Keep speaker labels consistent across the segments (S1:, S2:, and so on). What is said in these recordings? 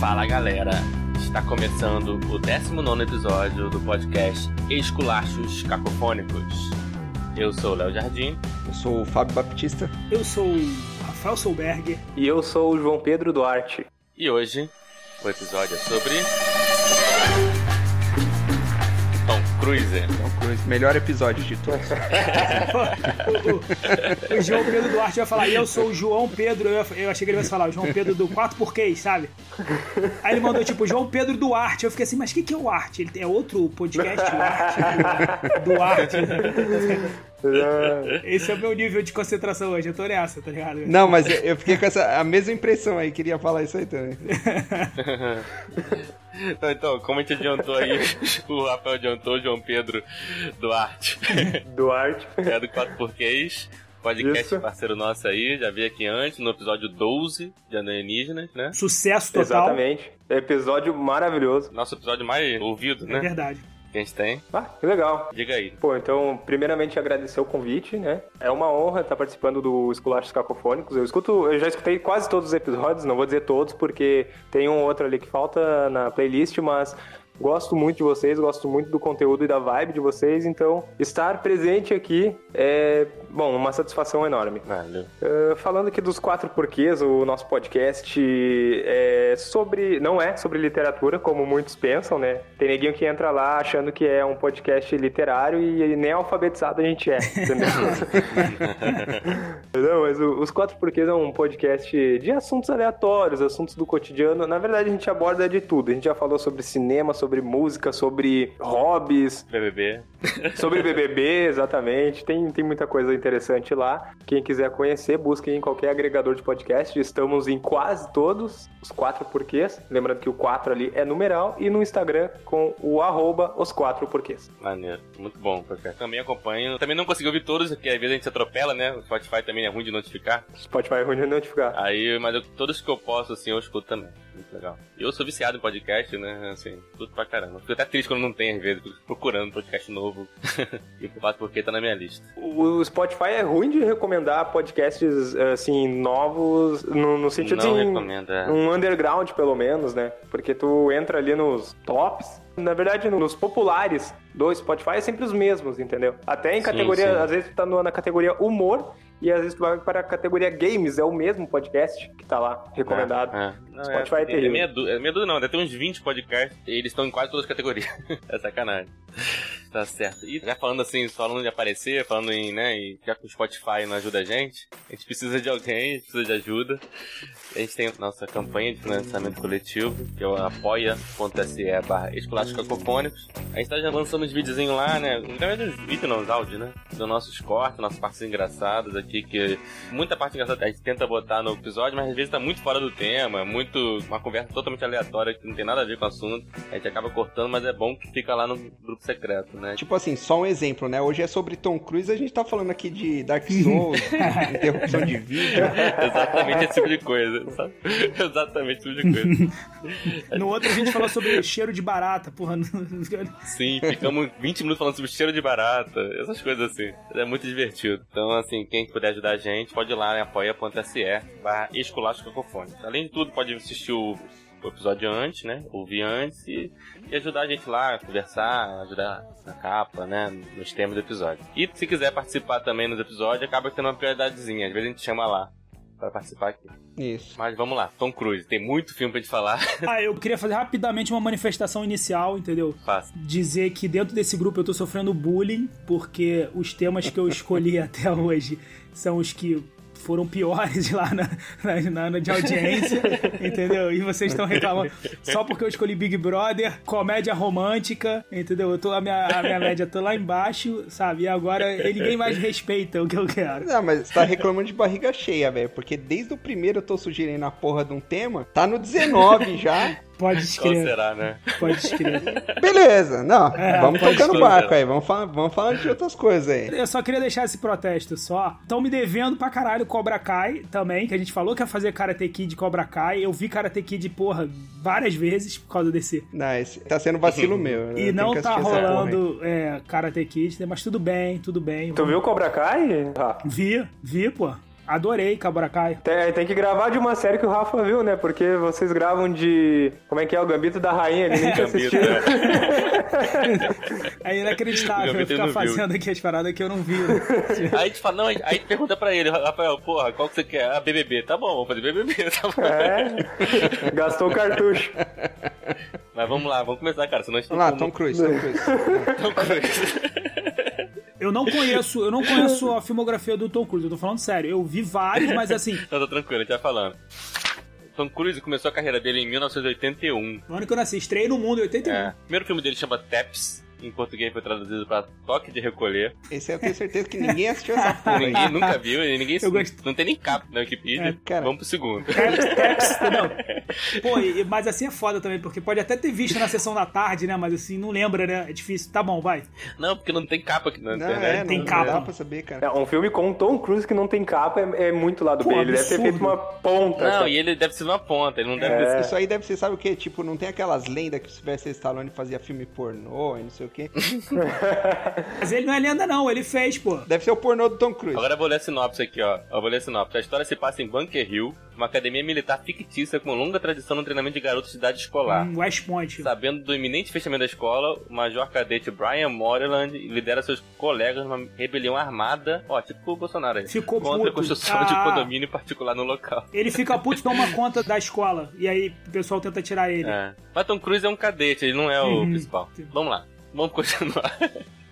S1: Fala galera, está começando o 19 episódio do podcast Esculachos Cacofônicos. Eu sou o Léo Jardim
S2: Eu sou o Fábio Baptista.
S3: Eu sou o Rafael Solberger.
S4: E eu sou o João Pedro Duarte.
S1: e hoje o episódio é sobre. Tom Cruise.
S2: Tom Cruise, Então, melhor episódio de todos.
S3: O, o- o João Pedro Duarte vai falar, e eu sou o João Pedro. Eu, eu achei que ele ia falar, o João Pedro do 4 porquês, sabe? Aí ele mandou tipo, João Pedro Duarte. Eu fiquei assim, mas o que, que é o Arte? Ele tem- é outro podcast, o Arte. Duarte. Esse é o meu nível de concentração hoje. Eu tô nessa, tá ligado?
S2: Não, mas eu- eu fiquei com essa, a mesma impressão aí, queria falar isso aí também.
S1: Então, então, como a gente adiantou aí, o Rafael adiantou, o João Pedro Duarte.
S4: Duarte.
S1: É do 4 Porquês. Podcast
S4: Isso.
S1: parceiro nosso aí, já veio aqui antes, no episódio 12 de Alienígenas, né?
S3: Sucesso total.
S4: Exatamente. Episódio maravilhoso.
S1: Nosso episódio mais ouvido,
S3: É
S1: né?
S3: verdade.
S1: Que a gente tem.
S4: Ah, que legal.
S1: Diga aí.
S4: Pô, então, primeiramente agradecer o convite, né? É uma honra estar participando do Esculachos Cacofônicos. Eu escuto, eu já escutei quase todos os episódios, não vou dizer todos, porque tem um outro ali que falta na playlist, mas gosto muito de vocês, gosto muito do conteúdo e da vibe de vocês, então estar presente aqui é, bom, uma satisfação enorme.
S1: Valeu.
S4: Uh, falando aqui dos quatro porquês, o nosso podcast é sobre. não é sobre literatura, como muitos pensam, né? Tem neguinho que entra lá achando que é um podcast literário e nem alfabetizado a gente é, entendeu? não, mas o- os quatro porquês é um podcast de assuntos aleatórios, assuntos do cotidiano. Na verdade, a gente aborda de tudo. A gente já falou sobre cinema, sobre música, sobre hobbies,
S1: BBB.
S4: Sobre BBB, exatamente. Tem, tem muita coisa interessante lá. Quem quiser conhecer, busque em qualquer agregador de podcast. Estamos em quase todos os quatro porquês. Lembrando que o quatro ali é numeral. E no Instagram com o arroba os quatro porquês.
S1: Maneiro. Muito bom, porque também acompanho. Também não consegui ouvir todos, porque às vezes a gente se atropela, né? O Spotify também é ruim de notificar.
S4: Spotify é ruim de notificar.
S1: Aí, mas eu- todos que eu posso, assim, eu escuto também. Muito legal. E Eu sou viciado em podcast, né? Assim, tudo pra caramba. Fico até triste quando não tem, às vezes. Fico procurando podcast novo. e por fato porque tá na minha lista.
S4: O o Spotify é ruim de recomendar podcasts, assim, novos, no, no sentido
S1: não
S4: de...
S1: recomendo. é.
S4: Um underground, pelo menos, né? Porque tu entra ali nos tops. Na verdade, nos populares do Spotify é sempre os mesmos, entendeu? Até em
S1: Sim,
S4: categoria.
S1: sim.
S4: Às vezes tu tá no- na categoria humor e às vezes tu vai para a categoria games. É o mesmo podcast que tá lá recomendado.
S1: É, é. Não,
S4: Spotify
S1: é,
S4: é terrível.
S1: É meia dú- é meia dúzia, não. Deve ter uns 20 podcasts e eles estão em quase todas as categorias. é sacanagem. Tá certo. E já falando assim, falando de aparecer, falando em, né, e já que o Spotify não ajuda a gente, a gente precisa de alguém, a gente precisa de ajuda. A gente tem a nossa campanha de financiamento coletivo, que é o apoia.se barra Escolásticos Cacofônicos. A gente tá já lançando uns videozinhos lá, né? Na verdade, uns vídeos não, uns áudios, né? Dos nossos cortes, nossas partes engraçadas aqui, que muita parte engraçada a gente tenta botar no episódio, mas às vezes tá muito fora do tema, é muito uma conversa totalmente aleatória que não tem nada a ver com o assunto. A gente acaba cortando, mas é bom que fica lá no grupo secreto, né?
S2: Tipo assim, só um exemplo, né? Hoje é sobre Tom Cruise, a gente tá falando aqui de Dark Souls, interrupção de vídeo.
S1: Exatamente esse tipo de coisa, sabe? Exatamente esse tipo de coisa.
S3: No outro a gente falou sobre cheiro de barata, porra. não-
S1: Sim, ficamos 20 minutos falando sobre cheiro de barata, essas coisas assim. É muito divertido. Então, assim, quem puder ajudar a gente, pode ir lá em apoia.se barra esculacho cacofônico. Além de tudo, pode assistir o o episódio antes, né? Ouvir antes e, e ajudar a gente lá, a conversar, ajudar na capa, né? Nos temas do episódio. E se quiser participar também nos episódios, acaba tendo uma prioridadezinha. Às vezes a gente chama lá pra participar aqui.
S2: Isso.
S1: Mas vamos lá, Tom Cruise. Tem muito filme pra gente falar.
S3: Ah, eu queria fazer rapidamente uma manifestação inicial, entendeu?
S1: Faça.
S3: dizer que dentro desse grupo eu tô sofrendo bullying, porque os temas que eu escolhi até hoje são os que foram piores lá na, na, na- na de audiência, entendeu? E vocês estão reclamando só porque eu escolhi Big Brother, comédia romântica, entendeu? Eu tô, a, minha, a minha média tá lá embaixo, sabe? E agora e ninguém mais respeita o que eu quero.
S2: Não, mas você tá reclamando de barriga cheia, velho. Porque desde o primeiro eu tô sugerindo a porra de um tema, tá no 19 já.
S3: Pode
S1: Qual
S3: escrever,
S1: será, né?
S3: pode escrever.
S2: Beleza, não.
S3: É,
S2: vamos
S3: pode
S2: tocando o
S1: ser,
S2: barco
S1: cara.
S2: aí, vamos falar, vamos falar de outras coisas aí.
S3: Eu só queria deixar esse protesto só. Estão me devendo pra caralho Cobra Kai também, que a gente falou que ia fazer Karate Kid e Cobra Kai. Eu vi Karate Kid, porra, várias vezes por causa desse.
S2: Não, esse tá sendo vacilo meu. eu
S3: Uhum. E
S2: tenho
S3: não
S2: que
S3: tá
S2: assistir essa porra aí.
S3: rolando é, Karate Kid, né? mas tudo bem, tudo bem.
S4: Tu viu Cobra Kai? Rafa?
S3: Vi, vi, pô. Adorei Kaburakai.
S4: Tem, tem que gravar de uma série que o Rafa viu, né? Porque vocês gravam de. Como é que é? O Gambito da Rainha, ele nem tinha
S1: Gambito,
S4: assistido.
S1: né?
S3: É
S1: Eu vi,
S3: inacreditável
S1: ele
S3: eu
S1: não
S3: ficar
S1: viu.
S3: fazendo aqui as paradas que eu não vi. né?
S1: Aí a gente fala, não, aí- aí pergunta pra ele, Rafael, porra, qual que você quer? Ah, BBB. Tá bom, vamos fazer BBB, tá bom.
S4: É. Gastou o cartucho.
S1: Mas vamos lá, vamos começar, cara, senão a gente
S2: Vamos lá,
S1: não
S2: Tom Cruise, Tom Cruise.
S1: Tom Cruise.
S3: Eu não conheço, eu não conheço a filmografia do Tom Cruise, eu tô falando sério. Eu vi vários, mas assim,
S1: Não, tá tranquilo, a gente vai falando. Tom Cruise começou a carreira dele em 1981.
S3: no ano que eu nasci, estreiei no mundo em 81.
S1: É. O um. primeiro filme dele chama Taps. Em português foi traduzido pra Toque de Recolher.
S2: Esse eu tenho certeza que ninguém assistiu essa porra aí.
S1: Ninguém nunca viu, e ninguém
S3: Eu gosto.
S1: não tem nem capa na Wikipedia.
S3: É,
S2: cara.
S1: Vamos pro segundo.
S3: Taps, taps, entendeu? Pô, e- mas assim é foda também, porque pode até ter visto na sessão da tarde, né? Mas assim, não lembra, né? É difícil. Tá bom, vai.
S1: Não, porque não tem capa aqui na
S2: Não,
S1: internet.
S2: é, não,
S3: Tem
S2: não
S3: capa.
S2: dá pra saber, cara.
S4: É, um filme com o Tom Cruise que não tem capa é, é muito lado
S3: Pô,
S4: B. Ele deve ter
S3: absurdo.
S4: feito uma ponta.
S1: Não,
S4: sabe?
S1: e ele deve ser uma ponta, ele não deve
S4: É.
S2: Isso aí deve ser, sabe o quê? Tipo, não tem aquelas lendas que o Sylvester Stallone fazia filme pornô e não sei o quê.
S3: Mas ele não é lenda, não, ele fez, pô.
S2: Deve ser o pornô do Tom Cruise.
S1: Agora eu vou ler a sinopse aqui, ó. Eu vou ler a sinopse. A história se passa em Bunker Hill, uma academia militar fictícia com longa tradição no treinamento de garotos de idade escolar.
S3: Um West Point.
S1: Sabendo do iminente fechamento da escola, o major cadete Brian Moreland lidera seus colegas numa rebelião armada, ó, tipo o Bolsonaro aí,
S3: Ficou
S1: contra a
S3: puto.
S1: construção de um
S3: Ah.
S1: condomínio particular no local.
S3: Ele fica puto e toma conta da escola. E aí o pessoal tenta tirar ele.
S1: É. Mas Tom Cruise é um cadete, ele não é o
S3: Uhum.
S1: principal. Vamos lá, vamos continuar.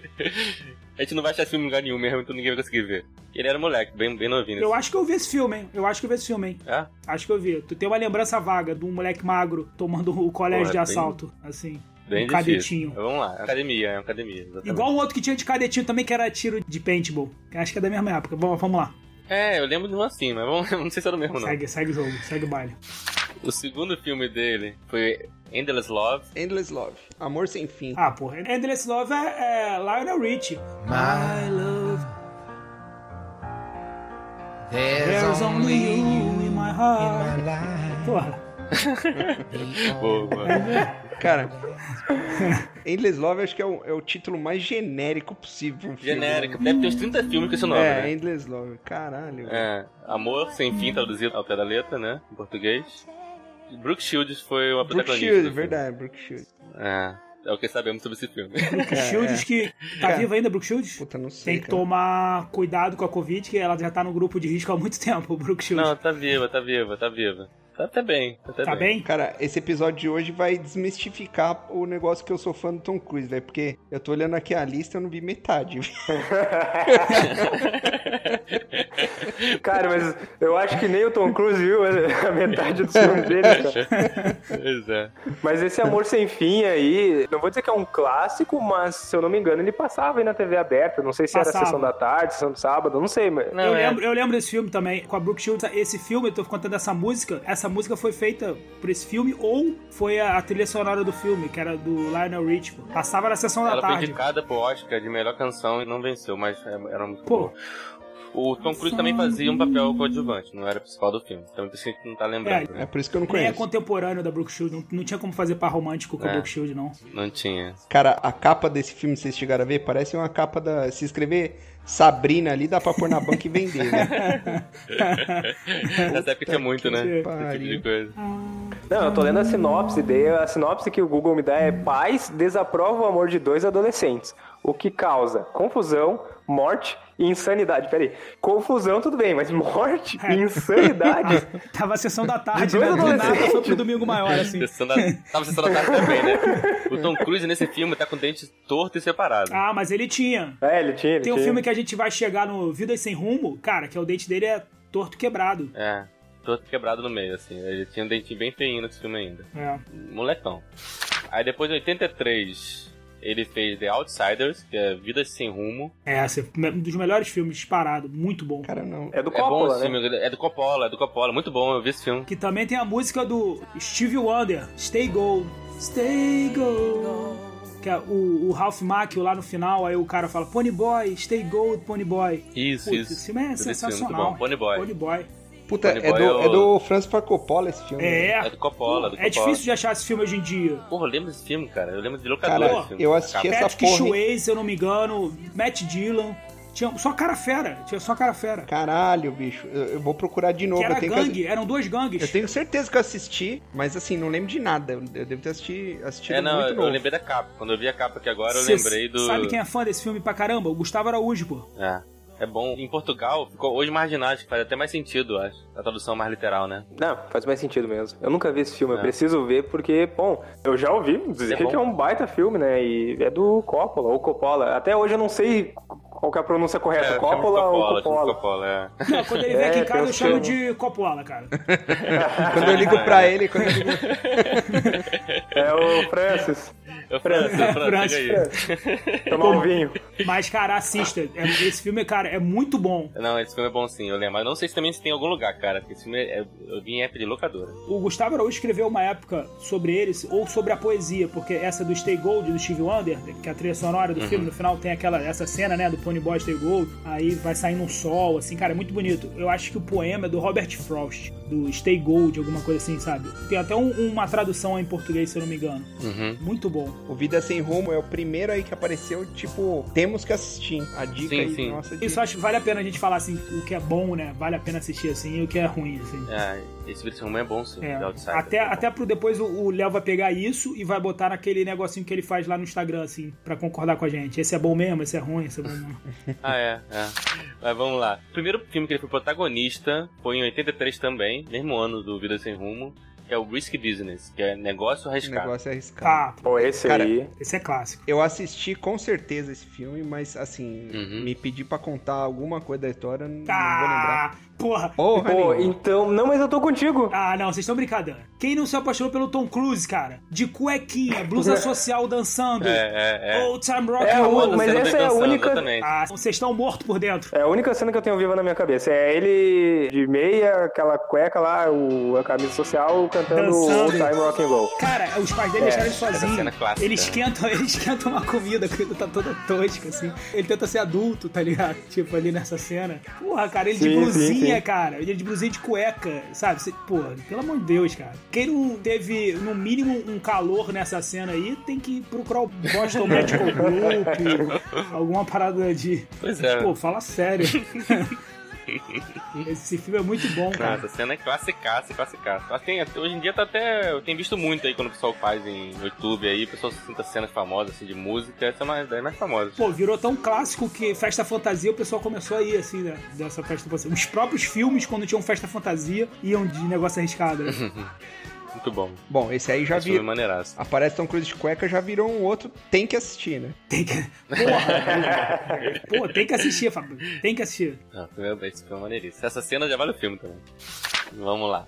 S1: A gente não vai achar esse filme em lugar nenhum mesmo, então ninguém vai conseguir ver. Ele era moleque, bem, bem novinho. assim.
S3: Eu acho que eu vi esse filme, hein? Eu acho que eu vi esse filme, hein?
S1: É?
S3: Acho que eu vi. Tu tem uma lembrança vaga de um moleque magro tomando o colégio
S1: Porra,
S3: de
S1: é bem-
S3: assalto, assim.
S1: Bem difícil.
S3: um cadetinho.
S1: Vamos lá, academia, é academia. exatamente.
S3: Igual um outro que tinha de cadetinho também, que era tiro de paintball. Que acho que é da mesma época. Bom, vamos lá.
S1: É, eu lembro de um assim, mas vamos, não sei se era o mesmo não.
S3: Segue, segue o jogo, segue o baile.
S1: O segundo filme dele foi Endless Love.
S2: Endless Love. Amor sem fim.
S3: Ah, porra. Endless Love é, é Lionel Richie. My love, there's only you in my heart. Porra.
S1: Boa, boa.
S2: Cara, Endless Love acho que é o, é o título mais genérico possível. pra um filme.
S1: Genérico, deve ter uns 30 filmes com esse nome,
S2: É,
S1: né?
S2: Endless Love. Caralho.
S1: É, Amor Sem Fim, traduzido ao pé da letra, né? Em português. Brooke Shields foi uma
S2: Brooke
S1: protagonista.
S2: Shields,
S1: do filme.
S2: verdade, Brooke Shields.
S1: É, é o que sabemos sobre esse filme.
S3: Brooke Shields
S1: é.
S3: que... Tá
S2: Cara.
S3: viva ainda, Brooke Shields?
S2: Puta, não sei,
S3: Tem que
S2: cara.
S3: tomar cuidado com a Covid, que ela já tá no grupo de risco há muito tempo, o Brooke Shields.
S1: Não, tá viva, tá viva, tá viva. Tá até bem, tá até
S3: tá bem?
S2: Cara, esse episódio de hoje vai desmistificar o negócio que eu sou fã do Tom Cruise, velho. Porque eu tô olhando aqui a lista e eu não vi metade.
S4: Cara, mas eu acho que nem o Tom Cruise viu a metade do filme dele, cara.
S1: Pois é.
S4: Mas esse Amor Sem Fim aí, não vou dizer que é um clássico, mas se eu não me engano, ele passava aí na TV aberta. Não sei se
S3: Passava.
S4: era sessão da tarde, sessão do sábado, não sei, mas.
S1: Não,
S3: Eu
S1: é.
S3: lembro, eu lembro desse filme também, com a Brooke Shields. Esse filme, eu tô contando essa música, essa música foi feita por esse filme ou foi a, a trilha sonora do filme, que era do Lionel Rich. pô. Passava na sessão da
S1: Ela foi
S3: tarde.
S1: indicada pro Oscar de melhor canção e não venceu, mas é, era muito
S3: Pô.
S1: boa. O Tom Cruise também fazia um papel coadjuvante, não era o principal do filme. Então por isso que a gente não tá lembrando.
S2: É por isso que eu não
S3: Nem é
S2: conheço.
S3: contemporâneo da Brooke Shields, não, não tinha como fazer par romântico com
S1: É.
S3: a Brooke Shields, não.
S1: Não tinha.
S2: Cara, a capa desse filme, vocês chegaram a ver, parece uma capa da... Se escrever Sabrina ali, dá pra pôr na banca e vender, né?
S1: Nessa época tinha muito, né? Esse tipo de
S2: pariu.
S1: coisa.
S4: Não, eu tô lendo a sinopse dele. A sinopse que o Google me dá é: pais desaprovam o amor de dois adolescentes, o que causa confusão, morte e insanidade. Peraí, confusão tudo bem, mas morte
S3: É.
S4: e insanidade?
S3: Ah, tava a sessão da tarde, né? Do
S4: dois
S3: nada
S4: adolescentes.
S3: foi pro domingo maior, assim.
S1: Sessão da... Tava sessão da tarde também, né? O Tom Cruise nesse filme tá com o dente torto e separado.
S3: Ah, mas ele tinha.
S4: é, ele tinha, ele
S3: Tem um
S4: tinha.
S3: filme que a gente vai chegar no Vidas Sem Rumo, cara, que é o dente dele é torto quebrado.
S1: É, torto quebrado no meio, assim. Ele tinha um dentinho bem feinho nesse filme ainda.
S3: É.
S1: Molecão. Aí depois, em 83, ele fez The Outsiders, que é Vidas Sem Rumo.
S3: É, esse é um dos melhores filmes disparado, muito bom.
S2: Cara, não.
S4: É do
S1: é bom
S4: Coppola,
S1: esse
S4: né?
S1: filme, é do Coppola, é do Coppola. Muito bom, eu vi esse filme.
S3: Que também tem a música do Stevie Wonder, Stay Gold. Stay Gold. Que é o, o Ralph Macchio lá no final, aí o cara fala, Pony Boy, Stay Gold, Pony Boy.
S1: Isso,
S3: Putz,
S1: isso.
S3: esse filme é
S1: Eu vi esse filme, muito
S3: sensacional.
S1: bom. Pony Boy.
S3: Pony Boy.
S2: Puta,
S1: Pony
S2: é
S1: Boy
S2: do,
S1: é o-
S2: é do Francis Ford Coppola esse filme.
S3: É.
S1: É do Coppola, do
S3: É
S1: Coppola.
S3: difícil de achar esse filme hoje em dia.
S1: Porra, eu lembro desse filme, cara. Eu lembro de locador
S2: Cara,
S1: esse filme.
S2: eu assisti essa
S3: Patrick
S2: porra. hein?
S3: Swayze, se eu não me engano, Matt Dillon. Tinha só cara fera. Tinha só cara fera.
S2: Caralho, bicho. Eu, eu vou procurar de novo.
S3: Que era
S2: eu, tenho que-
S3: gangue, eram dois gangues.
S2: eu tenho certeza que eu assisti, mas assim, não lembro de nada. Eu eu devo ter assisti- assistido
S1: É, não,
S2: muito
S1: eu
S2: novo.
S1: lembrei da capa. Quando eu vi a capa aqui agora, eu
S3: Cê
S1: lembrei do.
S3: Sabe quem é fã desse filme pra caramba? O Gustavo Araújo, pô.
S1: É. É bom. Em Portugal, ficou Os Marginais, que faz até mais sentido, eu acho. A tradução mais literal, né?
S4: Não, faz mais sentido mesmo. Eu nunca vi esse filme, eu
S1: É.
S4: preciso ver porque, bom, eu já ouvi dizer
S1: É bom.
S4: que é um baita filme, né? E é do Coppola ou Coppola. Até hoje eu não sei qual que é a pronúncia correta,
S1: É,
S4: Coppola
S1: chama de
S4: ou
S1: Coppola, chama de
S4: Coppola.
S1: Coppola, é.
S3: Não, quando ele vem
S4: É,
S3: aqui em casa, eu
S4: tem um
S3: chamo
S4: filme.
S3: de Coppola, cara.
S2: Quando eu ligo pra ele, quando eu ligo
S4: É o Francis.
S1: Eu França,
S3: É,
S1: França,
S3: França.
S1: chega
S4: Tomar um vinho.
S3: Mas, cara, assista. É- esse filme, cara, é muito bom.
S1: aí. Não, esse filme é bom sim, eu lembro. Mas eu não sei se também se tem em algum lugar, cara. Porque esse filme é, eu vi em app de locadora.
S3: O Gustavo Araújo escreveu uma época sobre eles, ou sobre a poesia, porque essa do Stay Gold, do Steve Wonder, que é a trilha sonora do filme, no final tem aquela essa cena, né, do Pony Boy Stay Gold, aí vai saindo um sol, assim, cara, é muito bonito. Eu acho que o poema é do Robert Frost, do Stay Gold, alguma coisa assim, sabe? Tem até um- uma tradução em português, se eu não me engano.
S1: Uhum.
S3: Muito bom.
S2: O Vida Sem Rumo é o primeiro aí que apareceu, tipo, temos que assistir. A dica
S1: Sim,
S2: aí,
S1: sim.
S2: nossa um dica.
S3: Isso é eu acho que vale a pena a gente falar, assim, o que é bom, né? Vale a pena assistir, assim, e o que é ruim, assim.
S1: É, esse British Room é bom sim,
S3: É,
S1: The Outsider.
S3: até,
S1: É bom.
S3: até pro depois o- o Léo vai pegar isso e vai botar naquele negocinho que ele faz lá no Instagram, assim, pra concordar com a gente. Esse é bom mesmo, esse é ruim, esse é bom mesmo.
S1: Ah, é, é. Mas vamos lá. O primeiro filme que ele foi protagonista foi em 83 também, mesmo ano do Vida Sem Rumo, que é o Risky Business, que é negócio
S2: O
S1: arriscado.
S2: negócio é arriscado.
S3: Tá,
S4: Pô, esse
S2: Cara,
S4: aí.
S3: esse é clássico.
S2: Eu assisti com certeza esse filme, mas assim,
S1: Uhum.
S2: me pedir pra contar alguma coisa da história, eu não, não vou lembrar.
S3: Ah, porra.
S2: Porra,
S4: Pô,
S2: nenhuma.
S4: então. Não, mas eu tô contigo.
S3: Ah, não, vocês estão brincando. Quem não se apaixonou pelo Tom Cruise, cara? De cuequinha,
S2: É.
S3: blusa social dançando.
S1: É, é, é.
S3: Old time rock
S4: É,
S3: and
S4: o-
S3: roll.
S4: mas
S1: Você não
S4: essa
S1: tá
S4: é a
S1: dançando,
S4: única-
S1: Exatamente.
S3: Ah, vocês estão mortos por dentro.
S4: É a única cena que eu tenho viva na minha cabeça. É ele de meia, aquela cueca lá, o, a camisa social, cantando
S3: Dançando.
S4: Old Time Rock and Roll.
S3: Cara, os pais dele
S4: É,
S3: deixaram ele
S1: essa
S3: sozinho.
S1: cena clássica.
S3: Ele esquenta, ele esquenta uma comida, a comida tá toda tosca, assim. Ele tenta ser adulto, tá ligado? Tipo, ali nessa cena. Porra, cara, ele de
S4: Sim,
S3: blusinha,
S4: sim, sim.
S3: cara. Ele de blusinha de cueca, sabe? Você- Porra, pelo amor de Deus, cara. Quem não teve, no mínimo, um calor nessa cena aí, tem que procurar o Boston Medical Group, alguma parada de...
S1: Pois é.
S3: Pô, fala sério. Esse filme é muito bom,
S1: Não,
S3: cara.
S1: essa cena é classicaça, classicaça. Mas tem- hoje em dia tá até. Eu tenho visto muito aí quando o pessoal faz em no YouTube aí, o pessoal sinta cenas famosas assim de música, essa é uma das mais famosas.
S3: Pô, virou tão clássico que festa fantasia o pessoal começou a ir, assim, né? Dessa festa fantasia. Os próprios filmes, quando tinham festa fantasia, iam de negócio arriscado. né?
S1: Uhum. Muito bom.
S2: Bom, esse aí já
S1: Esse filme é
S2: virou.
S1: maneiraço.
S2: Aparece Tom Cruise de cueca, já virou um outro, tem que assistir, né?
S3: Tem que. Porra! Pô, tem que assistir, Fábio. Tem que assistir.
S1: Não, meu bem, esse filme é maneiríssimo. Essa cena já vale o filme também. Vamos lá.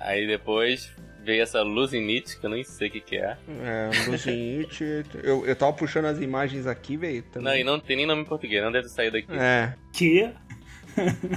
S1: Aí depois veio essa luz in it, que eu nem sei o que, que é.
S2: É, um luzinho, tchê, tchê. eu, eu tava puxando as imagens aqui, velho.
S1: Não, e
S2: também.
S1: não tem nem nome em português, não deve sair daqui.
S2: Uhum. É.
S3: Que.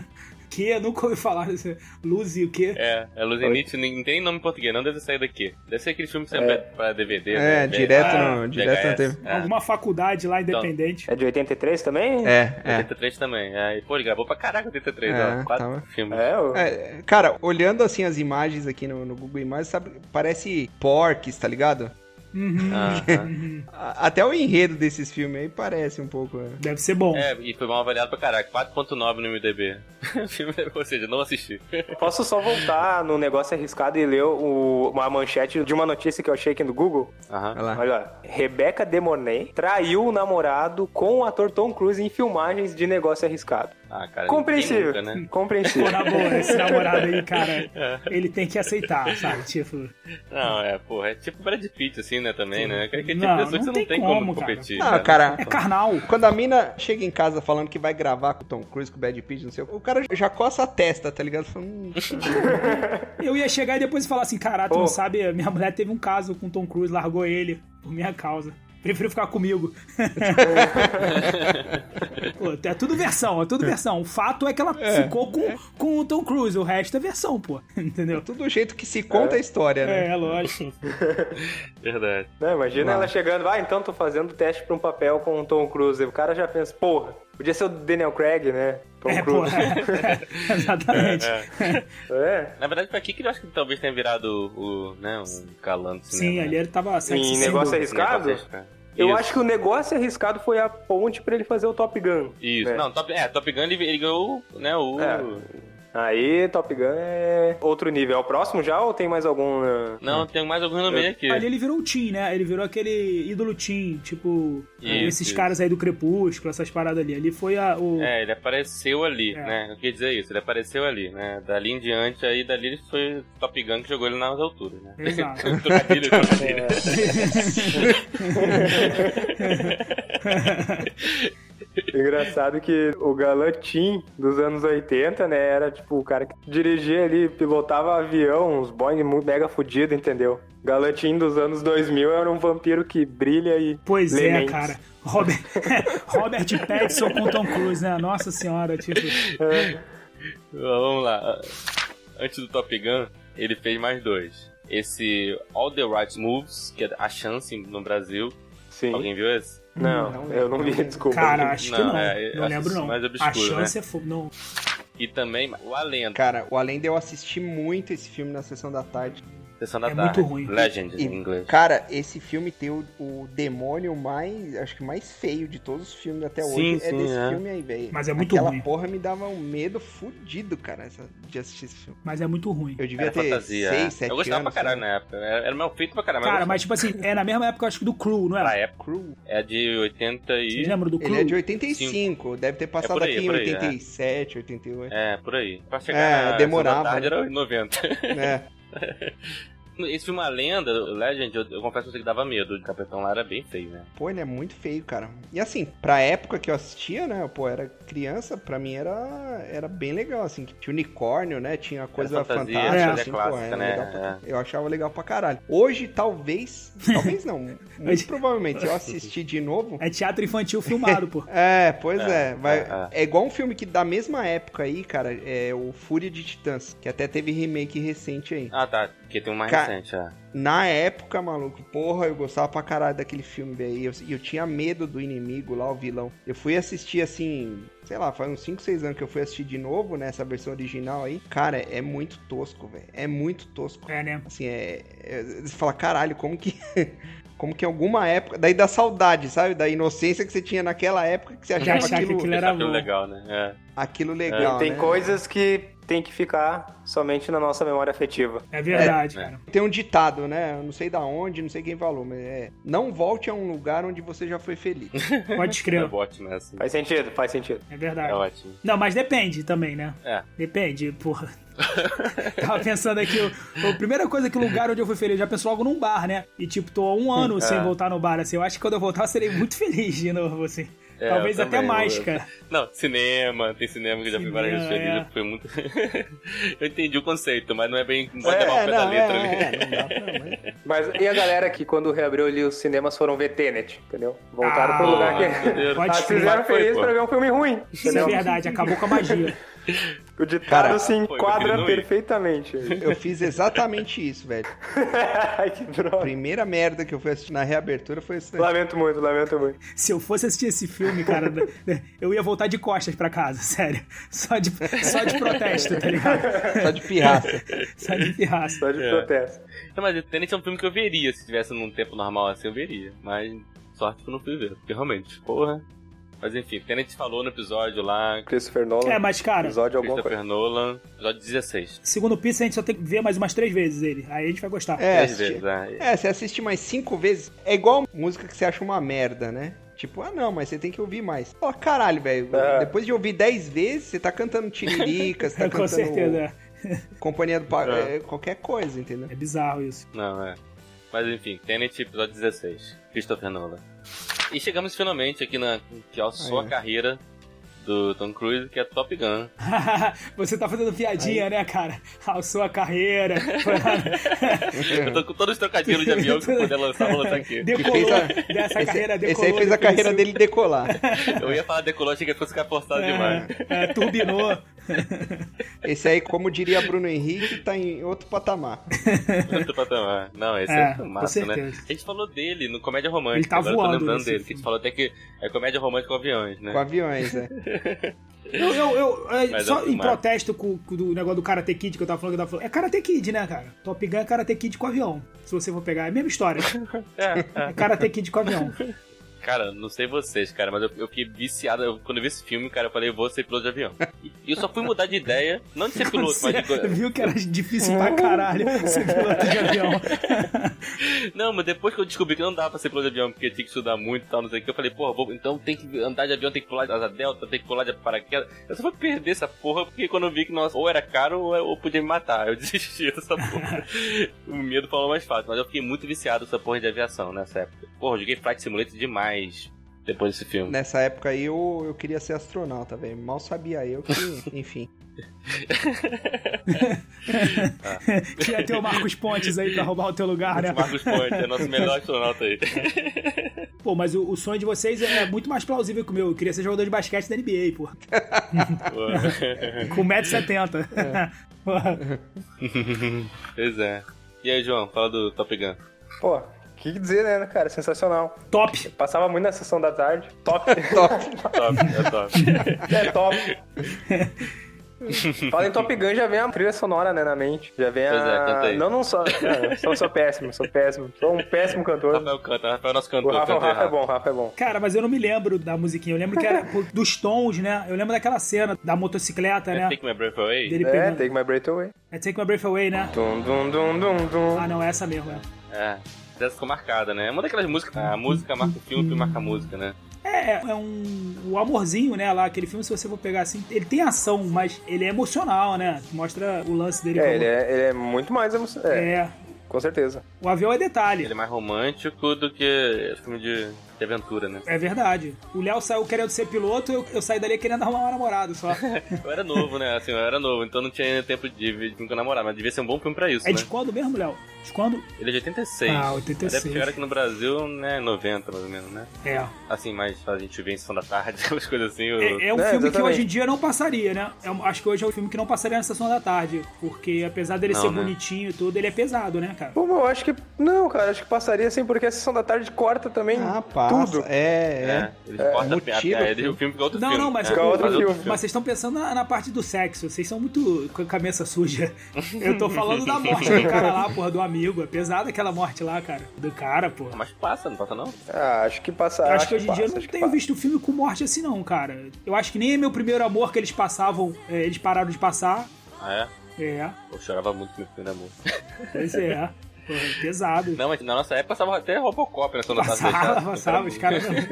S3: que eu nunca ouvi falar desse. Luz e o quê?
S1: É, é Luz in It, nem- não tem nem nome em português, não deve sair daqui. Deve ser aquele filme que você é. pra DVD,
S2: É,
S1: né?
S2: direto
S1: VHS,
S2: no- direto na TV.
S1: É.
S3: Alguma faculdade lá independente.
S4: É de 83 também?
S2: É, é.
S1: 83 também. É, e, pô, ele gravou pra caraca 83,
S2: É,
S1: ó. Quatro
S2: tava.
S1: filmes.
S4: É, o-
S2: É, cara, olhando assim as imagens aqui no, no Google Imagens, sabe, parece porcs, tá ligado?
S3: Uhum.
S1: Aham.
S2: A- até o enredo desses filmes aí parece um pouco. né?
S3: Deve ser bom.
S1: É, e foi mal avaliado pra caraca. 4.9 no MDB. é Ou seja, não assisti.
S4: Posso só voltar no negócio arriscado e ler o- uma manchete de uma notícia que eu achei aqui no Google?
S1: Aham.
S2: Olha lá.
S4: Olha lá. Rebeca de Mornay traiu o namorado com o ator Tom Cruise em filmagens de negócio arriscado.
S1: Ah, cara.
S4: Compreensível.
S1: ninguém Nunca, né?
S3: Pô,
S4: Compreensível.
S3: na boa, esse namorado aí, cara,
S1: É.
S3: ele tem que aceitar, sabe? Tipo.
S1: Não, é, porra, é tipo Brad Pitt, assim, né, também, né? Aquele tipo de
S3: Não,
S1: pessoa que
S3: não
S1: você não
S3: tem
S1: tem como,
S3: como, cara.
S1: competir. né?
S2: Não, cara,
S3: É carnal.
S2: quando a mina chega em casa falando que vai gravar com o Tom Cruise, com o Brad Pitt, não sei o que, o cara já coça a testa, tá ligado? Fala, "Hum,
S3: Eu ia chegar e depois falar assim: caralho, tu
S4: Pô.
S3: não sabe, minha mulher teve um caso com o Tom Cruise, largou ele por minha causa. Prefiro ficar comigo. pô, é tudo versão, é tudo versão. O fato é que ela ficou com, com o Tom Cruise, o resto é versão, pô. Entendeu?
S2: é tudo o jeito que se conta a história, né?
S3: É, é lógico. pô.
S1: Verdade.
S4: Né, imagina
S2: Lá.
S4: ela chegando, ah, então tô fazendo teste pra um papel com o Tom Cruise. O cara já pensa, porra, podia ser o Daniel Craig, né? Tom
S3: É, pô.
S4: Cruise.
S3: é, exatamente.
S4: É.
S1: Na verdade, pra que que eu acho que talvez tenha virado o, o, né, um galã do cinema.
S3: Sim,
S1: né?
S3: ali é ele tava
S4: Em
S3: sexy
S4: negócio
S3: symbol.
S4: arriscado?
S1: Negócio arriscado.
S4: Eu
S1: Isso.
S4: acho que o negócio arriscado foi a ponte pra ele fazer o Top Gun.
S1: Isso.
S4: É.
S1: Não, Top, é, Top Gun ele, ele ganhou, né, o...
S4: É. Aí, Top Gun é outro nível. É o próximo já ou tem mais algum? né?
S1: Não, tem mais algum no meio aqui.
S3: É. Ali ele virou o Tim, né? Ele virou aquele ídolo Tim, tipo,
S1: Isso,
S3: esses
S1: isso.
S3: caras aí do Crepúsculo, essas paradas ali. Ali foi a, o.
S1: É, ele apareceu ali,
S3: É.
S1: né? Eu queria dizer isso, ele apareceu ali, né? Dali em diante, aí dali ele foi Top Gun que jogou ele nas alturas, né?
S3: Exato.
S1: trocadilho, trocadilho.
S4: Engraçado que o Galantim dos anos 80, né, era tipo o cara que dirigia ali, pilotava avião, uns Boeing mu- mega fudido, entendeu? Galantim dos anos 2000 era um vampiro que brilha e
S3: Pois
S4: lê
S3: é,
S4: mentes.
S3: cara. Robert, Robert Pattinson com Tom Cruise, né? Nossa senhora, tipo.
S1: Vamos lá. Antes do Top Gun, ele fez mais dois. Esse All the Right Moves, que é a chance no Brasil.
S4: Sim.
S1: Alguém viu esse?
S4: Não, eu não vi, desculpa.
S3: né? Cara, acho que
S1: Não,
S3: não.
S1: é,
S3: não
S1: acho
S3: lembro,
S1: isso
S3: não.
S1: mais
S3: a
S1: obscuro, né?
S3: chance é fogo. Não.
S1: E também o A Lenda,
S2: Cara, o Além de eu assistir muito esse filme na sessão da tarde.
S1: Sessão da
S3: é
S1: Tarde.
S3: muito ruim.
S1: Legend
S2: E,
S1: em inglês.
S2: Cara, esse filme tem o, o demônio mais, acho que mais feio de todos os filmes até
S1: Sim,
S2: hoje. é
S1: sim,
S2: desse
S1: é.
S2: filme aí, velho.
S3: Mas é muito
S2: Aquela
S3: ruim.
S2: porra me dava um medo fudido, cara, essa- de assistir esse filme.
S3: Mas é muito ruim.
S2: Eu devia
S1: Era
S2: ter
S1: fantasia. é.
S2: 6, 7 anos.
S1: eu gostava pra caralho
S2: né?
S1: na época. Era, era mal feito pra caralho.
S3: Cara,
S1: eu
S3: mas tipo assim, é na mesma época, eu acho que do Crew, não
S1: gostava.
S3: era?
S1: né? Pra época,
S2: Cru.
S1: é de 80
S3: Vocês
S1: e...
S3: lembram do Crew?
S2: Ele é de 85, deve ter
S1: É
S2: passado
S1: por aí,
S2: aqui em
S1: por aí,
S2: 87, 88.
S1: É, por aí. Pra chegar
S2: É,
S1: na Sessão da
S2: demorava,
S1: Tarde
S2: né?
S1: era 90.
S2: É.
S1: Esse filme, A Lenda, o Legend, eu, eu confesso que dava medo. O Capitão lá era bem feio, né?
S2: Pô, ele é muito feio, cara. E assim, pra época que eu assistia, né? Pô, era criança, pra mim era, era bem legal, assim. que Tinha unicórnio, né? Tinha coisa
S1: fantasia,
S2: fantástica.
S1: fantasia
S2: assim,
S1: clássica,
S2: era
S1: né?
S2: legal pra- Eu achava legal pra caralho. Hoje, talvez. Talvez não. Muito
S3: Hoje-
S2: provavelmente, se eu assistir de novo.
S3: É teatro infantil filmado, pô.
S2: É, pois
S1: É,
S2: é. Vai,
S1: é, é.
S2: é, igual um filme que da mesma época aí, cara, é o Fúria de Titãs, que até teve remake recente aí.
S1: Ah, tá. Porque tem um mais
S2: Ca-
S1: recente, é.
S2: Na época, maluco, porra, eu gostava pra caralho daquele filme, velho. E eu, e eu tinha medo do inimigo lá, o vilão. Eu fui assistir assim, sei lá, faz uns 5, 6 anos que eu fui assistir de novo, né? Essa versão original aí. Cara, é muito tosco, velho. É muito tosco.
S3: É, né?
S2: Assim, é. é- você fala, caralho, como que. como que em alguma época. Daí da saudade, sabe? Da inocência que você tinha naquela época que você
S3: Já
S2: achava
S3: achar que
S2: aquilo, aquilo...
S3: aquilo era
S1: Aquilo
S3: bom.
S1: é legal, né? É.
S2: legal.
S4: tem
S2: né?
S4: coisas que tem que ficar somente na nossa memória afetiva.
S3: É verdade,
S1: É, é.
S3: cara.
S2: Tem um ditado, né? Eu não sei da onde, não sei quem falou, mas é. Não volte a um lugar onde você já foi feliz.
S3: Pode
S1: É
S3: escrever.
S1: ótimo, né? Assim.
S4: Faz sentido, faz sentido.
S3: É
S1: É
S3: verdade.
S1: ótimo.
S3: Não, mas depende também, né?
S1: É.
S3: Depende, porra. Tava pensando aqui, o- a primeira coisa que o lugar onde eu fui feliz, eu já penso logo num bar, né? E tipo, tô há um ano
S1: É.
S3: sem voltar no bar, assim. Eu acho que quando eu voltar eu serei muito feliz de novo, assim.
S1: É,
S3: Talvez
S1: eu
S3: até
S1: também,
S3: mais,
S1: eu-
S3: cara.
S1: Não, cinema, tem cinema que eu já fui
S3: Cinema,
S1: várias vezes
S3: é.
S1: feliz, eu fui muito. eu entendi o conceito, mas não é bem. Não
S4: É,
S1: pode levar o pé da letra ali.
S2: é, não dá pra, mas...
S4: Mas e a galera que quando reabriu ali os cinemas foram ver Tenet, entendeu? Voltaram pro lugar
S1: meu
S4: que...
S1: Deus.
S3: Pode
S4: Ah, se fizeram
S1: Mas foi,
S4: feliz
S1: pô.
S4: pra ver um filme ruim,
S3: Isso é
S4: entendeu?
S3: verdade, acabou com a magia.
S4: O ditado
S2: Cara,
S4: se
S1: foi,
S4: enquadra
S1: continue.
S4: perfeitamente.
S2: Eu fiz exatamente isso, velho.
S4: Ai, que
S2: A
S4: droga.
S2: primeira merda que eu fui assistir na reabertura foi isso. aí.
S4: Lamento muito, lamento muito.
S3: Se eu fosse assistir esse filme, cara, eu ia voltar de costas pra casa, sério. Só de, só de protesto, tá ligado?
S2: Só de pirraça.
S3: Só de pirraça.
S4: Só de
S1: É.
S4: protesto.
S1: Não, mas o Tenet é um filme que eu veria. Se tivesse num tempo normal assim, eu veria. Mas sorte que eu não fui ver, porque realmente, porra. Mas enfim, Tenet falou no episódio lá,
S4: Christopher Nolan,
S3: É, mas, cara,
S4: episódio alguma coisa.
S1: Christopher Nolan, episódio 16.
S3: segundo o Pizza, a gente só tem que ver mais umas três vezes ele. Aí a gente vai gostar.
S2: É,
S1: Três
S2: assisti...
S1: vezes, né?
S2: é, você assiste mais cinco vezes. É igual música que você acha uma merda, né? Tipo, ah não, mas você tem que ouvir mais. Ó, caralho, velho.
S4: É.
S2: Depois de ouvir dez vezes, você tá cantando Tiririca, você tá
S3: com
S2: cantando
S3: certeza. é.
S2: Companhia do Pa-
S1: É.
S2: é, qualquer coisa, entendeu?
S3: É bizarro isso.
S1: Não, é. Mas enfim, Tenet, episódio 16. Christopher Nolan. E chegamos finalmente aqui na que alçou
S2: Ah, é.
S1: a carreira do Tom Cruise, que é Top Gun.
S3: Você tá fazendo piadinha, né, cara? Alçou a carreira. É.
S1: Eu tô com todos os trocadilhos de avião que eu puder lançar, vou lançar aqui.
S3: decolou
S2: fez a-
S3: dessa carreira.
S2: esse,
S3: Decolou
S2: esse aí fez a
S3: depois
S2: carreira
S3: do-
S2: dele decolar.
S1: Eu ia falar decolou, achei que fosse ficar forçado demais.
S3: É, é, turbinou.
S2: Esse aí, como diria Bruno Henrique, tá em outro patamar.
S1: Outro patamar. Não, esse
S3: É,
S1: é, massa,
S3: com
S1: né?
S3: certeza.
S1: A gente falou dele no Comédia Romântica.
S3: Ele tá
S1: agora eu
S3: voando
S1: tô lembrando
S3: nesse
S1: dele. Que a gente
S3: filme.
S1: falou até que é Comédia Romântica com aviões, né?
S2: Com aviões, é.
S3: Eu, eu, eu é,
S1: Mas é
S3: só
S1: um
S3: em
S1: filmaço.
S3: protesto com, com do negócio do Karate Kid que eu tava falando, que eu tava falando. É Karate Kid, né, cara? Top Gun é Karate Kid com avião. Se você for pegar, é a mesma história.
S1: É,
S3: É Karate Kid com avião.
S1: Cara, não sei vocês, cara, mas eu, eu fiquei viciado. Eu- quando eu vi esse filme, cara, eu falei, eu vou ser piloto de avião. E eu só fui mudar de ideia, não de ser piloto,
S3: Você
S1: mas de. go-
S3: viu que era difícil pra caralho ser piloto de avião.
S1: Não, mas depois que eu descobri que não dava pra ser piloto de avião, porque tinha que estudar muito e tal, não sei o que, eu falei, porra, vou- então tem que andar de avião, tem que pular de asa delta, tem que pular de paraquedas. Eu só fui perder essa porra, porque quando eu vi que, nossa, ou era caro ou, ou podia me matar. Eu desisti dessa porra. o medo falou mais fácil, mas eu fiquei muito viciado nessa porra de aviação nessa época. Porra, eu joguei Flight Simulator demais depois desse filme.
S2: Nessa época aí eu, eu queria ser astronauta, velho. Mal sabia eu que, enfim.
S3: Que ia ter o Marcos Pontes aí pra roubar o teu lugar, né?
S1: Marcos Ponte, é nosso melhor astronauta aí.
S3: Pô, mas o, o sonho de vocês é muito mais plausível que o meu. Eu queria ser jogador de basquete da NBA, pô.
S1: Pô.
S3: Com 1,70m.
S4: É.
S1: pois é. E aí, João, fala do Top Gun.
S4: Pô, o que dizer, né, cara? Sensacional.
S3: Top!
S4: Passava muito na sessão da tarde. Top.
S1: Top, é top.
S4: é top. Fala em Top Gun, já vem a trilha sonora, né, na mente. Já vem a...
S1: Pois é, canta aí.
S4: Não, não só... Não, sou, sou péssimo, sou péssimo. Sou um péssimo cantor.
S1: Rafael canta, Rafael é nosso
S4: O
S1: cantor.
S4: Rafa, o
S1: canta aí,
S4: Rafa é bom, o Rafa é bom.
S3: Cara, mas eu não me lembro da musiquinha. Eu lembro que era pô, dos tons, né? Eu lembro daquela cena da motocicleta, né?
S1: Take My Breath Away?
S3: Dele
S4: É,
S3: pegando.
S4: Take My Breath Away.
S3: É Take My Breath Away, né?
S4: Dum, dum, dum, dum, dum.
S3: Ah, não, é essa mesmo, é.
S1: É. Essa ficou marcada, né? É uma daquelas músicas. A música marca o filme, o filme marca a música, né?
S3: É, é um. O amorzinho, né? Lá, aquele filme, se você for pegar assim, ele tem ação, mas ele é emocional, né? Mostra o lance dele. com-
S4: É, ele é, ele é muito mais emocionante. É,
S3: é.
S4: com certeza.
S3: O avião é detalhe.
S1: Ele é mais romântico do que filme de, de aventura, né?
S3: É verdade. O Léo saiu querendo ser piloto, eu, eu saí dali querendo arrumar uma namorada só.
S1: Eu era novo, né? Assim, eu era novo, então não tinha ainda tempo de ver com namorar, mas devia ser um bom filme pra isso,
S3: é
S1: né?
S3: de quando mesmo, Léo? De quando?
S1: Ele é de 86.
S3: Ah, 86.
S1: Até porque era aqui no Brasil, né? 90, mais ou menos, né?
S3: É.
S1: Assim, mas a gente vê em Sessão da Tarde, umas coisas assim. eu-
S3: É, é um filme que
S4: É, exatamente.
S3: hoje em dia não passaria, né? É um- acho que hoje é um filme que não passaria na sessão da tarde. Porque apesar dele
S1: Não,
S3: ser
S1: né?
S3: bonitinho e tudo, ele é pesado, né, cara?
S4: Pô, eu acho que... Não, cara, acho que passaria assim, porque a sessão da tarde corta também
S2: Ah, passa.
S4: tudo.
S2: É, é.
S1: É, ele corta a
S2: Mutila
S1: piada.
S2: o
S1: Ele, o filme fica outro
S3: Não,
S1: filme.
S3: não, mas,
S1: é,
S4: Fica
S3: o-
S4: outro
S1: faz
S4: filme.
S3: mas vocês estão pensando na, na parte do sexo. Vocês são muito com a cabeça suja. Eu tô falando da morte do cara lá, porra, do amigo. É pesada aquela morte lá, cara. Do cara, porra.
S1: Mas passa, não passa não?
S4: Ah, acho que passa.
S3: Eu acho que hoje em dia eu
S4: passa,
S3: não
S4: acho que
S3: tenho
S4: passa.
S3: visto filme com morte assim, não, cara. Eu acho que nem é meu primeiro amor que eles passavam, é, eles pararam de passar.
S1: Ah, é?
S3: É,
S1: Eu chorava muito no filme da música.
S3: pois é. Pô, é pesado.
S1: Não, mas na nossa época passava até Robocop na Sessão da Tarde.
S4: tá-
S3: Passava,
S1: cara.
S3: passava, os caras.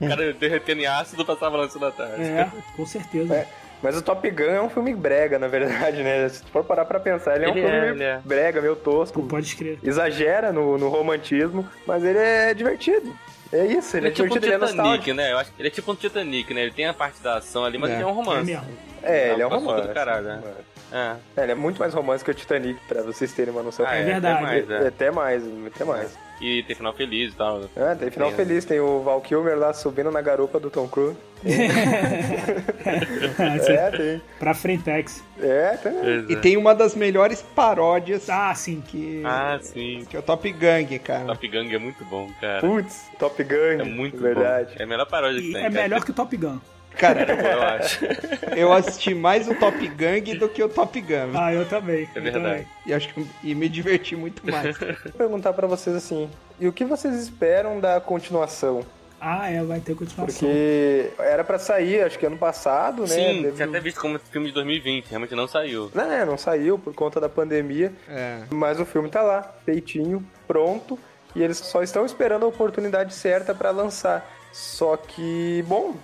S1: O cara derretendo em ácido passava na Sessão da Tarde.
S3: É, com certeza.
S4: É, Mas o Top Gun é um filme brega, na verdade, né? Se tu for parar pra pensar, ele é um
S1: Ele é,
S4: filme
S1: ele é.
S4: brega, meio
S3: Pô,
S4: tosco.
S3: pode escrever.
S4: Exagera no, no romantismo, mas ele é divertido. É isso, ele,
S1: Ele é
S4: é
S1: tipo um
S4: divertido, ele é nostálgico.
S1: Titanic, né? Eu acho que ele é tipo um Titanic, né? Ele tem a parte da ação ali, mas
S2: É.
S1: ele é um
S3: É
S1: romance.
S3: mesmo.
S4: É, ele é um
S1: Passou
S4: romance.
S1: do caralho, né? É.
S4: É, ele é muito mais romance que o Titanic, pra vocês terem uma noção.
S1: Ah,
S3: é
S1: até
S3: verdade.
S1: mais,
S4: É,
S1: é.
S4: Até mais, até mais.
S1: E tem final feliz e tal.
S4: Ah, tem final
S1: É.
S4: feliz, tem o Val Kilmer lá subindo na garupa do Tom Cruise. É, tem.
S3: pra Frentex.
S4: É, tem.
S2: E
S1: Pois é.
S2: tem uma das melhores paródias
S3: Ah, sim.
S2: que,
S1: Ah, sim.
S2: que é o Top Gang, cara.
S1: Top Gang é muito bom, cara.
S4: Putz, Top Gun.
S1: É muito
S4: verdade.
S1: bom. É a melhor paródia que
S3: E
S1: tem.
S3: é
S1: cara.
S3: melhor que o Top Gun.
S2: Cara,
S1: Eu acho.
S2: eu assisti mais o Top Gang do que o Top Gun.
S3: Ah, eu também.
S1: É verdade.
S2: E acho que e me diverti muito mais.
S4: perguntar pra vocês assim, e o que vocês esperam da continuação?
S3: Ah, é, vai ter continuação.
S4: Porque era pra sair, acho que ano passado, né?
S1: Sim,
S4: Teve
S1: tinha
S4: um-
S1: até visto como filme de 2020. Realmente não saiu.
S4: Não, é, não saiu por conta da pandemia,
S2: É.
S4: mas o filme tá lá, feitinho, pronto, e eles só estão esperando a oportunidade certa pra lançar. Só que, bom,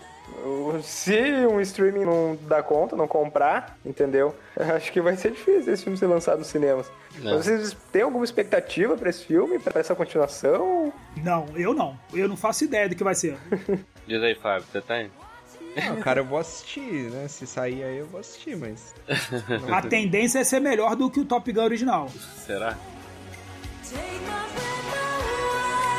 S4: o- se um streaming não dá conta, não comprar, entendeu? Acho que vai ser difícil esse filme ser lançado nos cinemas.
S1: Não.
S4: Mas Vocês têm alguma expectativa pra esse filme, pra essa continuação?
S3: Não, eu não. Eu não faço ideia do que vai ser.
S1: Diz aí, Fábio, você tem?
S2: Não, cara, eu vou assistir, né? Se sair aí eu vou assistir, mas.
S3: A tendência é ser melhor do que o Top Gun original.
S1: Será?
S5: Take my breath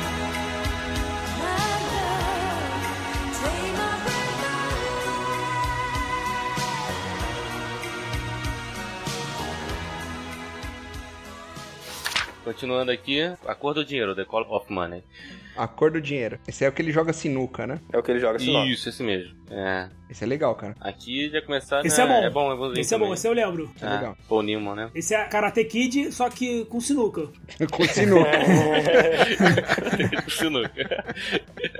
S5: away. My love, take my breath
S1: Continuando aqui, A Cor do Dinheiro, The Call of Money.
S2: A cor do dinheiro. Esse é o que ele joga sinuca, né?
S4: É o que ele joga esse nome.
S1: Isso, esse mesmo. É.
S2: Esse é legal, cara.
S1: Aqui já começar.
S3: Esse
S1: né, É
S3: é bom.
S1: bom, é bonzinho
S3: Esse é bom,
S1: também. Ah,
S3: esse eu lembro.
S2: é legal.
S1: Paul Newman, né?
S3: Esse é Karate Kid, só que com sinuca.
S2: Com sinuca.
S1: Sinuca.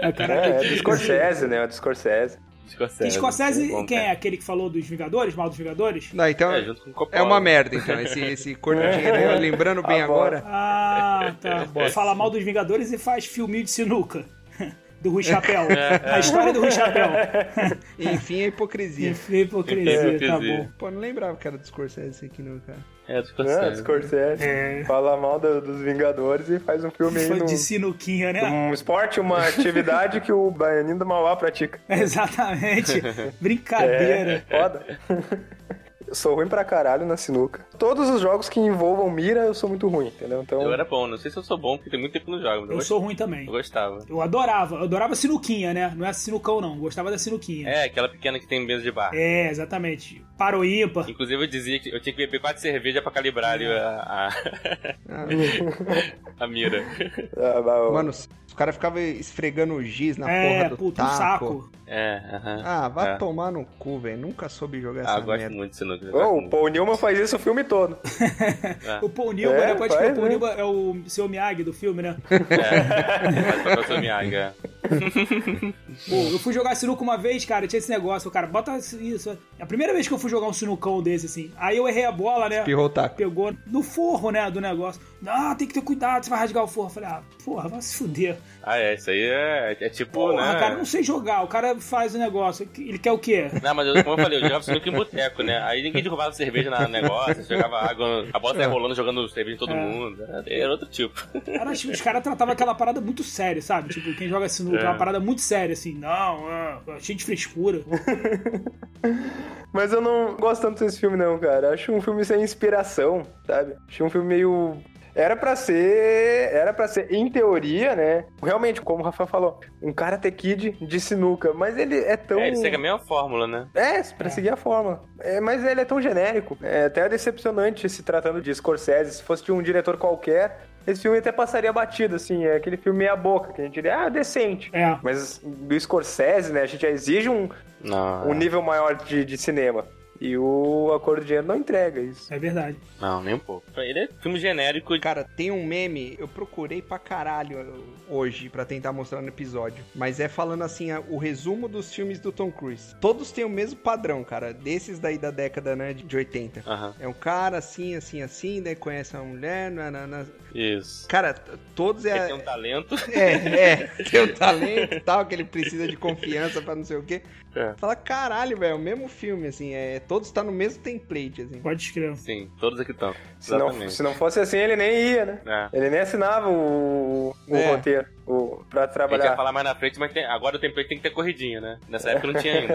S3: É Karate
S4: É, é do Scorsese, né? É do Scorsese.
S1: Scorsese.
S3: Scorsese,
S1: Bom,
S3: quem é?
S1: cara.
S3: Aquele que falou dos Vingadores, mal dos Vingadores?
S2: Não, então
S1: É, junto com Coppola.
S2: é uma merda, então. Esse, esse cor do dinheiro, aí, eu É, lembrando bem
S4: Ah,
S2: agora.
S3: Ah, tá. Fala mal dos Vingadores e faz filminho de sinuca. Do Rui Chapéu. A história do Rui Chapéu.
S2: Enfim, a hipocrisia.
S3: Hipocrisia, tá
S1: Hipocrisia.
S3: bom.
S2: Pô, não lembrava que era do Scorsese esse aqui, não, cara.
S1: É, do Scorsese.
S4: É, do Scorsese.
S3: É.
S4: Fala mal do- dos Vingadores e faz um filme aí
S3: Foi
S4: num-
S3: de sinuquinha, né?
S4: um esporte, uma atividade que o Baianinho do Mauá pratica.
S3: Exatamente.
S4: É,
S3: Brincadeira.
S4: foda. Eu sou ruim pra caralho na sinuca. Todos os jogos que envolvam mira, eu sou muito ruim, entendeu? Então,
S1: Eu era bom, não sei se eu sou bom, porque tem muito tempo que eu não jogo, mas eu,
S3: Eu
S1: gost-
S3: sou ruim também.
S1: eu gostava.
S3: Eu adorava. Eu adorava sinuquinha, né? Não é sinucão, não. Eu Gostava da sinuquinha.
S1: É, aquela pequena que tem mesa de bar.
S3: É, exatamente. Para o ímpar.
S1: Inclusive eu dizia que eu tinha que beber quatro cervejas pra calibrar ali a, a, a mira.
S4: ah, bah, eu-
S2: Mano, os os caras ficavam esfregando o giz na
S3: É,
S2: porra do
S3: puta, um
S2: taco.
S3: saco.
S1: É, aham.
S2: Ah, vá
S1: É.
S2: tomar no cu, velho. Nunca soube jogar
S1: Ah,
S2: essa
S1: eu gosto
S2: merda.
S1: muito de sinuca. eu
S4: Oh,
S1: gosto
S4: o
S1: muito.
S4: Paul Newman faz isso o filme todo.
S3: O Paul Newman,
S4: É,
S3: né? Pode crer,
S4: faz,
S3: o Paul
S4: né?
S3: Newman é o seu Miyagi do filme, né?
S1: É, faz papel seu Miyagi, é.
S3: Pô, eu fui jogar sinuca uma vez, cara, tinha esse negócio, cara, bota isso. É a primeira vez que eu fui jogar um sinucão desse, assim. Aí eu errei a bola, né?
S2: Espirrou o taco.
S3: Pegou no forro, né, do negócio. Ah, tem que ter cuidado, você vai rasgar o forro. Eu Falei, ah, porra, vai se fuder.
S1: Ah, é, isso aí é, é tipo,
S3: Porra,
S1: né?
S3: cara, não sei jogar. O cara faz o negócio. Ele quer o quê?
S1: Não, mas eu, como eu falei, eu jogava sinuca em boteco, né? Aí ninguém derrubava cerveja na- no negócio, jogava água, a bola saia rolando, jogando cerveja em
S2: É.
S1: todo mundo. Era outro tipo.
S3: Era, tipo, os caras tratavam aquela parada muito séria, sabe? Tipo, quem joga sinuca é uma parada muito séria, assim. Não, é, cheio de frescura.
S4: Mas eu não gosto tanto desse filme, não, cara. Acho um filme sem inspiração, sabe? Acho um filme meio. Era pra ser. Era pra ser, em teoria, né? Realmente, como o Rafa falou, um Karate Kid de sinuca. Mas ele é tão.
S1: É, ele segue a mesma fórmula, né?
S4: É, pra seguir a forma. É, mas ele é tão genérico. É até decepcionante se tratando de Scorsese. Se fosse de um diretor qualquer, esse filme até passaria batido, assim. É aquele filme meia-boca, que a gente diria, ah, decente.
S3: É.
S4: Mas do Scorsese, né? A gente já exige um,
S1: Não,
S4: um nível maior de, de cinema. E o Acordo de Dinheiro não entrega isso.
S3: É verdade.
S1: não, nem um pouco. Ele é filme genérico.
S2: Cara, tem um meme, eu procurei pra caralho hoje pra tentar mostrar no episódio. Mas é falando assim, a- o resumo dos filmes do Tom Cruise. Todos têm o mesmo padrão, cara. Desses daí da década, né, de 80.
S1: Aham,
S2: É um cara assim, assim, assim, daí conhece uma mulher, nanana.
S1: isso.
S2: Cara, t- todos
S1: Ele
S2: é,
S1: tem um talento.
S2: É, é, tem o talento e tal, que ele precisa de confiança pra não sei o quê.
S1: É.
S2: Fala, caralho, velho, o mesmo filme, assim, é, todos tá no mesmo template, assim.
S3: Pode escrever.
S1: Sim, todos aqui estão.
S4: Se não,
S1: Exatamente.
S4: se não fosse assim, ele nem ia, né?
S1: É.
S4: Ele nem assinava o, o
S2: É.
S4: roteiro o, pra
S1: A gente vai
S4: trabalhar.
S1: falar mais na frente, mas tem- agora o template tem que ter corridinha, né? Nessa época não tinha ainda.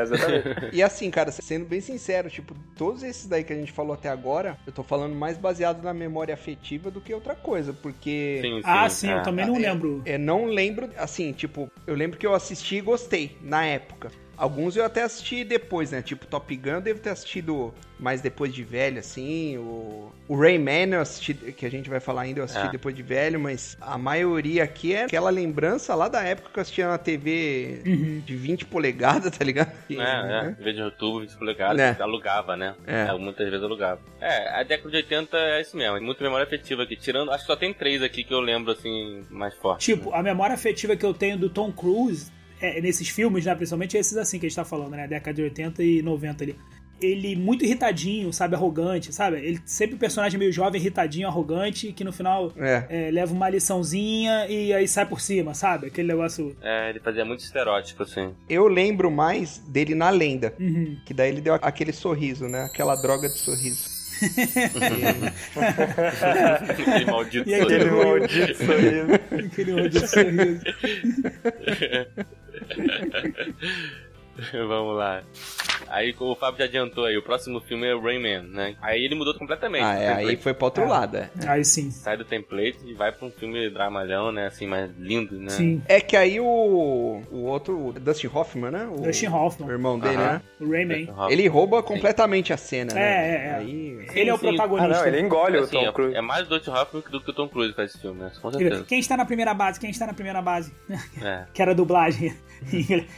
S4: exatamente.
S2: E assim, cara, sendo bem sincero, tipo, todos esses daí que a gente falou até agora, eu tô falando mais baseado na memória afetiva do que outra coisa, porque.
S1: Sim, sim.
S3: Ah, sim, eu
S1: é.
S3: também não lembro.
S2: Eu não lembro, assim, tipo, eu lembro que eu assisti e gostei na época. Alguns eu até assisti depois, né? Tipo, Top Gun eu devo ter assistido mais depois de velho, assim. O, o Rayman eu assisti, que a gente vai falar ainda, eu assisti
S1: É.
S2: depois de velho, mas a maioria aqui é aquela lembrança lá da época que eu assistia na TV de 20 polegadas, tá ligado?
S1: É, é.
S2: Né?
S1: Em vez de YouTube, vídeo publicado,
S2: Né.
S1: alugava, né?
S2: É.
S1: É, Muitas vezes alugava. É, a década de 80 é isso mesmo. é Muita memória afetiva aqui. Tirando, acho que só tem três aqui que eu lembro, assim, mais forte.
S3: Tipo, a memória afetiva que eu tenho do Tom Cruise, é, nesses filmes, né? Principalmente esses assim que a gente tá falando, né? Década de 80 e 90 ali. Ele muito irritadinho, sabe? Arrogante, sabe? Ele sempre um personagem meio jovem, irritadinho, arrogante, que no final
S2: É.
S3: é, leva uma liçãozinha e aí sai por cima, sabe? Aquele negócio.
S1: É, ele fazia muito estereótipo, assim.
S2: Eu lembro mais dele na lenda.
S3: Uhum.
S2: Que daí ele deu aquele sorriso, né? Aquela droga de sorriso.
S1: Aquele maldito.
S3: E aquele-
S4: Aquele
S1: sorriso.
S4: maldito sorriso. Ah,
S3: Aquele ódio sorriso.
S1: Vamos lá. Aí como o Fábio já adiantou aí, o próximo filme é o Rain Man, né? Aí ele mudou completamente.
S2: Ah, é,
S1: O template
S2: aí foi pra outro
S3: É.
S2: lado, é.
S3: Aí sim.
S1: Sai do template e vai pra um filme dramalhão, né? Assim, mais lindo, né?
S3: Sim.
S2: É que aí o, o outro, o Dustin Hoffman, né? O,
S3: Dustin
S2: o
S3: Hoffman,
S2: irmão dele,
S1: Aham.
S2: né?
S3: o Rayman.
S2: Ele rouba completamente a cena, né?
S3: É, é, é.
S2: Aí...
S3: Ele é o
S1: Sim, sim.
S4: Ah,
S3: protagonista.
S4: não, ele engole
S1: Assim,
S4: o Tom
S1: é-
S4: Cruise.
S1: É mais do Dutch Hoffman do que o Tom Cruise faz esse filme, né? Com
S3: Ele-
S1: certeza.
S3: Quem está na primeira base? Quem está na primeira base?
S1: É.
S3: Que era dublagem.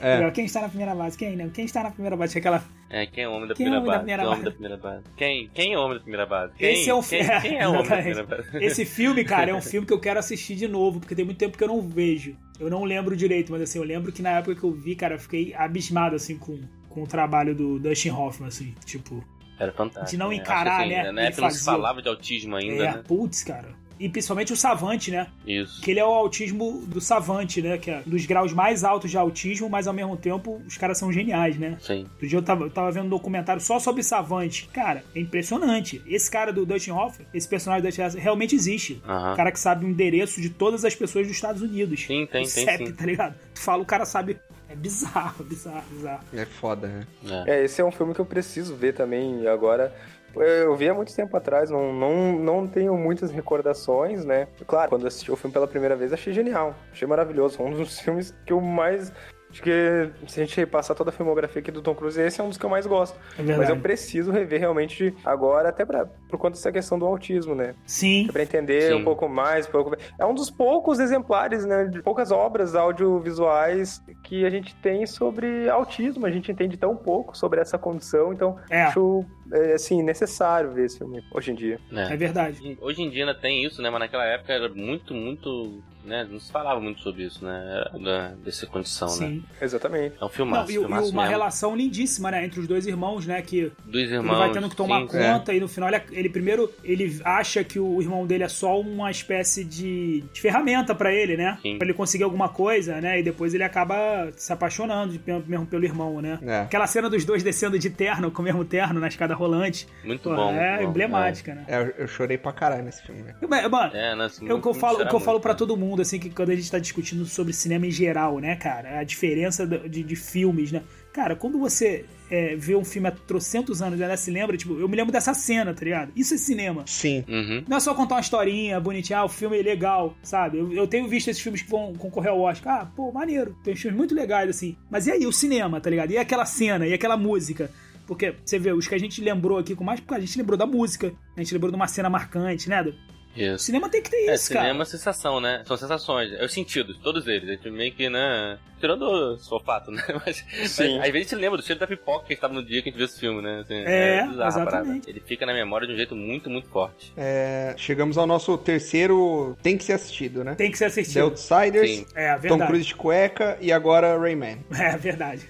S2: É.
S3: Quem está na primeira base? Quem, né? Quem está na primeira base? Tinha Aquela...
S1: É, quem é o homem da
S3: Quem é
S1: primeira
S3: o homem da
S1: base? Quem é
S3: primeira
S1: o homem
S3: base?
S1: da primeira base? Quem? Quem é o homem da primeira base? Quem?
S3: Esse é o
S1: quem,
S3: é,
S1: quem é o homem da primeira
S3: exatamente.
S1: base?
S3: Esse filme, cara, é um filme que eu quero assistir de novo, porque tem muito tempo que eu não vejo. Eu não lembro direito, mas assim, eu lembro que na época que eu vi, cara, eu fiquei abismado, assim, com, com o trabalho do Dustin Hoffman, assim, tipo.
S1: Era fantástico.
S3: De não
S1: né? Acho que,
S3: encarar,
S1: assim,
S3: né?
S1: Na
S3: Ele
S1: época não se
S3: fazia.
S1: falava de autismo ainda,
S3: é,
S1: né?
S3: putz, cara. E principalmente o Savante, né?
S1: Isso.
S3: Que ele é o autismo do Savante, né? Que é dos graus mais altos de autismo, mas ao mesmo tempo os caras são geniais, né?
S1: Sim.
S3: Outro dia eu tava, eu tava vendo um documentário só sobre Savante. Cara, é impressionante. Esse cara do Dustin Hoffman, esse personagem do Dustin Hoffman, realmente existe.
S1: Aham.
S3: O cara que sabe o endereço de todas as pessoas dos Estados Unidos.
S1: Sim, tem, tem,
S3: O CEP,
S1: sim.
S3: tá ligado? Tu fala, o cara sabe. É bizarro, bizarro, bizarro.
S2: É foda, né?
S1: É.
S4: É, esse é um filme que eu preciso ver também agora. Eu vi há muito tempo atrás, não, não, não tenho muitas recordações, né? Claro, quando assisti o filme pela primeira vez, achei genial, achei maravilhoso. Foi Um dos filmes que eu mais. Acho que se a gente repassar toda a filmografia aqui do Tom Cruise, esse é um dos que eu mais gosto.
S3: É verdade.
S4: Mas eu preciso rever realmente agora, até pra, por conta dessa questão do autismo, né?
S3: Sim.
S4: Pra entender
S1: Sim.
S4: um pouco mais. um pouco- É um dos poucos exemplares, né? De poucas obras audiovisuais que a gente tem sobre autismo. A gente entende tão pouco sobre essa condição. Então,
S3: É.
S4: acho, é, assim, necessário ver esse filme hoje em dia.
S3: É verdade.
S1: Hoje- Hoje em dia ainda tem isso, né? Mas naquela época era muito, muito. Né? Não se falava muito sobre isso, né? Era Da, dessa condição, né?
S3: Sim.
S4: Exatamente.
S1: É um
S3: Não,
S1: filmaço,
S3: e, e uma
S1: filmaço mesmo.
S3: relação lindíssima, né? Entre os dois irmãos, né? Que
S1: Dos
S3: ele
S1: irmãos.
S3: vai tendo que tomar
S1: sim, é.
S3: conta e no final ele, ele primeiro ele acha que o irmão dele é só uma espécie de, de ferramenta pra ele, né?
S1: Sim.
S3: Pra ele conseguir alguma coisa, né? E depois ele acaba se apaixonando de- mesmo pelo irmão, né?
S2: É.
S3: Aquela cena dos dois descendo de terno, com o mesmo terno na escada rolante,
S1: Muito
S3: pô,
S1: bom.
S3: é
S1: muito bom.
S3: emblemática, né?
S2: É, eu- eu chorei pra caralho nesse filme, né? velho.
S3: E, mas, Mano,
S1: É, nossa,
S3: é o
S1: muito-
S3: que eu
S1: muito
S3: falo, o que eu
S1: sinceramente,
S3: falo para
S1: né?
S3: todo mundo, assim, que quando a gente tá discutindo sobre cinema em geral, né, cara? A diferença do- de, de filmes, né? Cara, quando você é, vê um filme há trocentos anos e ainda se lembra, tipo, eu me lembro dessa cena, tá ligado? Isso é cinema.
S2: Sim.
S1: Uhum.
S3: Não é só contar uma historinha bonitinha, ah, o filme é legal, sabe? Eu, eu tenho visto esses filmes que vão concorrer ao Oscar. Ah, pô, maneiro. Tem uns filmes muito legais, assim. Mas e aí, o cinema, tá ligado? E aquela cena, e aquela música? Porque, você vê, os que a gente lembrou aqui com mais, porque a gente lembrou da música, né? a gente lembrou de uma cena marcante, né? O
S1: Isso.
S3: cinema tem que ter
S1: É,
S3: isso,
S1: cinema
S3: cara.
S1: é uma sensação, né? São sensações, é os sentidos, todos eles. A gente meio que, né? Tirando o sofato, né? Mas, mas
S4: Sim.
S1: às vezes a gente lembra do cheiro da pipoca que a gente tava no dia que a gente viu esse filme, né? Assim,
S3: É,
S1: bizarra a
S3: exatamente.
S1: parada. Ele fica na memória de um jeito muito, muito forte.
S2: É, chegamos ao nosso terceiro. Tem que ser assistido, né?
S3: Tem que ser
S2: The
S3: assistido.
S2: Outsiders,
S1: Sim.
S3: É,
S2: Tom
S3: verdade.
S2: Cruise de cueca e agora Rayman.
S3: É, verdade.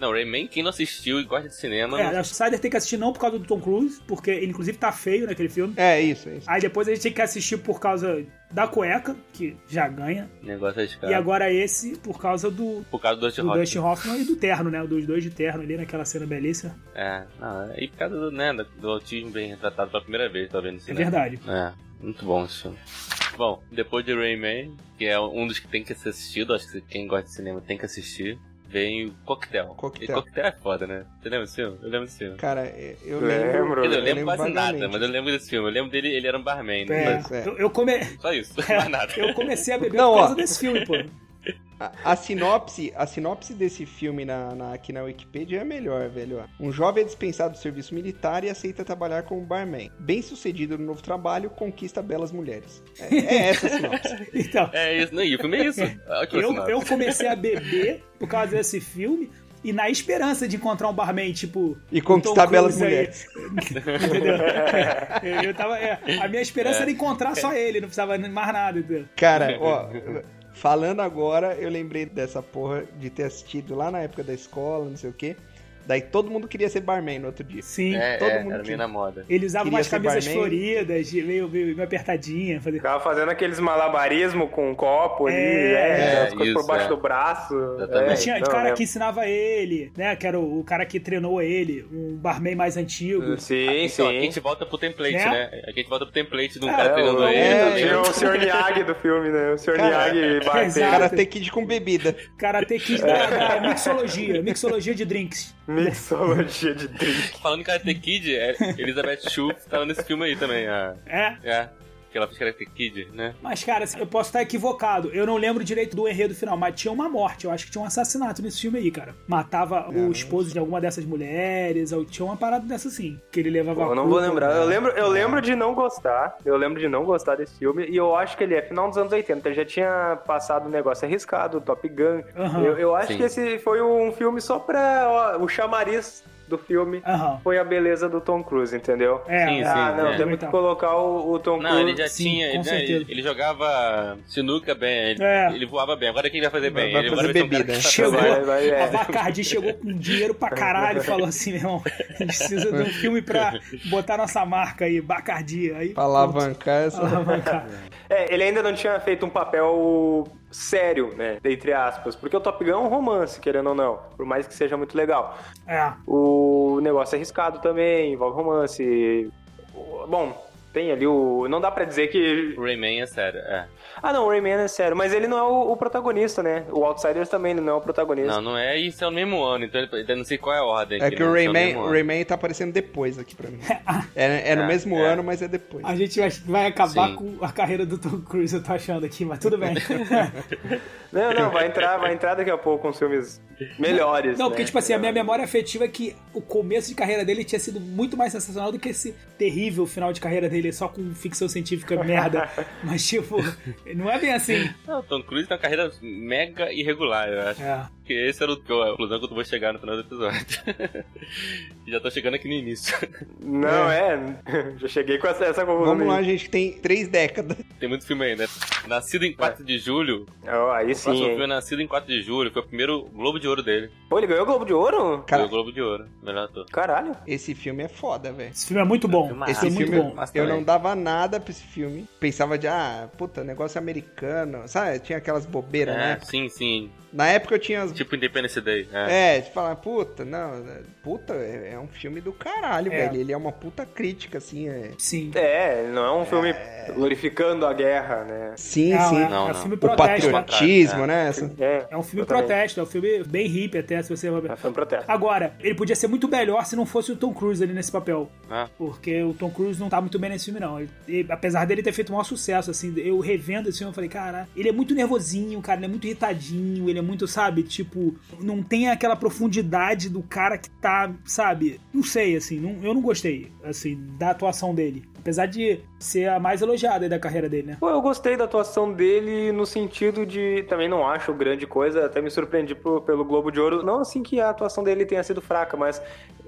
S1: Não, Rayman, quem não assistiu e gosta de cinema, né?
S3: É, o Sider tem que assistir não por causa do Tom Cruise, porque ele inclusive tá feio naquele filme.
S2: É isso, é isso.
S3: Aí depois a gente tem que assistir por causa da cueca, que já ganha.
S1: o negócio é de
S3: E
S1: cara.
S3: agora esse por causa do,
S1: Por causa do Dutch
S3: do
S1: Rock.
S3: Dustin Hoffman e do terno, né? Dos dois de terno ali naquela cena belíssima.
S1: É, não, e por causa do, né, do- do autismo bem retratado pela primeira vez, talvez, no
S3: É
S1: cinema.
S3: verdade.
S1: É, muito bom esse filme. Bom, depois de Rayman, que é um dos que tem que ser assistido, acho que quem gosta de cinema tem que assistir, vem o Coquetel.
S2: Coquetel.
S1: E Coquetel é foda, né? Você lembra desse filme? Eu lembro desse filme.
S2: Cara, é, eu
S4: Lembro.
S2: lembro.
S1: Quer dizer, eu
S4: eu
S1: lembro quase nada,
S2: vagamente.
S1: mas eu lembro desse filme. Eu lembro dele, ele era um barman, né?
S3: É,
S2: Mas, é.
S3: Eu, eu come-
S1: Mas só isso,
S3: é,
S1: mais nada.
S3: eu comecei a beber
S2: Não,
S3: por causa
S2: ó.
S3: desse filme, pô.
S2: A, a sinopse, a sinopse desse filme na, na- aqui na Wikipedia é a melhor, velho. ó. Um jovem é dispensado do serviço militar e aceita trabalhar como barman. Bem sucedido no novo trabalho, conquista belas mulheres. É, é essa a sinopse.
S3: Então,
S1: É isso, não, e o filme é isso. Ótimo
S3: eu,
S1: sinal.
S3: eu comecei a beber por causa desse filme e na esperança de encontrar um barman, tipo.
S2: E
S3: o
S2: conquistar
S3: Tom Cruise
S2: belas
S3: aí.
S2: mulheres.
S3: Entendeu? É, eu tava, é, a minha esperança era encontrar só ele, não precisava mais nada, entendeu?
S2: Cara, ó, falando agora, eu lembrei dessa porra de ter assistido lá na época da escola, não sei o quê. Daí todo mundo queria ser barman no outro dia.
S3: Sim.
S1: É,
S2: todo
S1: é,
S2: mundo
S1: era
S2: que-
S1: meio na moda.
S3: Ele usava
S2: Queria
S3: umas
S2: ser
S3: camisas
S2: barman.
S3: floridas, de meio, meio, meio apertadinha. Fazer...
S4: Ficava fazendo aqueles malabarismo com um copo ali,
S3: É.
S4: né?
S1: É,
S4: As coisas
S1: isso,
S4: por baixo
S1: é.
S4: do braço.
S1: Exatamente.
S4: É,
S3: Mas tinha o
S4: não,
S3: cara
S4: né?
S3: que ensinava ele, né? Que era o, o cara que treinou ele, um barman mais
S4: É.
S3: antigo.
S4: Sim,
S1: Então, aqui a
S4: sim.
S1: gente volta pro template,
S3: É?
S1: né? Aqui a gente volta pro template de um
S3: É,
S1: cara treinando
S4: o,
S1: ele.
S2: é,
S1: também. é.
S4: tinha o Sr. Niag do filme, né? O Sr.
S2: Cara,
S4: Niag batendo.
S3: exato.
S2: Cara, tem kid com bebida.
S3: Karate Kid da, da mixologia, mixologia de drinks.
S4: Mixologia de drink.
S1: Falando em Karate Kid, é, Elizabeth Shue tava nesse filme aí também. A,
S3: É?
S1: é, que ela fez Karate Kid, né?
S3: Mas, cara, assim, eu posso estar equivocado. Eu não lembro direito do enredo final, mas tinha uma morte. Eu acho que tinha um assassinato nesse filme aí, cara. Matava o esposo de alguma dessas mulheres, ou tinha uma parada dessa assim. Que ele levava.
S4: Pô, eu não
S3: cu-
S4: vou lembrar. Eu lembro, eu lembro de não gostar. Eu lembro de não gostar desse filme. E eu acho que ele é final dos anos 80. Já tinha passado um negócio arriscado, Top Gun.
S3: Aham.
S4: Eu, eu acho
S1: Sim.
S4: que esse foi um filme só pra. ó, o chamariz do filme
S3: Aham.
S4: foi a beleza do Tom Cruise, entendeu?
S3: É,
S1: Sim, sim.
S3: é.
S4: ah, não,
S1: é.
S4: temos que colocar o, o Tom
S1: Não,
S4: Cruise.
S1: ele já
S3: Sim,
S1: tinha.
S3: com
S1: Ele, né,
S3: certeza.
S1: ele- ele jogava sinuca bem, ele,
S3: É.
S1: ele voava bem. Agora quem vai fazer bem?
S2: vai
S1: ele
S2: fazer
S1: agora ser um cara
S2: bebida.
S1: que tá
S3: Chegou.
S1: trabalhando.
S4: Vai, vai,
S3: A
S4: é.
S3: Bacardi chegou com dinheiro pra caralho e falou assim, meu irmão, a gente precisa de um filme pra botar nossa marca aí, Bacardi. Aí,
S2: Pra alavancar essa.
S3: alavancar.
S4: É, ele ainda não tinha feito um papel sério, né? Entre aspas. Porque o Top Gun é um romance, querendo ou não. Por mais que seja muito legal.
S3: É.
S4: O negócio é arriscado também, envolve romance. O- Bom, tem ali o. Não dá pra dizer que.
S1: Rayman é sério, é.
S4: Ah, não, o Rayman é sério, mas ele não é o, o protagonista, né? O Outsiders também ele não é o protagonista.
S1: Não, não é isso, é o mesmo ano, então ele- eu não sei qual é a ordem.
S2: É
S1: aqui,
S2: que o
S1: né,
S2: Rayman,
S1: então é
S2: o
S1: mesmo
S2: Rayman tá aparecendo depois aqui pra mim.
S3: Ah.
S2: É, é no
S1: É,
S2: mesmo
S1: é.
S2: ano, mas é depois.
S3: A gente vai, vai acabar
S1: Sim.
S3: com a carreira do Tom Cruise, eu tô achando aqui, mas tudo bem.
S4: não, não, vai entrar, vai entrar daqui a pouco uns filmes melhores.
S3: Não,
S4: né?
S3: porque, tipo assim, a minha memória afetiva é que o começo de carreira dele tinha sido muito mais sensacional do que esse terrível final de carreira dele, só com ficção científica merda. Mas, tipo, não é bem assim.
S1: Não, o Tom Cruise tem uma carreira mega irregular, eu acho.
S3: É.
S1: Porque esse era o que eu- a conclusão que eu vou chegar no final do episódio. Já tô chegando aqui no início.
S4: Não, é. Já cheguei com essa, essa conclusão.
S2: Vamos lá, gente, que tem três décadas.
S1: Tem muito filme aí, né? Nascido em
S2: É.
S1: 4 de julho.
S4: Ó, aí
S1: O próximo
S4: sim.
S1: filme é
S4: hein?
S1: Nascido em 4 de julho. Foi o primeiro Globo de Ouro dele.
S4: Pô, ele ganhou o Globo de Ouro?
S1: Foi
S2: Cara,
S1: o Globo de Ouro. Melhor ator.
S4: Caralho.
S2: esse filme é foda, velho.
S3: Esse filme é muito bom.
S1: Filmaço.
S3: Esse
S2: Esse
S3: filme é muito
S2: filme,
S3: bom.
S1: Mas
S2: eu
S1: também.
S2: não dava nada pra esse filme. Pensava de, ah, puta, negócio americano. Sabe, tinha aquelas bobeiras,
S1: É,
S2: né?
S1: sim, sim.
S2: Na época eu tinha as...
S1: Tipo Independence Day. É.
S2: É, de falar, puta, não, é- puta, é, é um filme do caralho,
S3: É.
S2: velho. Ele é uma puta crítica, assim, é...
S3: Sim.
S4: É, não é um filme glorificando a guerra, né?
S2: Sim,
S3: Não,
S2: sim.
S3: é,
S1: Não,
S3: é um
S1: não.
S3: filme
S2: O
S3: protesto. né?
S2: patriotismo,
S1: É.
S2: né? Essa-
S4: É,
S3: É um filme
S4: exatamente.
S3: protesto, é um filme bem hippie até, se você
S4: É um filme protesto.
S3: Agora, ele podia ser muito melhor se não fosse o Tom Cruise ali nesse papel.
S1: Ah.
S3: Porque o Tom Cruise não tá muito bem nesse filme, não. Ele- ele- apesar dele ter feito o maior sucesso, assim, eu revendo esse filme, eu falei, cara, ele é muito nervosinho, cara, ele é muito irritadinho, ele é muito, sabe, tipo, não tem aquela profundidade do cara que tá, sabe, não sei, assim, não- eu não gostei, assim, da atuação dele. Apesar de ser a mais elogiada aí da carreira dele, né?
S4: Pô, eu gostei da atuação dele no sentido de. Também não acho grande coisa, até me surpreendi pro- pelo Globo de Ouro. Não assim que a atuação dele tenha sido fraca, mas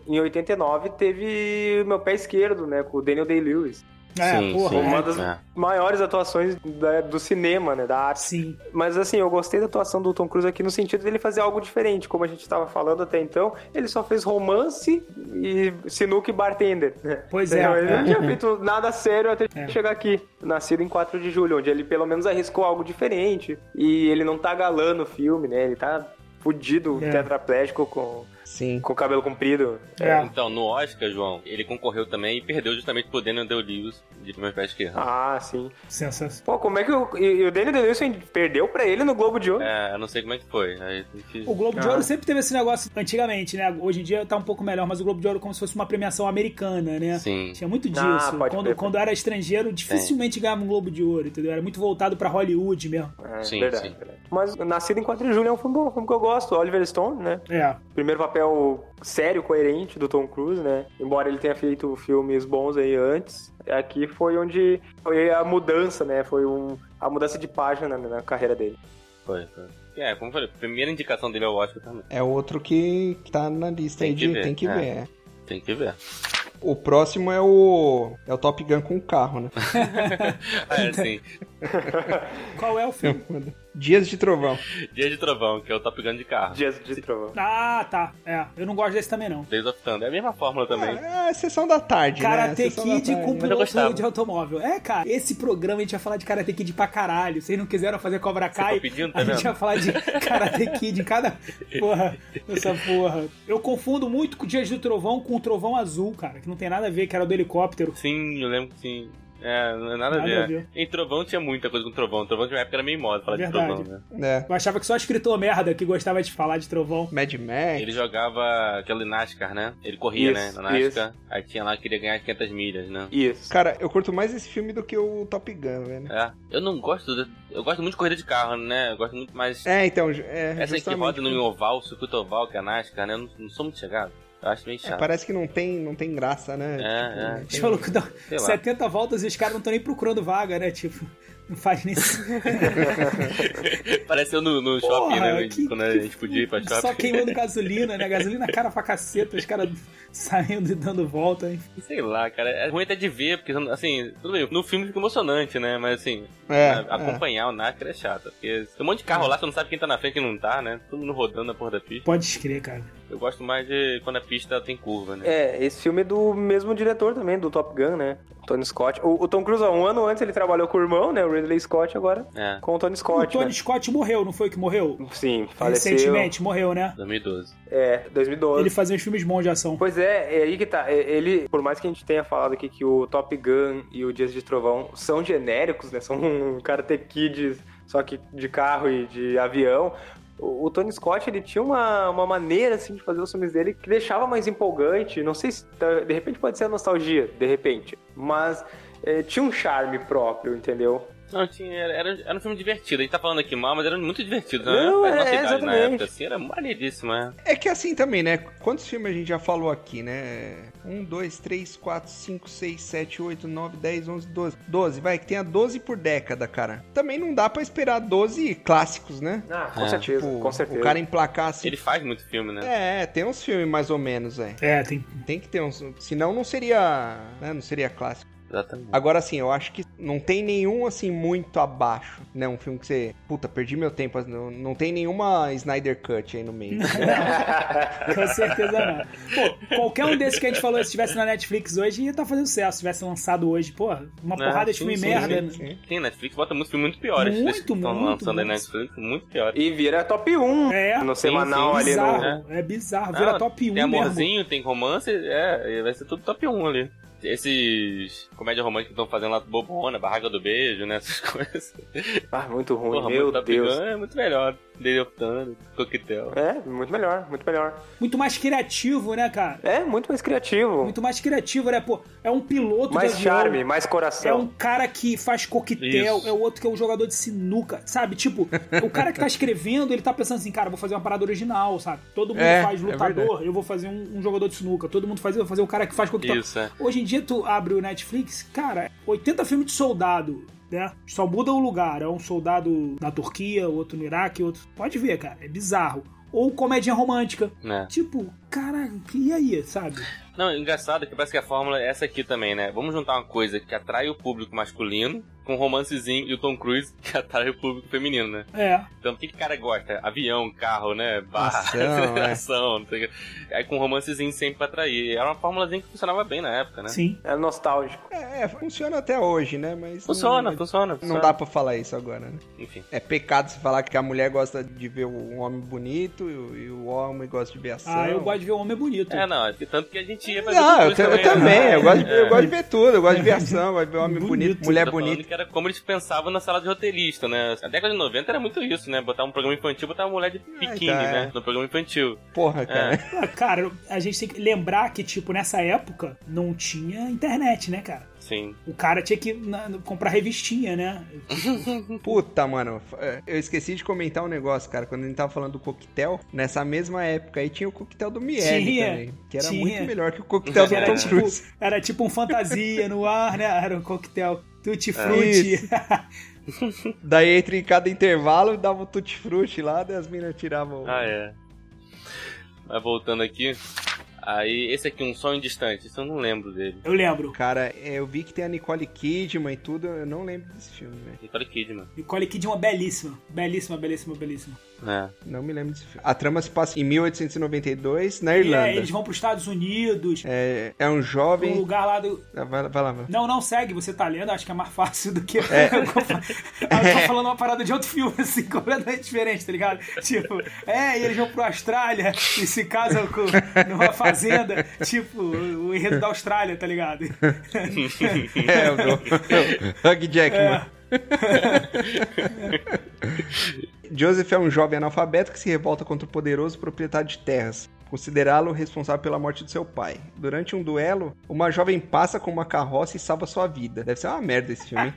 S4: em 89 teve meu pé esquerdo, né? Com o Daniel Day-Lewis.
S1: Sim, sim.
S4: Uma
S3: é.
S4: das
S1: É.
S4: maiores atuações da- do cinema, né? Da arte.
S3: Sim.
S4: Mas assim, eu gostei da atuação do Tom Cruise aqui no sentido dele fazer algo diferente. Como a gente estava falando até então, ele só fez romance e sinuca e bartender. né?
S3: Pois é,
S4: Entendeu? Ele
S3: é.
S4: não tinha feito nada sério até
S3: É.
S4: chegar aqui. Nascido em 4 de julho, onde ele pelo menos arriscou algo diferente. E ele não tá galando o filme, né? Ele tá fudido,
S3: É.
S4: tetraplégico, com,
S2: Sim.
S4: com o cabelo comprido.
S3: É.
S1: Então, no Oscar, João, ele concorreu também e perdeu justamente pro Daniel Day-Lewis de Meus Pés Esquerdos.
S4: Ah, sim.
S3: Sensacional.
S4: Pô, como é que o, e, e o Daniel Day-Lewis perdeu pra ele no Globo de Ouro?
S1: É, eu não sei como é que foi. Aí tem que-
S3: O Globo de
S4: Ah.
S3: Ouro sempre teve esse negócio antigamente, né? Hoje em dia tá um pouco melhor, mas o Globo de Ouro é como se fosse uma premiação americana, né?
S1: Sim.
S3: Tinha muito disso.
S4: Ah, pode
S3: quando,
S4: crer.
S3: quando era estrangeiro, dificilmente ganhava um Globo de Ouro, entendeu? Era muito voltado pra Hollywood mesmo.
S4: É,
S1: Sim,
S4: verdade,
S1: sim.
S4: verdade. Mas Nascido em 4 de Julho é um filme bom, um filme que eu gosto. Oliver Stone, né?
S3: É.
S4: primeiro papel sério, coerente do Tom Cruise, né? Embora ele tenha feito filmes bons aí antes, aqui foi onde foi a mudança, né? Foi um, a mudança de página né, na, na carreira dele.
S1: Foi, foi. É, como eu falei, primeira indicação dele ao Oscar também.
S2: É outro que que tá na lista
S1: Tem
S2: aí
S1: que
S2: de.
S1: ver,
S2: Tem que
S1: é.
S2: ver. é.
S1: Tem que ver.
S2: O próximo é o. É o Top Gun com o carro, né?
S1: Ah, é, sim.
S3: Qual é o filme?
S2: Dias de Trovão.
S1: Dia de Trovão, que é o Top Gun de carro.
S4: Dias de Trovão.
S3: ah, tá. É. Eu não gosto desse também, não.
S1: Days of Thunder. É a mesma fórmula também.
S2: É, é sessão da tarde,
S3: Karate
S2: né? É sessão da
S3: Kid
S2: tarde,
S3: com
S2: né?
S1: Mas eu gostava.
S3: piloto de automóvel. É, cara, esse programa a gente ia falar de Karate Kid pra caralho. Vocês não quiseram fazer Cobra Kai,
S1: tá pedindo, tá
S3: a gente
S1: vendo?
S3: ia falar de Karate Kid em cada porra, essa porra. Eu confundo muito com o Dias do Trovão com o Trovão Azul, cara, que não tem nada a ver, que era o do helicóptero.
S1: Sim, eu lembro que sim. É, não é nada a
S3: Nada a
S1: ver.
S3: ver.
S1: Em Trovão tinha muita coisa com Trovão. Trovão tinha uma época que era meio moda falar
S3: Verdade.
S1: de Trovão, né?
S2: né?
S3: Eu achava que só escritor merda que gostava de falar de trovão.
S2: Mad Max.
S1: Ele jogava aquele NASCAR, né? Ele corria,
S4: Isso,
S1: né? Na NASCAR. Aí tinha lá que queria ganhar 500 milhas, né?
S4: Isso.
S2: Cara, eu curto mais esse filme do que o Top Gun, velho.
S1: É. Eu não gosto. de- Eu gosto muito de corrida de carro, né? Eu gosto muito mais.
S2: É, então, é,
S1: Essa aqui
S2: justamente.
S1: roda no oval, circuito oval, que é a NASCAR, né? Eu não, não sou muito chegado. Eu acho meio
S2: É,
S1: chato.
S2: parece que não tem, não tem graça, né?
S1: É,
S2: não
S1: é.
S3: Os
S2: tem-
S3: malucos dão
S1: Sei lá.
S3: 70 voltas e os caras não estão nem procurando vaga, né? Tipo, não faz nem
S1: Parece eu no, no
S3: Porra,
S1: shopping, né?
S3: que-
S1: Quando a gente podia ir pra shopping.
S3: Só queimando gasolina, né? Gasolina cara pra caceta, os caras saindo e dando volta. hein?
S1: Sei lá, cara. É ruim até de ver, porque, assim, tudo bem, no filme fica emocionante, né? Mas, assim,
S2: É,
S1: a- acompanhar o NASCAR é chato. Porque tem um monte de carro lá, você não sabe quem tá na frente e quem não tá, né? Todo mundo rodando na porra da pista.
S3: Pode escrever, cara.
S1: Eu gosto mais de quando a pista tem curva, né?
S4: É, esse filme é do mesmo diretor também, do Top Gun, né? Tony Scott. O, o Tom Cruise, ó, um ano antes, ele trabalhou com o irmão, né? O Ridley Scott, agora
S1: É,
S4: com o Tony
S3: O
S4: Scott.
S3: Tony
S4: né?
S3: Scott morreu, não foi que morreu?
S4: Sim, faleceu.
S3: Recentemente, morreu, né?
S1: 2012.
S4: É, 2012.
S3: Ele fazia uns filmes bons de ação.
S4: Pois é, é aí que tá. É, Ele, por mais que a gente tenha falado aqui que o Top Gun e o Dias de Trovão são genéricos, né? São um Karate Kids, só que de carro e de avião. O o Tony Scott, ele tinha uma, uma maneira, assim, de fazer os filmes dele que deixava mais empolgante. Não sei se, tá- de repente, pode ser a nostalgia, de repente. Mas é, tinha um charme próprio, entendeu?
S1: Não, tinha, era, era, era um filme divertido. A gente tá falando aqui mal, mas era muito divertido, né?
S4: Não,
S1: Pra
S4: é,
S1: nossa idade na
S4: exatamente.
S1: época, assim, era maneiríssimo, né?
S2: É que assim também, né? Quantos filmes a gente já falou aqui, né? 1, 2, 3, 4, 5, 6, 7, 8, 9, 10, 11, 12. 12, vai, que tenha 12 por década, cara. Também não dá pra esperar 12 clássicos, né?
S4: Ah, com
S1: É.
S4: certeza,
S2: Tipo,
S4: com certeza.
S2: O cara emplacar assim.
S1: Ele faz muito filme, né?
S2: É, tem uns filmes mais ou menos, é.
S3: É, tem.
S2: Tem que ter uns. Senão não seria. né, Não seria clássico.
S1: Exatamente.
S2: Agora sim, eu acho que não tem nenhum assim muito abaixo, né? Um filme que você. Puta, perdi meu tempo. Não, não tem nenhuma Snyder Cut aí no meio.
S3: Com certeza não. Pô, qualquer um desses que a gente falou, se estivesse na Netflix hoje, ia estar fazendo sucesso. Se tivesse lançado hoje, pô, uma
S1: É,
S3: porrada de
S1: sim,
S3: filme
S1: sim,
S3: merda. né?
S2: sim.
S1: Tem Netflix, bota muito filme muito piores.
S3: Muito,
S1: Eles estão
S3: muito,
S1: lançando aí na
S3: muito.
S1: Netflix, muito piores.
S4: E vira top 1
S3: É.
S4: no semanal
S1: sim,
S4: ali no...
S3: bizarro,
S1: no-
S3: É bizarro, vira
S1: Não,
S3: top 1
S1: Tem
S3: mesmo.
S1: amorzinho, tem romance, é, vai ser tudo top 1 ali. Esses comédia romântica que estão fazendo lá bobona, barraca do beijo, né? Essas coisas.
S4: Ah, muito ruim,
S1: Porra,
S4: meu
S1: muito Top
S4: Deus.
S1: Gun é muito melhor. Dele optando, coquetel.
S4: É, muito melhor, muito melhor.
S3: Muito mais criativo, né, cara?
S4: É, muito mais criativo.
S3: Muito mais criativo, né? Pô, é um piloto
S4: mais
S3: de avião.
S4: charme, mais
S3: É um
S4: coração.
S3: cara que faz coquetel,
S1: Isso.
S3: é o outro que é um jogador de sinuca, sabe? Tipo, o cara que tá escrevendo, ele tá pensando assim, cara, vou fazer uma parada original, sabe? Todo mundo
S2: É,
S3: faz
S2: é
S3: lutador, eu vou fazer um, um jogador de sinuca, todo mundo faz, eu vou fazer o cara que faz coquetel.
S1: Isso, é.
S3: Hoje em dia tu abre o Netflix, cara, 80 filmes de soldado, né? Só muda o lugar. É um soldado na Turquia, outro no Iraque, outro. Pode ver, cara, é bizarro. Ou comédia romântica.
S1: né?
S3: Tipo, cara, e aí, sabe?
S1: Não, engraçado que parece que a fórmula é essa aqui também, né? Vamos juntar uma coisa que atrai o público masculino com um romancezinho e o Tom Cruise que atrai o público feminino, né?
S3: É.
S1: Então, o que, que o cara gosta? Avião, carro, né? Barra,
S2: Ação, é.
S1: aceleração, não sei o que. Aí com um romancezinho sempre pra atrair. Era uma formulazinha que funcionava bem na época, né?
S3: Sim.
S4: É nostálgico.
S2: É, é, funciona até hoje, né? Mas
S1: Funciona,
S2: não,
S1: funciona,
S2: não
S1: funciona.
S2: dá pra falar isso agora, né?
S1: Enfim.
S2: É pecado se falar que a mulher gosta de ver um homem bonito e o, e o homem gosta de ver ação.
S3: Ah, eu gosto de ver homem bonito.
S1: É, não, é que tanto que a gente ia fazer
S2: Não, eu, ta- eu
S1: também.
S2: também,
S1: né?
S2: eu gosto, de, eu
S1: É.
S2: gosto de ver tudo, eu gosto de ver ação, eu gosto de ver homem bonito,
S3: Bonito.
S2: mulher
S1: Tô falando
S2: bonita.
S1: que era como eles pensavam na sala de roteirista, né? A década de 90 era muito isso, né? Botar um programa infantil, botar uma mulher de biquíni,
S2: tá, é.
S1: né? No programa infantil.
S2: Porra,
S1: É.
S2: cara.
S3: Ah, Cara, a gente tem que lembrar que, tipo, nessa época não tinha internet, né, cara?
S1: Sim.
S3: O cara tinha que na- comprar revistinha, né?
S2: Puta, mano. é, Eu esqueci de comentar um negócio, cara. Quando a gente tava falando do coquetel, nessa mesma época aí tinha o coquetel do Miele
S3: Tinha,
S2: também. Que era
S3: tinha.
S2: muito melhor que o coquetel do
S1: Era
S2: Então, Tom
S3: tipo-
S2: Cruise.
S3: Era tipo um fantasia no ar, né? Era um coquetel
S2: É.
S3: tutti frutti.
S2: Daí entre cada intervalo dava o tutti-frutti lá, daí as minas tiravam.
S1: Ah, é. Mas voltando aqui. Aí, esse aqui, Um Sonho Distante. Isso eu não lembro dele.
S3: Eu lembro.
S2: Cara, é, eu vi que tem a Nicole Kidman e tudo, eu não lembro desse filme, velho.
S1: Nicole Kidman.
S3: Nicole Kidman, belíssima. Belíssima, belíssima, belíssima.
S1: É.
S2: Não me lembro desse filme. A trama se passa em 1892, na
S3: E,
S2: Irlanda.
S3: é, eles vão pros Estados Unidos,
S2: É, é um
S3: pro
S2: jovem.
S3: lugar lá do...
S2: Ah, Vai, lá, vai lá, vai lá.
S3: Não, não, segue. Você tá lendo, acho que é mais fácil do que... eu tô fa- Ah, eu tô falando uma parada de outro filme, assim, completamente diferente, tá ligado? Tipo, é, e eles vão pro Austrália e se casam com... numa Fazenda, tipo o enredo da Austrália, tá ligado?
S6: É, o do- Hugh
S3: É.
S6: Jackman.
S2: Joseph é um jovem analfabeto que se revolta contra o poderoso proprietário de terras, considerá-lo responsável pela morte de seu pai. Durante um duelo, uma jovem passa com uma carroça e salva sua vida. Deve ser uma merda esse filme. hein?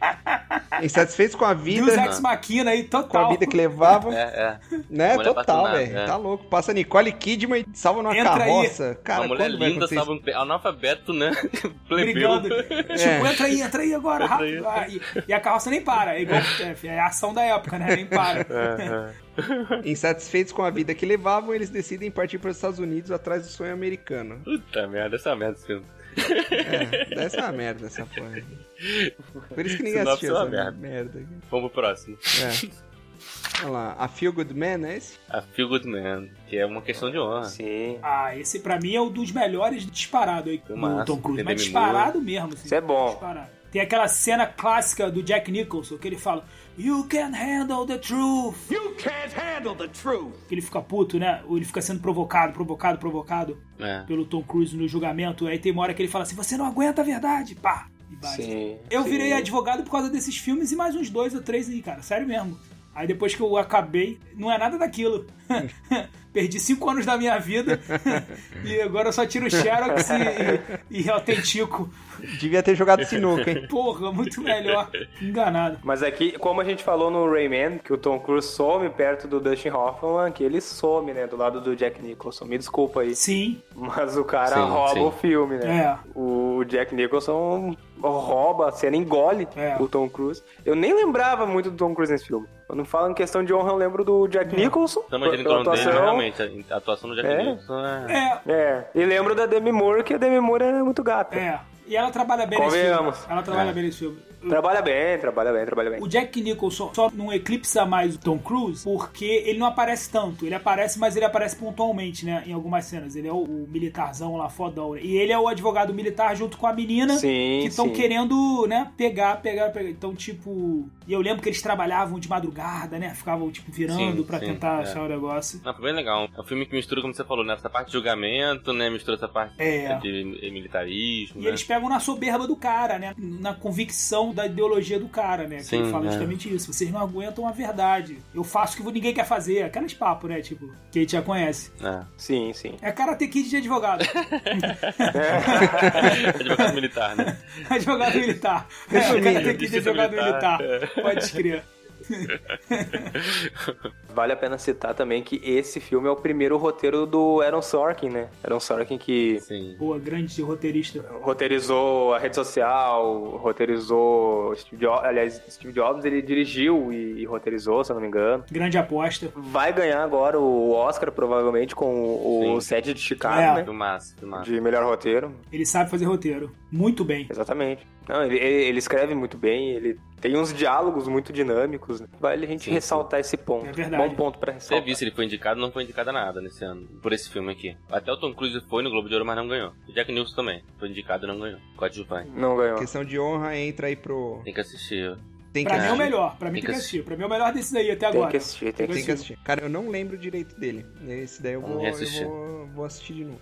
S2: Insatisfeito com a
S3: E os
S2: vida,
S3: Ex Machina aí,
S2: com a
S3: total.
S2: vida que levava,
S1: É, é.
S2: né?
S1: Mulher
S2: Total,
S1: apaixonada,
S2: velho.
S1: é.
S2: Tá louco. Passa Nicole Kidman e salva numa
S3: Entra aí.
S2: carroça. Cara,
S1: uma mulher
S2: quando vai
S1: linda,
S2: acontecer isso?
S1: sabe? um Analfabeto, né? Plebeu.
S3: Brigando. Tipo, entra aí, entra aí agora, rápido. Ah, e, e a carroça nem para. É igual é, é a ação da época, né? Nem para.
S2: Insatisfeitos com a vida que levavam, eles decidem partir para os Estados Unidos atrás do sonho americano.
S1: Puta merda, essa merda esse filme.
S2: É, deve ser uma merda essa porra. aí. Por isso que ninguém
S1: Sinopse
S2: assistiu
S1: é uma
S2: essa merda.
S1: merda. Vamos pro próximo.
S2: É. Olha lá, a Feel Good Man, é esse?
S1: A Feel Good Man, que é uma questão de honra.
S4: Sim.
S3: Ah, esse pra mim é um dos melhores disparado aí do
S1: Massa,
S3: Tom Cruise.
S1: tem
S3: Mas
S1: Demi
S3: disparado mesmo. Assim,
S4: Isso é bom.
S3: Disparado. Tem aquela cena clássica do Jack Nicholson que ele fala You can handle the truth. You can't handle the truth. Que ele fica puto, né? Ou ele fica sendo provocado, provocado, provocado
S1: É.
S3: pelo Tom Cruise no julgamento. Aí tem uma hora que ele fala assim: Você não aguenta a verdade. Pá! E bate.
S4: Sim.
S3: Eu
S4: sim.
S3: virei advogado por causa desses filmes e mais uns dois ou três aí, cara. Sério mesmo. Aí depois que eu acabei, não é nada daquilo. Perdi cinco anos da minha vida e agora eu só tiro Xerox e, e, e autentico.
S2: Devia ter jogado sinuca, hein?
S3: Porra, muito melhor. Enganado.
S4: Mas aqui, como a gente falou no Rayman, que o Tom Cruise some perto do Dustin Hoffman, que ele some, né, do lado do Jack Nicholson. Me desculpa aí.
S3: Sim,
S4: Mas o cara
S1: Sim,
S4: rouba
S1: sim.
S4: o filme, né?
S3: É.
S4: O Jack Nicholson rouba a cena, engole
S3: É.
S4: o Tom Cruise. Eu nem lembrava muito do Tom Cruise nesse filme. Quando falo em questão de honra, eu lembro do
S3: É.
S4: Jack Nicholson.
S1: Então, mas ele em
S4: pela
S1: torno dele, mas
S4: atuação.
S1: realmente, a atuação do Jack
S4: É?
S1: Nicholson é...
S3: é,
S4: É. E lembro da Demi Moore, que a Demi Moore é muito gata.
S3: é. E ela trabalha bem nesse filme.
S4: Convenhamos.
S3: Ela trabalha bem nesse filme.
S4: Trabalha bem, trabalha bem, trabalha bem.
S3: O Jack Nicholson só não eclipsa mais o Tom Cruise porque ele não aparece tanto. Ele aparece, mas ele aparece pontualmente, né? Em algumas cenas. Ele é o, o militarzão lá, fodão. né? E ele é o advogado militar junto com a menina
S4: Sim,
S3: que estão
S4: sim.
S3: querendo, né? Pegar, pegar, pegar. Então, tipo. E eu lembro que eles trabalhavam de madrugada, né? Ficavam, tipo, virando
S1: Sim,
S3: pra
S1: sim,
S3: tentar
S1: é.
S3: achar o negócio.
S1: Não, foi bem legal. É um filme que mistura, como você falou, né? Essa parte de julgamento, né? Mistura essa parte
S3: É.
S1: de de militarismo,
S3: E
S1: né?
S3: eles pegam na soberba do cara, né? Na convicção da ideologia do cara, né? Que
S1: Sim,
S3: ele fala
S1: é.
S3: justamente isso. Vocês não aguentam a verdade. Eu faço o que ninguém quer fazer. Aqueles papos, né? Tipo, que a gente já conhece.
S1: É.
S4: Sim, sim.
S3: É Karate Kid de advogado.
S1: Advogado militar, né?
S3: advogado militar. É,
S2: Resumindo,
S3: Karate Kid de
S1: justiça
S3: advogado militar.
S1: militar.
S3: Pode crer.
S4: Vale a pena citar também que esse filme é o primeiro roteiro do Aaron Sorkin, né? Aaron Sorkin que
S1: Sim.
S3: Boa, grande roteirista.
S4: roteirizou a rede social, roteirizou Steve Jobs, aliás, Steve Jobs ele dirigiu e roteirizou, se eu não me engano.
S3: Grande aposta.
S4: Vai ganhar agora o Oscar, provavelmente, com o, o
S1: Sim. Ah.
S4: Sede de
S3: É.
S4: Chicago, né?
S1: Filmaço, filmaço.
S4: De melhor roteiro.
S3: Ele sabe fazer roteiro. Muito bem.
S4: Exatamente. Não, ele, ele- ele escreve muito bem, ele tem uns diálogos muito dinâmicos. Né? Vale a gente
S1: Sim,
S4: ressaltar esse ponto.
S3: É verdade.
S4: Bom ponto pra
S1: Você
S4: ressaltar.
S1: viu se ele foi indicado não foi indicado a nada nesse ano, por esse filme aqui. Até o Tom Cruise foi no Globo de Ouro, mas não ganhou. O Jack Nicholson também. Foi indicado e não ganhou. Coadjuvante.
S4: Não ganhou.
S2: Questão de honra entra aí pro.
S1: Tem que assistir.
S2: Tem que
S3: Pra mim é o
S2: assistir.
S3: melhor. Pra mim tem que assistir. Pra mim é o melhor desses aí até
S4: Tem
S3: agora.
S4: que assistir, tem que
S2: Tem que
S4: assistir.
S2: assistir. Cara, eu não lembro direito dele. Esse daí eu vou,
S1: Vamos
S2: eu
S1: reassistir.
S2: vou, vou assistir de novo.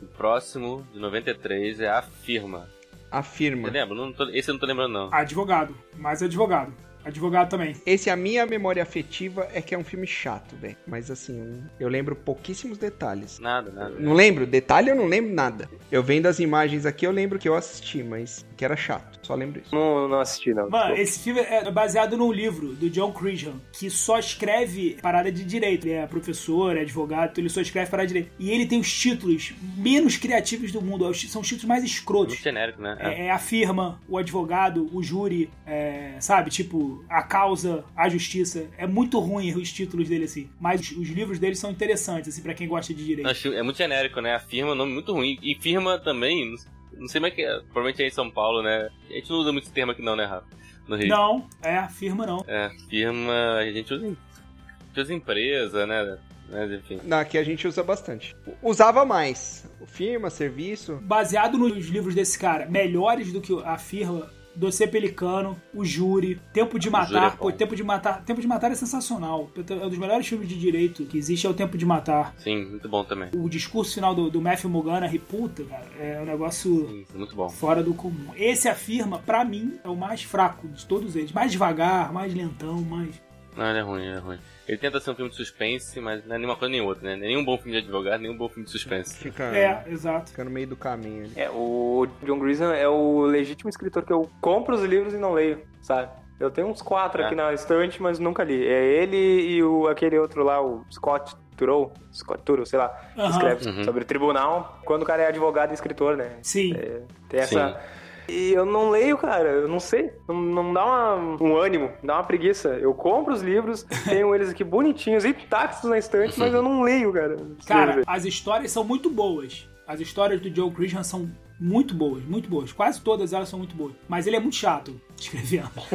S1: O próximo, de 93, é A Firma. Você
S2: Afirma.
S1: lembra? Não tô- esse eu não tô lembrando, não.
S3: Advogado. Mais advogado. Advogado também.
S2: Esse, a minha memória afetiva é que é um filme chato, velho. Mas assim, eu lembro pouquíssimos detalhes.
S1: Nada, nada. É
S2: Não lembro, detalhe eu não lembro nada. Eu vendo as imagens aqui, eu lembro que eu assisti, mas que era chato. Só lembro isso.
S4: Não, não assisti, não.
S3: Mano, esse filme é baseado num livro do John Grisham, que só escreve parada de direito. Ele é professor, é advogado, então ele só escreve parada de direito. E ele tem os títulos menos criativos do mundo. São os títulos mais
S1: Muito
S3: escrotos.
S1: genérico, né? É.
S3: É, é a firma, o advogado, o júri, é, sabe? Tipo, a causa, a justiça. É muito ruim os títulos dele, assim. Mas os, os livros dele são interessantes, assim, pra quem gosta de direito.
S1: Não, acho- é muito genérico, né? A firma é um nome muito ruim. E firma também, não- não sei como é que é. Provavelmente é em São Paulo, né? A gente não usa muito esse termo aqui não, né, Rafa? No Rio.
S3: Não, é a firma não.
S1: É, firma a gente usa, em- a gente usa em empresa, né? Mas enfim.
S2: Na que a gente usa bastante. Usava mais. Firma, serviço.
S3: Baseado nos livros desse cara, melhores do que a firma, Dossiê Pelicano, O Júri, Tempo de Matar.
S1: Júri é bom.
S3: Pô, Tempo de Matar. Tempo de Matar é sensacional. É um dos melhores filmes de direito que existe é o Tempo de Matar.
S1: Sim, muito bom também.
S3: O discurso final do, do Matthew Mulgana, puta, cara, é um negócio
S1: Sim, Muito bom.
S3: fora do comum. Esse afirma, pra mim, é o mais fraco de todos eles. Mais devagar, mais lentão, mais.
S1: Não, ele é ruim, ele é ruim. Ele tenta ser um filme de suspense, mas não é nenhuma coisa nem outra, né? Nenhum bom filme de advogado, nenhum bom filme de suspense.
S2: Fica,
S3: É, exato.
S2: fica no meio do caminho ali.
S4: É, o John Grisham é o legítimo escritor que eu compro os livros e não leio, sabe? Eu tenho uns quatro
S1: É.
S4: aqui na estante, mas nunca li. É ele e o, aquele outro lá, o Scott Turow, Scott Turow, sei lá, que
S3: Aham.
S4: escreve
S1: Uhum.
S4: sobre tribunal. Quando o cara é advogado e escritor, né?
S3: Sim.
S4: É, tem essa... E eu não leio, cara, eu não sei. Não, não dá uma- um ânimo, dá uma preguiça. Eu compro os livros, tenho eles aqui bonitinhos, intactos na estante, mas eu não leio, cara.
S3: Cara, as histórias são muito boas. As histórias do Joe Christian são muito boas, muito boas. Quase todas elas são muito boas. Mas ele é muito chato escrevendo.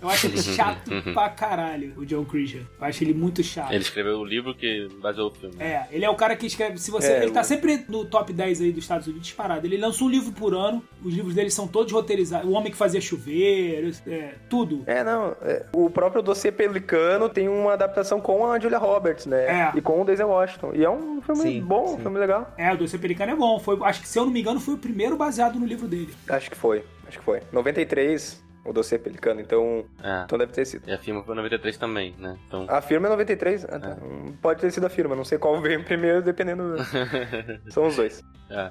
S3: Eu acho ele chato pra caralho, o Joe Christian. Eu acho ele muito chato.
S1: Ele escreveu o livro que baseou o filme.
S3: É, ele é o cara que escreve. Se você, ele tá sempre no top 10 aí dos Estados Unidos disparado. Ele lança um livro por ano, os livros dele são todos roteirizados. O Homem que Fazia Chover, é, tudo.
S4: É, não. é, o próprio Dossiê Pelicano tem uma adaptação com a Julia Roberts, né?
S3: É.
S4: E com o Denzel Washington. E é um filme
S2: Sim,
S4: bom, um
S2: sim.
S4: filme legal.
S3: É, o Doce Pelicano é bom. Foi, acho que, se eu não me engano, foi o primeiro baseado no livro dele.
S4: Acho que foi, acho que foi. 93, o Dossiê Pelicano, então,
S1: É.
S4: então deve ter sido.
S1: E a firma foi em 93 também, né? Então.
S4: A firma é 93? Ah, tá. Hum, Pode ter sido a firma, não sei qual veio primeiro, dependendo. São os dois.
S1: é.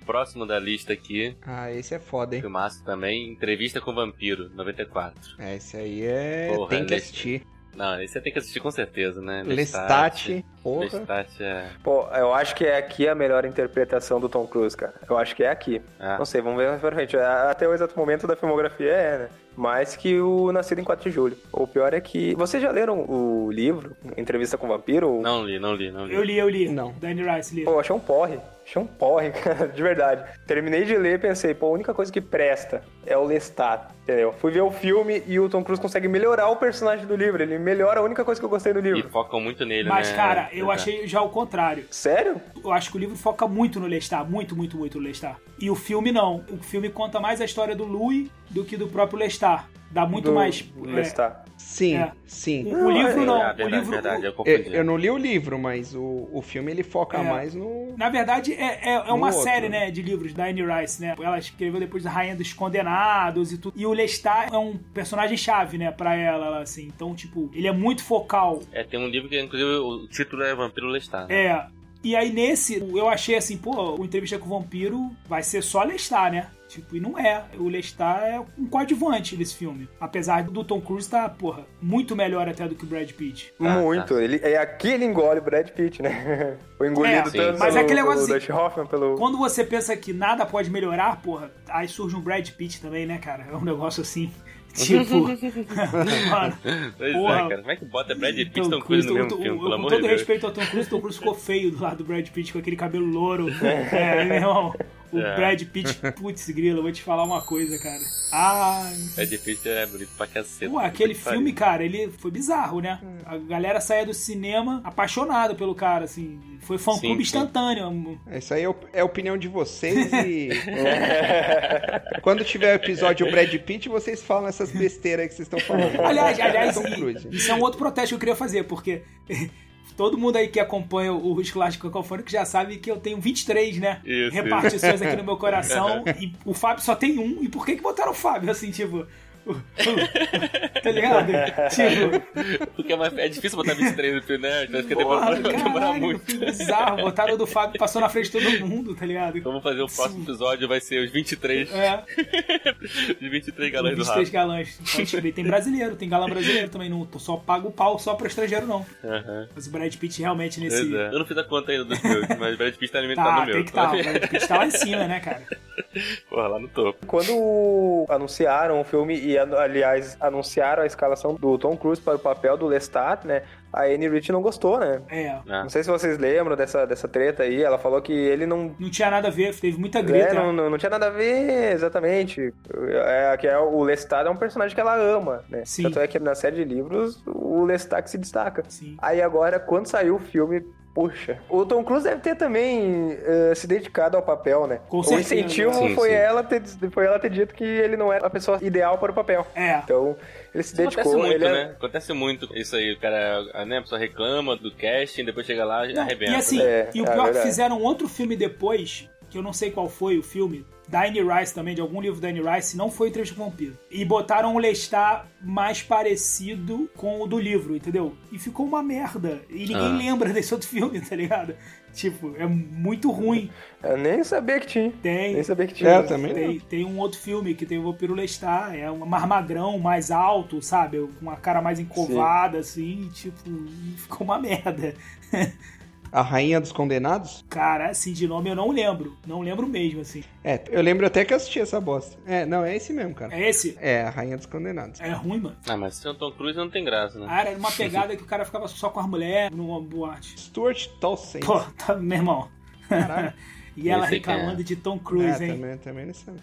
S1: O Próximo da lista aqui,
S2: Ah, esse é foda, hein?
S1: filmaço também, Entrevista com o Vampiro, 94.
S2: É, esse aí é.
S1: Porra,
S2: tem que
S1: Lest-
S2: assistir.
S1: Não, esse você tem que assistir com certeza, né?
S2: Lestat. Porra.
S1: Lestat é.
S4: Pô, eu acho que é aqui a melhor interpretação do Tom Cruise, cara. Eu acho que é aqui.
S1: Ah.
S4: Não sei, vamos ver mais pra frente. A- Até o exato momento da filmografia é, né? Mais que o Nascido em 4 de Julho. O pior é que. Vocês já leram o livro, Entrevista com o Vampiro?
S1: Não li, não li, não li.
S3: Eu li, eu li.
S2: Não.
S3: Danny Rice li.
S4: Pô, eu achei um porre. Achei um porre, cara, de verdade. Terminei de ler e pensei, pô, a única coisa que presta é o Lestat, entendeu? Fui ver o filme e o Tom Cruise consegue melhorar o personagem do livro. Ele melhora a única coisa que eu gostei do
S1: E
S4: livro.
S1: focam muito nele,
S3: Mas,
S1: né?
S3: cara, eu
S1: Exato.
S3: achei já o contrário.
S4: Sério?
S3: Eu acho que o livro foca muito no Lestat, muito, muito, muito no Lestat. E o filme não. O filme conta mais a história do Louis do que do próprio Lestat. Dá muito
S4: do
S3: mais. é,
S4: Lestat.
S2: Sim,
S3: É.
S2: sim.
S3: o, o livro
S4: é,
S3: não.
S1: Ah, verdade,
S3: o é, livro,
S1: verdade, eu
S2: Eu,
S1: confundi.
S2: eu não li o livro, mas o, o filme ele foca
S3: É.
S2: mais no.
S3: Na verdade, é, é, é uma
S2: No outro.
S3: série, né, de livros da Anne Rice, né? Ela escreveu depois da Rainha dos Condenados e tudo. E o Lestat é um personagem chave, né, pra ela, assim. Então, tipo, ele é muito focal.
S1: É, tem um livro que, inclusive, o título é Vampiro Lestat. né?
S3: É. E aí, nesse, eu achei assim, pô, o Entrevista com o Vampiro vai ser só Lestat, né? Tipo, e não é. O Lestat é um coadjuvante nesse filme. Apesar do Tom Cruise tá, porra, muito melhor até do que o Brad Pitt.
S1: Ah,
S4: Muito. Ele, é aqui ele engole o Brad Pitt, né? Foi engolido
S3: É,
S1: sim.
S4: tanto
S3: Mas é
S4: pelo,
S3: aquele negócio
S4: pelo
S3: assim,
S4: Dutch Hoffman, pelo...
S3: Quando você pensa que nada pode melhorar, porra, aí surge um Brad Pitt também, né, cara? É um negócio assim. Tipo. mano,
S1: Pois
S3: Porra.
S1: é, cara. Como é que bota Brad Pitt e
S3: Tom
S1: Tom Cruise no
S3: Cruise,
S1: mesmo
S3: o- o-
S1: filme,
S3: o- é
S1: pelo
S3: com
S1: amor
S3: todo
S1: de Deus?
S3: respeito ao Tom Cruise, Tom Cruise ficou feio do lado do Brad Pitt com aquele cabelo louro. É, meu irmão. O
S1: É.
S3: Brad Pitt, putz, grilo, eu vou te falar uma coisa, cara. Ai.
S1: Brad Pitt é bonito pra cacete.
S3: Pô, aquele
S1: Puta que
S3: filme,
S1: pariu.
S3: cara, ele foi bizarro, né? A galera saía do cinema apaixonada pelo cara, assim. Foi fã
S1: Sim, sim.
S3: clube instantâneo.
S2: Isso aí é, op- é a opinião de vocês e. Quando tiver o episódio Brad Pitt, vocês falam essas besteiras aí que vocês estão falando.
S3: Aliás, aliás,
S2: Tom
S3: e-
S2: Cruise.
S3: isso é um outro protesto que eu queria fazer, porque todo mundo aí que acompanha o Risco Clássico Cacofônico já sabe que eu tenho 23, né?
S1: Isso,
S3: repartições aqui no meu coração e o Fábio só tem um. E por que que botaram o Fábio assim, tipo. tá ligado? Tipo,
S1: Porque é, mais- é difícil botar 23 no filme, né? Acho que demora,
S3: porra,
S1: vai demorar
S3: caralho,
S1: muito.
S3: que bizarro. Botaram o do Fábio, passou na frente de todo mundo, tá ligado?
S1: Então vamos fazer o próximo episódio, vai ser os 23.
S3: É,
S1: Os 23 galões do
S3: 23
S1: rabo.
S3: galãs. Pode ver, Tem brasileiro, tem galã brasileiro também. Não tô só pago o pau só pra estrangeiro, não.
S1: Aham.
S3: Mas o Brad Pitt realmente nesse.
S1: Pois é. Eu não fiz a conta ainda dos meus, mas Brad Pitt tá alimentado
S3: Tá,
S1: no meu.
S3: tem que estar. O Brad Pitt tá lá em cima, né, cara?
S1: Porra, lá no topo.
S4: Quando anunciaram o filme, e anu- aliás, anunciaram a escalação do Tom Cruise para o papel do Lestat, né? A Anne Rich não gostou, né?
S3: É.
S1: Ah.
S4: Não sei se vocês lembram dessa, dessa treta aí. Ela falou que ele não.
S3: Não tinha nada a ver, teve muita
S4: é,
S3: greta.
S4: não, não, não tinha nada a ver, exatamente. É, que é, o Lestat é um personagem que ela ama, né?
S3: Sim.
S4: Tanto é que na série de livros, o Lestat que se destaca.
S3: Sim.
S4: Aí agora, quando saiu o filme, Puxa. O Tom Cruise deve ter também eh, se dedicado ao papel, né?
S3: Com
S4: o
S3: certeza.
S4: incentivo
S1: Sim,
S4: foi,
S1: sim.
S4: Ela ter, foi ela ter dito que ele não era a pessoa ideal para o papel.
S3: É.
S4: Então, ele se
S1: Isso acontece
S4: dedicou.
S1: muito,
S4: ele é-
S1: né? Acontece muito isso aí. O cara, né, a pessoa reclama do casting, depois chega lá e
S3: Não,
S1: arrebenta. né?
S3: e assim,
S4: É,
S3: e o
S4: é
S3: pior que
S4: verdade.
S3: fizeram outro filme depois, que eu não sei qual foi o filme, da Anne Rice também, de algum livro da Anne Rice, não foi o Trecho com o Vampiro. E botaram o Lestat mais parecido com o do livro, entendeu? E ficou uma merda. E ninguém
S1: Ah.
S3: lembra desse outro filme, tá ligado? Tipo, é muito ruim.
S4: Eu nem sabia que tinha.
S3: Tem.
S4: Nem sabia que tinha.
S2: É, eu também não.
S3: Tem, tem um outro filme que tem o Vampiro Lestat, é um mais magrão, mais alto, sabe? Com a cara mais encovada, assim, tipo, ficou uma merda.
S2: A Rainha dos Condenados?
S3: Cara, assim, de nome eu não lembro. Não lembro mesmo, assim.
S2: É, eu lembro até que eu assisti essa bosta. É, não, é esse mesmo, cara.
S3: É esse?
S2: É, a Rainha dos Condenados.
S3: É ruim, mano.
S1: Ah, mas se é o Tom Cruise não tem graça, né?
S3: Ah, Era uma pegada que o cara ficava só com as mulheres numa boate.
S2: Stuart Tolson.
S3: Pô, tá, meu irmão.
S2: Caralho.
S3: e ela
S1: Nem sei quem é.
S3: reclamando de Tom
S2: É,
S3: Cruise, hein?
S2: também, também não sei.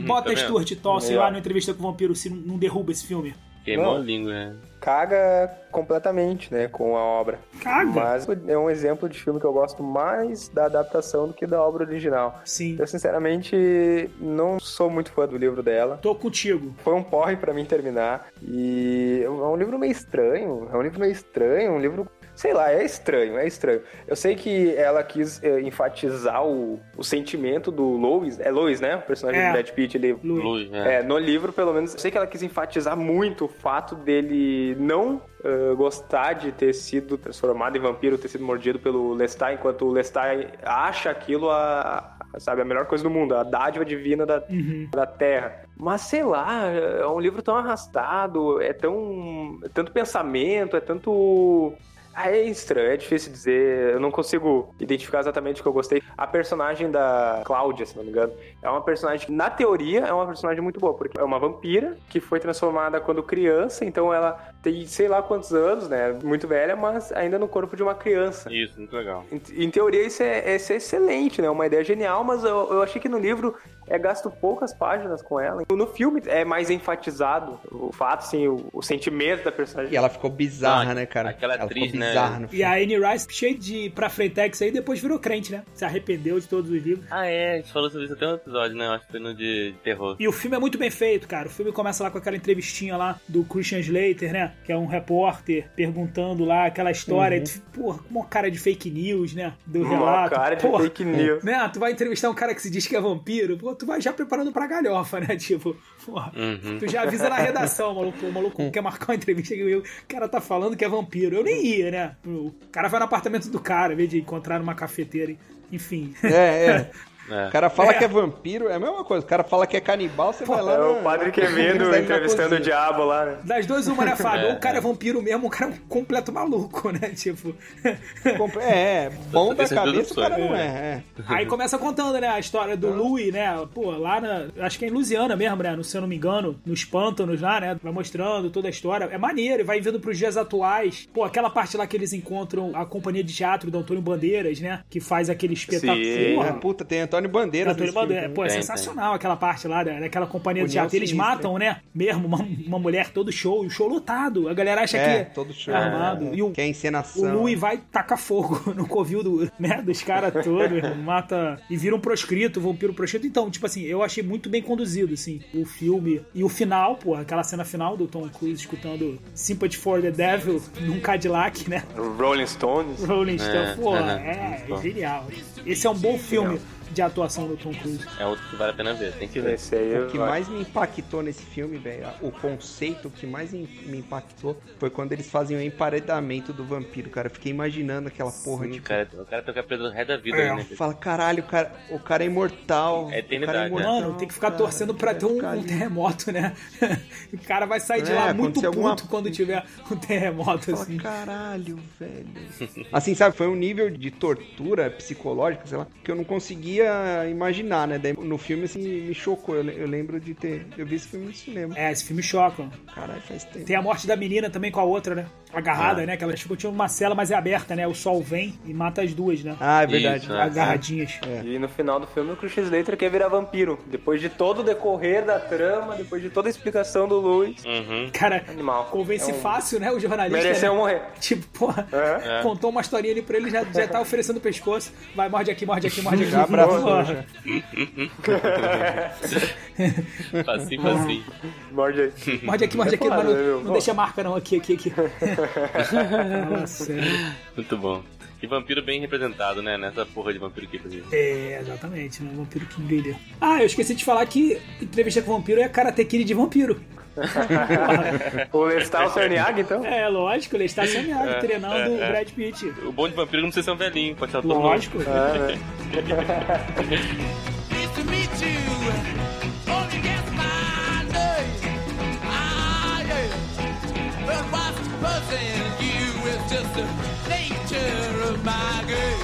S3: Bota
S1: Tá vendo?
S3: Stuart Tolson
S4: É.
S3: lá na entrevista com o vampiro se não, não derruba esse filme.
S1: Queimou a
S4: Não.
S1: língua, né?
S4: Caga completamente, né, com a obra.
S3: Caga!
S4: Mas é um exemplo de filme que eu gosto mais da adaptação do que da obra original.
S3: Sim.
S4: Eu, sinceramente, não sou muito fã do livro dela.
S3: Tô contigo.
S4: Foi um porre pra mim terminar. E é um livro meio estranho. É um livro meio estranho, um livro. Sei lá, é estranho, é estranho. Eu sei que ela quis eh, enfatizar o, o sentimento do Lois. É Lois, né? O personagem
S3: É.
S4: do Brad Pitt, ele
S3: Lu.
S1: Luz, né?
S4: é, no livro, pelo menos, eu sei que ela quis enfatizar muito o fato dele não eh, gostar de ter sido transformado em vampiro, ter sido mordido pelo Lestat, enquanto o Lestat acha aquilo a, a- sabe, a melhor coisa do mundo, a dádiva divina da,
S3: Uhum.
S4: da Terra. Mas sei lá, é um livro tão arrastado, é tão. é tanto pensamento, é tanto. Ah, é estranho, é difícil dizer. Eu não consigo identificar exatamente o que eu gostei. A personagem da Cláudia, se não me engano, é uma personagem que, na teoria, é uma personagem muito boa, porque é uma vampira que foi transformada quando criança, então ela tem sei lá quantos anos, né? Muito velha, mas ainda no corpo de uma criança.
S1: Isso, muito legal.
S4: Em, em teoria, isso é, isso é excelente, né? Uma ideia genial, mas eu, eu achei que no livro é gasto poucas páginas com ela. No filme é mais enfatizado o fato, assim, o, o sentimento da personagem.
S2: E ela ficou bizarra,
S1: Não,
S2: né, cara?
S1: Ah, aquela
S2: ela
S1: atriz,
S2: ficou
S1: né?
S2: bizarra no
S3: E
S2: filme.
S3: a Anne Rice, cheia de pra frentex aí, depois virou crente, né? Se arrependeu de todos os livros.
S1: Ah, é, a gente falou sobre isso até um episódio, né? Eu Acho que foi no de terror.
S3: E o filme é muito bem feito, cara. O filme começa lá com aquela entrevistinha lá do Christian Slater, né? Que é um repórter perguntando lá aquela história. E tu fica, Porra, uma cara de fake news, né? Do
S4: Uhum.
S2: um
S4: Uma
S3: relato.
S4: cara de
S3: Porra,
S4: fake news.
S3: Né? Tu vai entrevistar um cara que se diz que é vampiro, pô, tu vai já preparando pra galhofa, né? Tipo, porra.
S1: Uhum. Hum.
S3: Tu já avisa na redação, maluco. O maluco quer marcar uma entrevista que o cara tá falando que é vampiro. Eu nem ia, né? O cara vai no apartamento do cara, em vez de encontrar numa cafeteira. Enfim.
S2: É, é. O
S1: É.
S2: cara fala
S3: É.
S2: que é vampiro, é a mesma coisa. O cara fala que é canibal, você vai lá.
S4: É
S2: na-
S4: o padre
S2: na
S4: Quevedo
S2: cozinha.
S4: entrevistando o diabo lá, né?
S3: Das duas, uma né, Fábio?
S1: É.
S3: Ou o cara é vampiro mesmo, ou o cara é um completo maluco, né? Tipo.
S2: Compre- É, é, bom da
S1: Essas duas
S2: cabeça o cara não é. é.
S3: Aí começa contando, né, a história
S2: Então.
S3: do Louis, né? Pô, lá na. Acho que é em Louisiana mesmo, né? No, se eu não me engano, nos pântanos lá, né? Vai mostrando toda a história. É maneiro, e vai vindo pros dias atuais. Pô, aquela parte lá que eles encontram a companhia de teatro do Antônio Bandeiras, né? Que faz aquele espetáculo.
S4: Sim.
S2: Porra,
S3: Porra,
S2: puta, tem Antônio Bandeira.
S3: Antônio Bandeira. Pô, é
S1: Tem, tem.
S3: sensacional aquela parte lá da, daquela companhia de
S2: União
S3: teatro. Eles
S2: Sinistra.
S3: matam, né? Mesmo uma, uma mulher todo show, e o show lotado. A galera acha
S2: É,
S3: que.
S2: todo show.
S3: Armado.
S2: É,
S3: E o-
S2: que é encenação.
S3: O Louis vai tacar fogo no covil do, né, dos caras todos, irmão. mata e vira um proscrito, vampiro proscrito. Então, tipo assim, eu achei muito bem conduzido, assim, o filme. E o final, pô, aquela cena final do Tom Cruise escutando Sympathy for the Devil num Cadillac, né?
S4: Rolling Stones.
S3: Rolling Stone,
S1: É,
S3: pô,
S1: é,
S3: é,
S1: muito bom.
S3: genial. Esse é um bom filme de atuação do Tom Cruise.
S1: é outro que vale a pena ver, tem que ver.
S4: Uhum. Esse aí
S2: O que
S4: vai.
S2: mais me impactou nesse filme, velho, o conceito que mais me me impactou foi quando eles fazem o emparedamento do vampiro, cara. Eu fiquei imaginando aquela porra,
S1: O
S2: tipo,
S1: cara, o cara tá toca pelo resto da vida,
S3: É,
S1: né?
S2: fala, caralho, o cara, o cara é imortal.
S1: É
S2: o cara
S1: eternidade, né?
S2: imortal,
S3: Mano, tem que ficar
S2: cara,
S3: torcendo pra
S2: vai
S3: ter um,
S2: então, é, ficar
S3: um
S2: ali.
S3: terremoto, né? o cara vai sair de
S2: É,
S3: lá muito
S2: acontecer
S3: puto
S2: alguma-
S3: quando tiver um terremoto,
S2: Fala,
S3: assim.
S2: caralho, velho. Assim, sabe, foi um nível de tortura psicológica, sei lá, que eu não conseguia imaginar, né? Daí, no filme, assim, me chocou. Eu, le- eu lembro de ter. Eu vi esse filme no cinema.
S3: É, esse filme choca.
S2: Caralho, faz tempo.
S3: Tem a morte da menina também com a outra, né? agarrada, né? Que elas ficam tipo uma cela, mas é aberta, né? O sol vem e mata as duas, né?
S2: Ah, é verdade.
S1: Isso, é.
S3: Agarradinhas.
S4: E no final do filme, o Christian Slater quer virar vampiro. Depois de todo o decorrer da trama, depois de toda a explicação do Luiz.
S1: Uhum.
S3: Cara,
S4: Animal.
S3: convence
S4: É um-
S3: fácil, né? O jornalista.
S4: Mereceu
S3: né?
S4: morrer.
S3: Tipo, porra,
S4: É.
S3: contou uma historinha ali pra ele, já, já tá oferecendo o pescoço. Vai, morde aqui, morde aqui, morde aqui.
S2: Já abraçou,
S3: Porra.
S2: já.
S1: Facinho, facinho.
S4: Morde aí.
S3: Morde aqui, morde aqui,
S4: foda,
S3: mas não,
S4: né, meu?
S3: não
S4: Pô.
S3: deixa marca não, aqui, aqui, é. aqui. Fala sério.
S1: Muito bom. E vampiro bem representado, né? Nessa porra de vampiro que fazia.
S3: É, exatamente, né? Vampiro que brilha. Ah, eu esqueci de falar que entrevista com vampiro é Karate Kid de vampiro.
S4: O Lestal Cerniag, então?
S3: É, lógico, ele está semeado, treinando
S1: é,
S3: o
S1: é.
S3: Brad Pitt.
S1: O bom de vampiro não precisa ser um velhinho, pode ser um ator novo.
S3: Lógico.
S7: Nice to meet you. Oh, you guess my name. Ah, yeah. But what's buzzing you is just the nature of my game.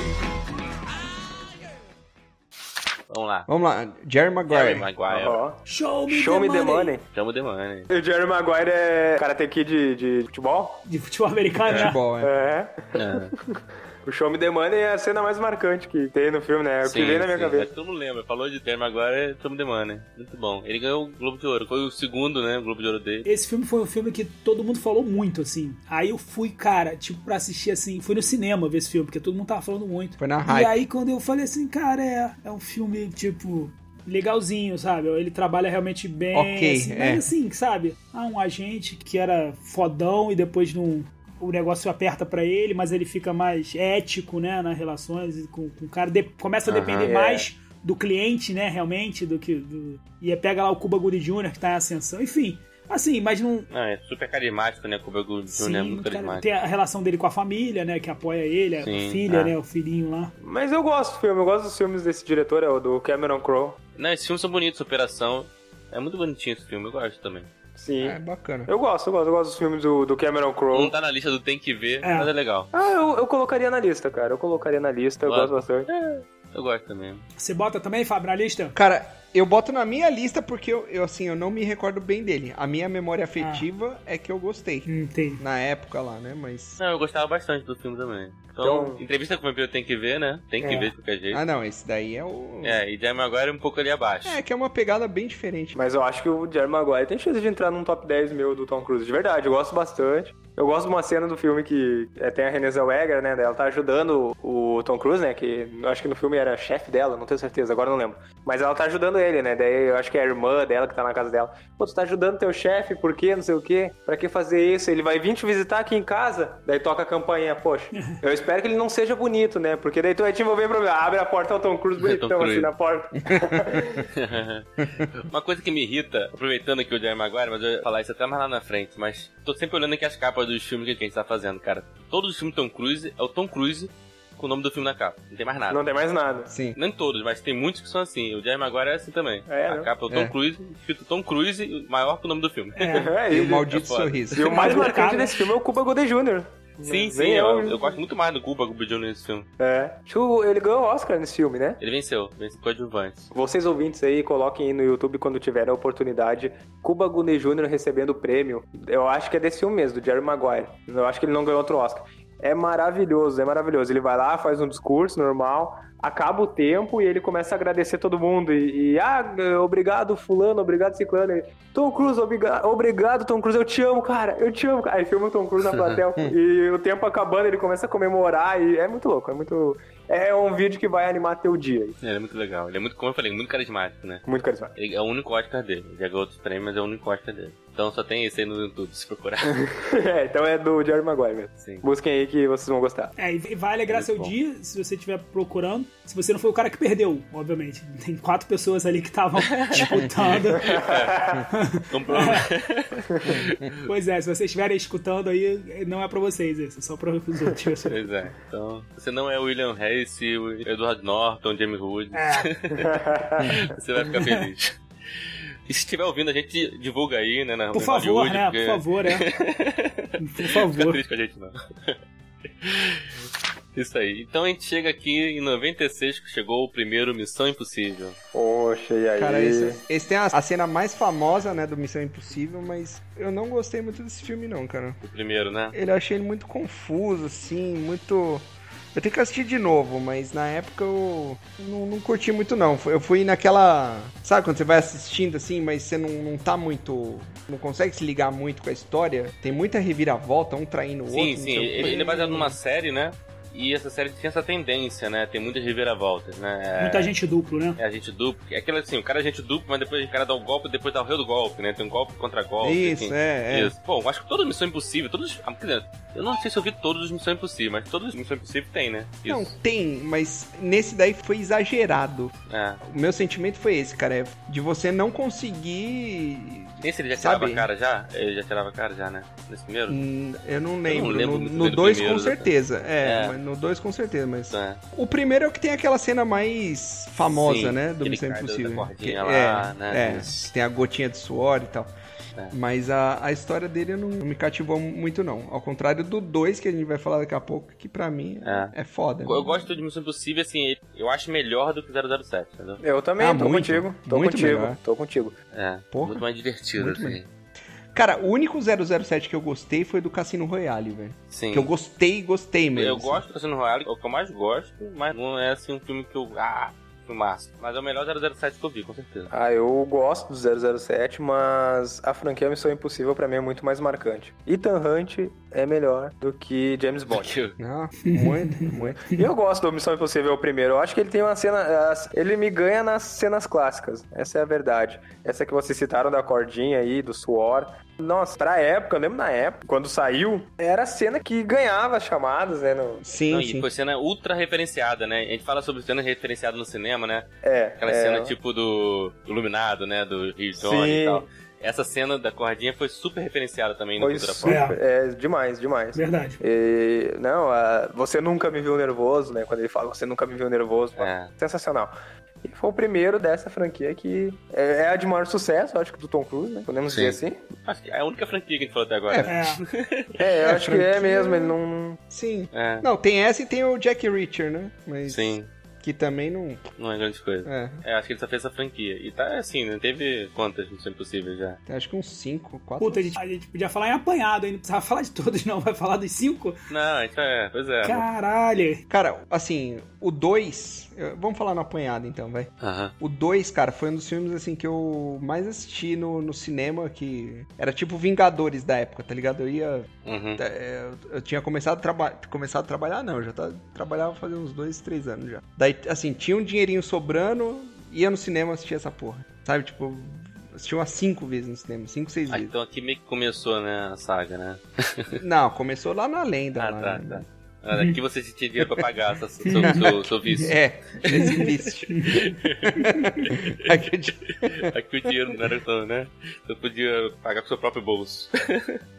S1: Vamos lá.
S2: Vamos lá, Jerry
S1: Harry
S2: Maguire.
S1: Maguire.
S4: Ó.
S3: Show me,
S4: Show me the money.
S1: Chama o The Money.
S4: O Jerry Maguire é Karate Kid de, de futebol?
S3: De futebol americano, né?
S2: Futebol, é.
S4: É.
S1: É.
S4: O Show Me The Money é a cena mais marcante que tem no filme, né? É o que vem na minha
S1: é
S4: cabeça.
S1: que todo mundo lembra. Falou de termo agora, é Chama o The Money. Muito bom. Ele ganhou o Globo de Ouro. Foi o segundo, né? O Globo de Ouro dele.
S3: Esse filme foi um filme que todo mundo falou muito, assim. Aí eu fui, cara, tipo, pra assistir assim, fui no cinema ver esse filme, porque todo mundo tava falando muito.
S2: Foi na
S3: E
S2: hype.
S3: aí quando eu falei assim, cara, é, é um filme, tipo, legalzinho, sabe? Ele trabalha realmente bem.
S2: Ok,
S3: assim,
S2: é.
S3: Mas assim, sabe? Ah, um agente que era fodão e depois não. O negócio aperta pra ele, mas ele fica mais ético, né? Nas relações com, com o cara. De- começa a
S1: Aham,
S3: depender
S4: é.
S3: mais do cliente, né? Realmente, do que. Do, e aí pega lá o Cuba Gooding Jr., que tá em ascensão. Enfim, assim, mas não,
S1: Ah, é super carismático, né? Com o Bagulho
S3: Sim,
S1: Jr. é muito
S3: cara,
S1: carismático.
S3: tem a relação dele com a família, né? Que apoia ele, a
S1: Sim,
S3: filha,
S1: é.
S3: né? O filhinho lá.
S4: Mas eu gosto do filme, eu gosto dos filmes desse diretor, é o do Cameron Crowe.
S1: Não, esses filmes são bonitos, Operação. É muito bonitinho esse filme, eu gosto também.
S4: Sim.
S2: É bacana.
S4: Eu gosto, eu gosto, eu gosto dos filmes do, do Cameron
S1: Não
S4: Crowe.
S1: tá na lista do Tem Que Ver,
S3: É.
S1: mas é legal.
S4: Ah, eu, eu colocaria na lista, cara. Eu colocaria na lista, eu
S1: Olha.
S4: gosto bastante.
S1: Eu gosto também.
S3: Você bota também, Fábio, na lista?
S2: Cara, eu boto na minha lista porque eu, eu, assim, eu não me recordo bem dele. A minha memória afetiva é que eu gostei.
S3: Hum, tem.
S2: Na época lá, né? Mas.
S1: Não, eu gostava bastante do filme também. Então,
S4: Então-
S1: entrevista com o vampiro tem que ver, né? Tem que
S3: É.
S1: ver de qualquer jeito.
S2: Ah, não, esse daí é o.
S1: É, e Jaime agora é um pouco ali abaixo.
S2: É, que é uma pegada bem diferente.
S4: Mas eu acho que o Jerry Maguire tem chance de entrar num top 10 meu do Tom Cruise, de verdade, eu gosto bastante. Eu gosto de uma cena do filme que é, tem a Renée Zellweger, né? Ela tá ajudando o Tom Cruise, né? Que eu acho que no filme era chefe dela, não tenho certeza, agora não lembro. Mas ela tá ajudando ele, né? Daí eu acho que é a irmã dela que tá na casa dela. Pô, tu tá ajudando teu chefe, por quê? Não sei o quê. Pra que fazer isso? Ele vai vir te visitar aqui em casa? Daí toca a campainha, poxa. Eu espero que ele não seja bonito, né? Porque daí tu vai te envolver em problema. Abre a porta, é o Tom Cruise bonitão
S1: Cruise.
S4: assim na porta.
S1: Uma coisa que me irrita, aproveitando aqui o Jaime Maguire, mas eu ia falar isso até mais lá na frente, mas tô sempre olhando aqui as capas dos filmes que a gente tá fazendo, cara. Todos os filmes do Tom Cruise é o Tom Cruise com o nome do filme na capa. Não tem mais nada.
S4: Não tem mais nada.
S2: Sim.
S1: Nem todos, mas tem muitos que são assim. O Jaime Maguire é assim também.
S4: É,
S1: a
S4: né?
S1: capa é o Tom
S2: É.
S1: Cruise, escrito Tom Cruise, maior que o nome do filme.
S4: É,
S2: E o
S4: ele-
S2: maldito
S1: é foda.
S2: sorriso.
S4: E o mais
S3: Marcado,
S4: marcante
S3: né?
S4: desse filme é o Cuba Gooding Jr.
S1: Sim,
S4: Nem
S1: sim, eu,
S4: eu- né?
S1: eu gosto muito mais do Cuba Cuba Jr. nesse filme.
S4: É. Acho que o- ele ganhou o Oscar nesse filme, né?
S1: Ele venceu, venceu com adjuvante.
S4: Vocês ouvintes aí, coloquem aí no YouTube quando tiverem a oportunidade. Cuba Gooding Jr. recebendo o prêmio. Eu acho que é desse filme mesmo, do Jerry Maguire. Eu acho que ele não ganhou outro Oscar. É maravilhoso, é maravilhoso. Ele vai lá, faz um discurso normal, acaba o tempo e ele começa a agradecer todo mundo. E, e, ah, obrigado, fulano, obrigado, ciclano. E, Tom Cruise, obriga- obrigado, Tom Cruise, eu te amo, cara, eu te amo. cara." Aí filma o Tom Cruise na plateia e o tempo acabando, ele começa a comemorar e é muito louco, é muito... É um vídeo que vai animar teu dia.
S1: Ele é muito legal. Ele é muito, como eu falei, muito carismático, né?
S4: Muito carismático.
S1: Ele é o único Oscar dele. Ele já ganhou outros prêmios, mas é o único Oscar dele. Então só tem esse aí no YouTube, se procurar.
S4: É, então é do Jerry Maguire mesmo.
S1: Sim.
S4: Busquem aí que vocês vão gostar.
S3: É, e vai alegrar
S1: Muito
S3: seu
S1: bom.
S3: dia se você estiver procurando. Se você não foi o cara que perdeu, obviamente. Tem quatro pessoas ali que estavam disputando.
S1: Comprou.
S3: pois é, se vocês estiverem escutando aí, não é pra vocês isso, é só pra os outros.
S1: pois é. Então, você não é o William Harris, o Edward Norton, Jamie Hood.
S3: É.
S1: você vai ficar feliz. E se estiver ouvindo, a gente divulga aí, né? Na,
S3: Por
S1: no
S3: favor,
S1: Hollywood,
S3: né?
S1: porque
S3: Por favor, é. Por
S1: Não fica
S3: favor.
S1: triste com a gente, não. Isso aí. Então a gente chega aqui em 96, que chegou o primeiro Missão Impossível.
S4: Poxa, e aí?
S2: Cara, é esse, esse tem a, a cena mais famosa, né, do Missão Impossível, mas eu não gostei muito desse filme, não, cara.
S1: O primeiro, né?
S2: Ele eu achei ele muito confuso, assim, muito. Eu tenho que assistir de novo, mas na época eu não, não curti muito, não. Eu fui naquela. Sabe quando você vai assistindo assim, mas você não, não tá muito. Não consegue se ligar muito com a história? Tem muita reviravolta, um traindo o outro.
S1: Sim,
S2: não
S1: sim.
S2: sei o quê.
S1: Ele, ele é baseado numa série, né? E essa série tinha essa tendência, né? Tem muitas reviravoltas, né? É-
S3: Muita gente duplo, né?
S1: É agente duplo. É aquela assim, o cara é agente duplo, mas depois o cara dá um golpe, depois dá o rei do golpe, né? Tem um golpe contra golpe.
S2: Isso,
S1: enfim.
S2: é, é.
S1: Isso. Bom, acho que todas as Missão Impossível, todos. ah, quer dizer, Eu não sei se eu vi todos os Missão Impossível, mas todos os Missão Impossível tem, né? Isso.
S2: Não, tem, mas nesse daí foi exagerado.
S1: É.
S2: O meu sentimento foi esse, cara. é De você não conseguir.
S1: Nesse ele já tirava
S2: Sabe?
S1: a cara já? Ele já tirava a cara já, né? Nesse primeiro?
S2: Hum, Eu não lembro.
S1: lembro muito
S2: no
S1: bem do
S2: 2 com
S1: primeiro, né?
S2: certeza. É,
S1: É.
S2: mas no 2 com certeza, mas.
S1: É.
S2: O primeiro é o que tem aquela cena mais famosa,
S1: Sim,
S2: né? Do
S1: aquele
S2: Missão
S1: cara da- da
S2: Impossível.
S1: cordinha
S2: Que-
S1: lá,
S2: é,
S1: né?
S2: é, tem a gotinha de suor e tal.
S1: É.
S2: Mas a, a história dele não, não me cativou muito, não. Ao contrário do 2, que a gente vai falar daqui a pouco, que pra mim é, é foda.
S1: Eu gosto de Missão Impossível, assim, eu acho melhor do que 007, entendeu?
S4: Eu também,
S2: Ah,
S4: tô
S2: muito,
S4: contigo. Tô
S2: muito
S4: contigo,
S2: melhor.
S4: tô contigo.
S1: É.
S2: Porra.
S1: Muito mais divertido,
S2: Muito
S1: assim.
S2: Cara, o único 007 que eu gostei foi do Cassino Royale, velho.
S1: Sim.
S2: Que eu gostei, gostei mesmo.
S1: Eu
S2: assim.
S1: gosto do Cassino Royale, é o que eu mais gosto, mas não é assim um filme que eu. Ah, filmaço. Mas é o melhor 007 que eu vi, com certeza.
S4: Ah, eu gosto do 007, mas a franquia Missão Impossível pra mim é muito mais marcante. Ethan Hunt é melhor do que James Bond.
S2: Ah, muito, muito.
S4: E eu gosto do Missão Impossível é o primeiro. Eu acho que ele tem uma cena. as- Ele me ganha nas cenas clássicas. Essa é a verdade. Essa que vocês citaram da cordinha aí, do suor. Nossa, pra época, eu lembro na época, quando saiu, era a cena que ganhava as chamadas, né? no-
S2: Sim,
S1: Não,
S2: sim.
S1: E foi cena ultra referenciada, né? A gente fala sobre cena referenciada no cinema, né?
S4: É.
S1: Aquela
S4: é,
S1: cena tipo do do Iluminado, né? Do Rio
S4: Sim.
S1: Johnny e tal. Essa cena da cordinha foi super referenciada também no
S4: Foi
S1: Cultura Pop.
S4: super, é, demais, demais.
S3: Verdade.
S4: E, não, a- você nunca me viu nervoso, né? Quando ele fala, você nunca me viu nervoso. pô,
S1: É.
S4: Sensacional. E foi o primeiro dessa franquia que é, é a de maior sucesso, acho que do Tom Cruise, né? Podemos
S1: Sim.
S4: dizer assim.
S1: Acho que é a única franquia que a gente falou até agora. né?
S3: É,
S4: É, eu
S2: É,
S4: acho que é
S2: franquia-
S4: mesmo, ele não...
S2: Sim.
S1: É.
S2: Não, tem essa e tem o Jack Reacher, né?
S4: É.
S2: Mas
S1: Sim,
S2: que também não.
S1: não é grande coisa.
S2: É,
S1: É, acho que ele só fez essa franquia. E tá assim, né? Teve quantas Missão Impossível já?
S2: acho que uns 5, 4.
S3: puta, a gente, a gente podia falar em apanhado, hein? Não precisava falar de todos, não. Vai falar dos cinco?
S1: Não, então é, pois é.
S3: Caralho.
S2: Cara, assim, o 2. Vamos falar no apanhado então, vai.
S1: Aham.
S2: O 2, cara, foi um dos filmes assim que eu mais assisti no, no cinema, que era tipo Vingadores da época, tá ligado? Eu ia.
S1: Uhum.
S2: é, eu- eu tinha começado a, traba começado a trabalhar, não, eu já tá, trabalhava fazia uns 2, 3 anos já. Daí, assim, tinha um dinheirinho sobrando, ia no cinema assistir essa porra. Sabe, tipo, assisti umas 5 vezes no cinema, 5, 6
S1: Ah,
S2: vezes.
S1: então aqui meio que começou, né, a saga, né?
S2: Não, começou lá na lenda.
S1: Ah,
S2: lá,
S1: tá,
S2: né?
S1: tá. Ah, Daqui você tinha dinheiro pra pagar seu, seu, seu, seu vício.
S2: É, esse vício. Aquele
S1: Aqui o dinheiro não era tão, né? Você podia pagar com seu próprio bolso.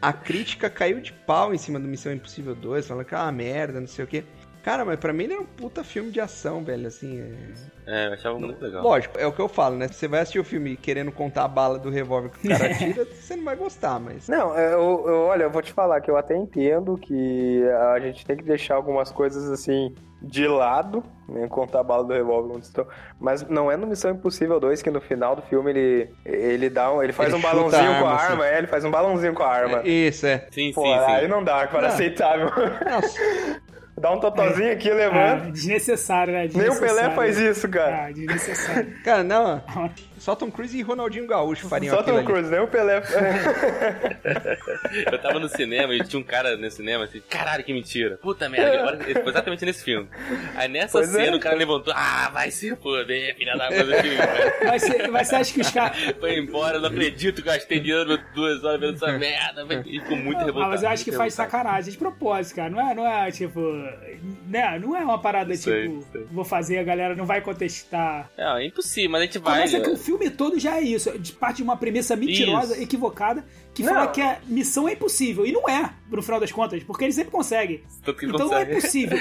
S2: A crítica caiu de pau em cima do Missão Impossível 2, falando que é uma merda, não sei o quê. Cara, mas pra mim ele é um puta filme de ação, velho, assim. é-
S1: É, eu achava muito legal.
S2: Lógico, é o que eu falo, né? Se você vai assistir o filme querendo contar a bala do revólver que o cara tira, você não vai gostar, mas.
S4: Não, é, eu, eu- olha, eu vou te falar que eu até entendo que a gente tem que deixar algumas coisas, assim, de lado, né? Contar a bala do revólver onde estão. Mas não é no Missão Impossível 2 que no final do filme ele, ele dá um, ele faz
S2: Ele
S4: um
S2: chuta a
S4: balãozinho com a
S2: arma,
S4: arma, é, ele faz um balãozinho com a arma.
S2: Isso, é.
S1: Sim,
S4: Pô,
S1: sim,
S4: aí
S1: sim.
S4: não dá, cara,
S2: Não. É.
S4: aceitável.
S2: Nossa,
S4: Dá um totozinho aqui, levanta.
S3: Ah, desnecessário,
S2: É.
S3: né?
S4: Nem o
S3: Desnecessário.
S4: Pelé faz isso, cara.
S3: Ah, desnecessário.
S2: cara, não. Só Tom Cruise e Ronaldinho Gaúcho fariam
S4: Só
S2: aquilo
S4: Tom
S2: ali.
S4: Cruise, nem o Pelé.
S1: Eu tava no cinema e tinha um cara no cinema assim, caralho, que mentira. Puta merda, agora foi exatamente nesse filme. Aí nessa
S4: Pois é.
S1: cena o cara levantou, ah, vai se foder, filha da coisa que me-
S3: Mas você, mas você acha que os caras.
S1: Foi embora, eu não acredito, gastei dinheiro duas horas vendo essa merda. E ficou muito revoltado.
S3: Ah, mas eu acho que
S1: muito
S3: faz
S1: revoltado.
S3: sacanagem, de propósito, cara. Não é, não é tipo. Né? Não é uma parada
S1: Sei,
S3: tipo.
S1: sei.
S3: Vou fazer, a galera não vai contestar.
S1: É, é impossível, mas a gente vai.
S3: Mas é que
S1: né?
S3: o filme todo já é isso. De parte de uma premissa mentirosa,
S1: Isso.
S3: equivocada, que
S4: Não.
S3: fala que a missão é impossível. E não é, no final das contas, porque eles sempre conseguem.
S1: Tanto que
S3: Então não é
S1: consegue.
S3: possível.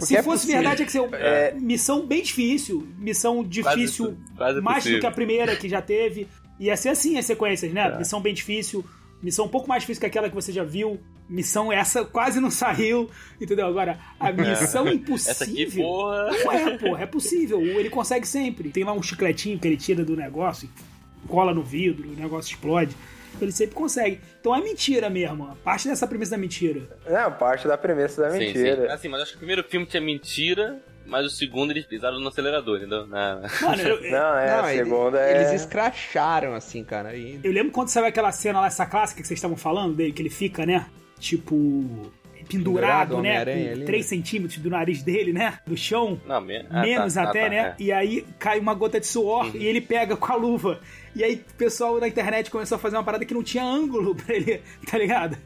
S3: Se
S2: é
S3: fosse
S2: possível.
S3: verdade, é que ser uma
S4: É.
S3: missão bem difícil, missão difícil
S1: Quase- quase
S3: mais do
S1: é possível. É.
S3: que a primeira que já teve. Ia ser assim as sequências, né? Missão bem difícil, missão um pouco mais difícil que aquela que você já viu, Missão essa quase não saiu, entendeu? Agora, a missão impossível.
S1: É. Essa aqui, porra.
S3: Ué, porra, é possível. O- Ele consegue sempre. Tem lá um chicletinho que ele tira do negócio, cola no vidro, o negócio explode. Ele sempre consegue. Então é mentira mesmo. A parte dessa premissa da mentira.
S4: Não, parte da premissa da
S1: Sim,
S4: É mentira.
S1: sim. Assim, mas acho que o primeiro filme tinha mentira, mas o segundo eles pisaram no acelerador, entendeu? Na-
S3: Mano, eu,
S4: Não, é,
S2: Não,
S4: a
S2: ele-
S4: segunda é.
S2: Eles escracharam, assim, cara. E
S3: Eu lembro quando saiu aquela cena lá, essa clássica que vocês estavam falando dele, que ele fica, né? Tipo.
S2: Pendurado,
S3: Pendurado, né?
S2: Homem-Aranha
S3: Com
S2: ali,
S3: 3
S2: né?
S3: centímetros do nariz dele, né? Do chão.
S1: Não, me- ah,
S3: Menos
S1: tá, Uhum. tá,
S3: até,
S1: tá,
S3: né? E aí cai uma gota de suor e ele pega com a luva. E aí o pessoal na internet começou a fazer uma parada que não tinha ângulo pra ele, tá ligado?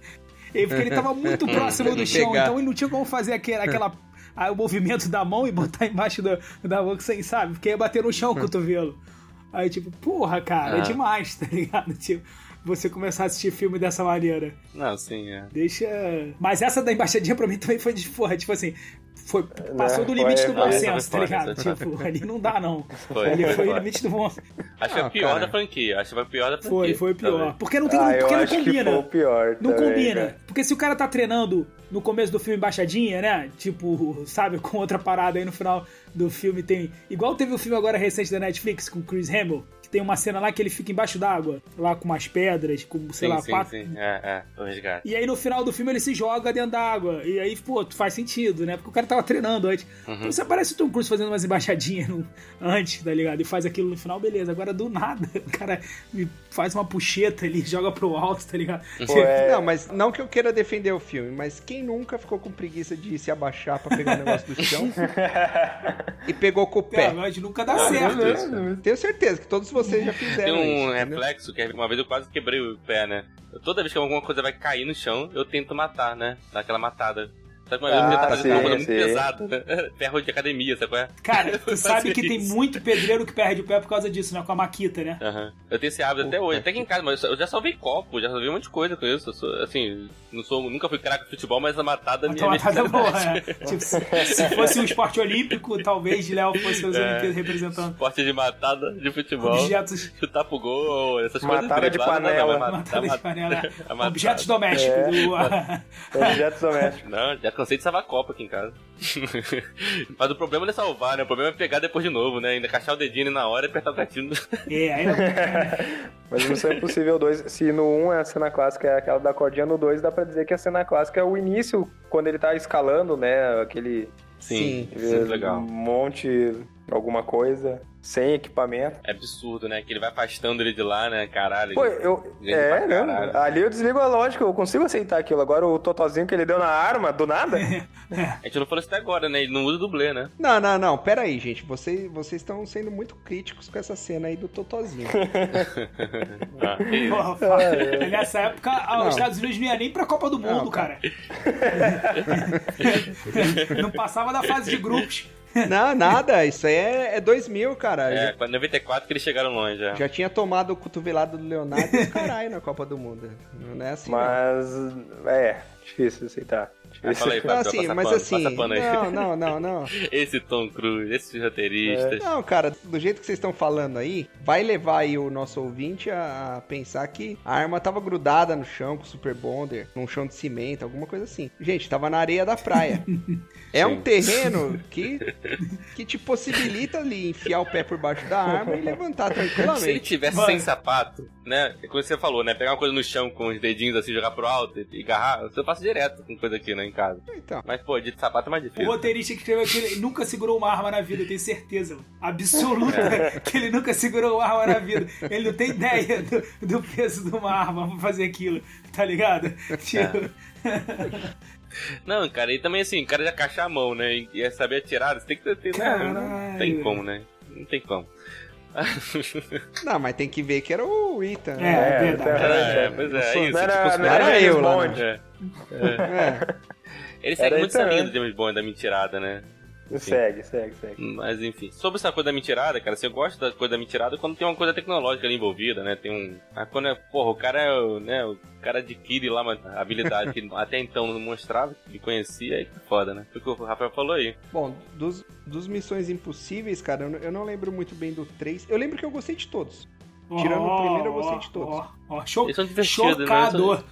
S3: E porque ele tava muito próximo do chão,
S6: Pegar.
S3: então ele não tinha como fazer aquele, aquela, ah, o movimento da mão e botar embaixo da, da mão, que sem sabe? Porque ia bater no chão o cotovelo. Aí, tipo, porra, cara,
S1: Ah.
S3: é demais, tá ligado? Tipo, você começar a assistir filme dessa maneira.
S1: é. Não, sim, é.
S3: Deixa. Mas essa da embaixadinha pra mim também foi de porra. Tipo assim, foi, passou do
S4: foi-
S3: limite do
S4: foi-
S3: bom
S4: foi
S3: senso, tá
S1: foda,
S3: ligado?
S1: foi foda.
S3: Tipo, ali não dá, não.
S1: Foi,
S3: ali
S1: foi
S3: foi o
S1: foda.
S3: limite do bom.
S1: Acho que é
S6: Ah,
S1: a pior
S6: cara.
S1: da franquia. Acho que foi a pior da franquia.
S3: Foi, foi pior.
S1: talvez.
S3: Porque não
S2: um
S3: tem.
S4: Ah, eu
S3: porque não
S4: acho que foi o
S3: combina.
S4: pior.
S3: Não
S4: também, né?
S3: combina.
S4: cara.
S3: Porque se o cara tá treinando no começo do filme embaixadinha, né? Tipo, sabe, com outra parada aí no final do filme tem. Igual teve o filme agora recente da Netflix com o Chris Hamill, que tem uma cena lá que ele fica embaixo d'água, lá com umas pedras, com, sei
S1: Sim,
S3: lá,
S1: sim,
S3: quatro,
S1: sim. É, é. O resgate.
S3: e aí no final do filme ele se joga dentro da água. E aí, pô, faz sentido, né? Porque o cara tava treinando antes. Então você parece o Tom Cruise fazendo umas embaixadinhas no- antes, tá ligado? E faz aquilo no final, beleza. Agora do nada, o cara me faz uma puxeta ali, joga pro alto, tá ligado?
S4: Pô, é-
S2: Não, mas não que eu queira defender o filme, mas quem nunca ficou com preguiça de se abaixar pra pegar o negócio do chão e pegou com o
S3: Pô,
S2: pé? Uhum.
S3: mas nunca dá certo.
S1: Meu Deus.
S2: Tenho certeza que todos vocês já
S1: Tem
S2: fizeram
S1: um
S2: isso. entendeu?
S1: reflexo que uma vez eu quase quebrei o pé, né? Eu- toda vez que alguma coisa vai cair no chão, eu tento matar, né? Dar aquela matada. Só que uma vez eu
S4: Ah,
S1: tentava fazer
S4: sim,
S1: uma coisa muito
S4: sim.
S1: pesada, né? Ferro de academia, sabe qual é?
S3: Cara, tu
S1: Eu
S3: sabe
S1: fazia
S3: que tem
S1: isso.
S3: muito pedreiro que perde o pé por causa disso, né? Com a Maquita, né?
S1: Aham. Eu tenho esse hábito até hoje, até aqui em casa, mas eu só- eu já salvei copo, já salvei um monte de coisa com isso. Eu sou, assim, não sou, nunca fui craque de futebol, mas a matada me
S3: Aquela matada boa, né? Tipo, se, se fosse um esporte olímpico, talvez Léo fosse as Olimpíadas tá representando
S1: Esporte de matada de futebol.
S3: objetos
S1: Chutar pro gol, essas
S4: Matada
S1: coisas.
S4: de
S1: driblar, não,
S4: panela.
S1: mas matar-
S3: Matada de
S1: matar-
S3: panela.
S1: a matada.
S3: né? Objetos domésticos.
S2: É.
S3: o- a-
S4: Objetos domésticos.
S1: Não, já cansei de salvar copa aqui em casa. Mas o problema não é salvar, né? O problema é pegar depois de novo, né? Ainda cachar o dedinho ali na hora e apertar o gatilho.
S3: É, aí
S4: Mas Missão Impossível 2, se no 1 é a cena clássica é aquela da cordinha, no 2 dá pra dizer que a cena clássica é o início, quando ele tá escalando, né? Aquele
S1: Sim,
S4: eh,
S1: isso é legal.
S4: monte, alguma coisa, sem equipamento.
S1: É absurdo, né? Que ele vai afastando ele de lá, né? Caralho.
S4: Pô,
S1: ele-
S4: eu.
S1: ele
S4: É,
S1: pra
S4: né?
S1: caralho.
S4: Ali eu desligo a lógica, eu consigo aceitar aquilo. Agora o totozinho que ele deu na arma, do nada.
S1: A gente não falou isso até agora, né? Ele não usa dublê, né?
S2: Não, não, não. Pera aí, gente. Vocês, vocês estão sendo muito críticos com essa cena aí do Totozinho.
S1: Ah, ele-
S3: Porra, Nessa época, ah,
S2: É.
S3: os
S2: Não.
S3: Estados Unidos não ia nem pra Copa do Mundo,
S2: Não,
S3: cara. não passava da fase de grupos.
S2: não, nada. Isso aí é, é 2000, cara.
S1: É,
S2: Já,
S1: 94 que eles chegaram longe, é. já.
S2: já tinha tomado o cotovelado do Leonardo e os caralho na Copa do Mundo. Não é assim, não.
S4: Mas. É, difícil aceitar.
S1: Ah, fala aí,
S2: Não,
S4: Difícil.
S1: Fábio,
S2: assim,
S1: passa
S2: mas
S1: pano,
S2: assim,
S1: passa pano aí.
S2: não, não, não, não.
S1: Esse Tom Cruise, esses roteiristas.
S2: Não, cara, do jeito que vocês estão falando aí, vai levar aí o nosso ouvinte a, a pensar que a arma tava grudada no chão com o Super Bonder, num chão de cimento, alguma coisa assim. Gente, tava na areia da praia. É um
S1: Sim.
S2: terreno que, que te possibilita ali enfiar o pé por baixo da arma e levantar
S1: Se ele
S2: tranquilamente.
S1: tivesse
S3: Mano.
S1: sem sapato, né? Como você falou, né? Pegar uma coisa no chão com os dedinhos assim, jogar pro alto e agarrar, eu faço direto com coisa aqui, né, em casa.
S2: Então,
S1: Mas, pô, de sapato é mais
S3: O
S1: difícil.
S3: roteirista que escreveu aquilo ele nunca segurou uma arma na vida, eu tenho certeza. Absoluta
S2: É.
S3: que ele nunca segurou uma arma na vida. Ele não tem ideia do, do peso de uma arma pra fazer aquilo, tá ligado?
S2: É.
S3: Tipo,
S1: Não, cara, e também assim, o cara já caixa a mão, né? E e saber atirar, você tem que ter. ter-
S3: Caralho.
S1: Não tem como, né? Não tem como.
S2: não, mas tem que ver que era o Ita,
S3: é,
S2: né?
S4: É,
S3: verdade.
S1: é, pois é, é isso.
S4: Não
S1: tipo,
S4: era,
S1: se-
S4: não era,
S2: era eu
S4: eu,
S2: lá,
S4: Bond.
S1: É.
S2: É.
S1: Ele segue
S4: Era
S1: muito
S4: isso
S1: essa linha
S4: mesmo.
S1: do James Bond da mentirada, né?
S4: Segue, segue,
S3: É.
S4: segue.
S1: Mas enfim, sobre essa coisa da mentirada, cara, assim, eu gosto da coisa da mentirada quando tem uma coisa tecnológica ali envolvida, né? Tem um. Ah, quando é. Porra, o cara é. o- Né, o cara adquire lá uma habilidade que ele até então não mostrava, que conhecia, e foda, né? Foi o que o Rafael falou aí.
S2: Bom, dos, dos Missões Impossíveis, cara, eu não, eu não lembro muito bem do 3. Eu lembro que eu gostei de todos. Tirando o primeiro, eu gostei de todos.
S3: Ó, ó, ó, cho-
S1: Eles são divertidos, né?
S3: chocador.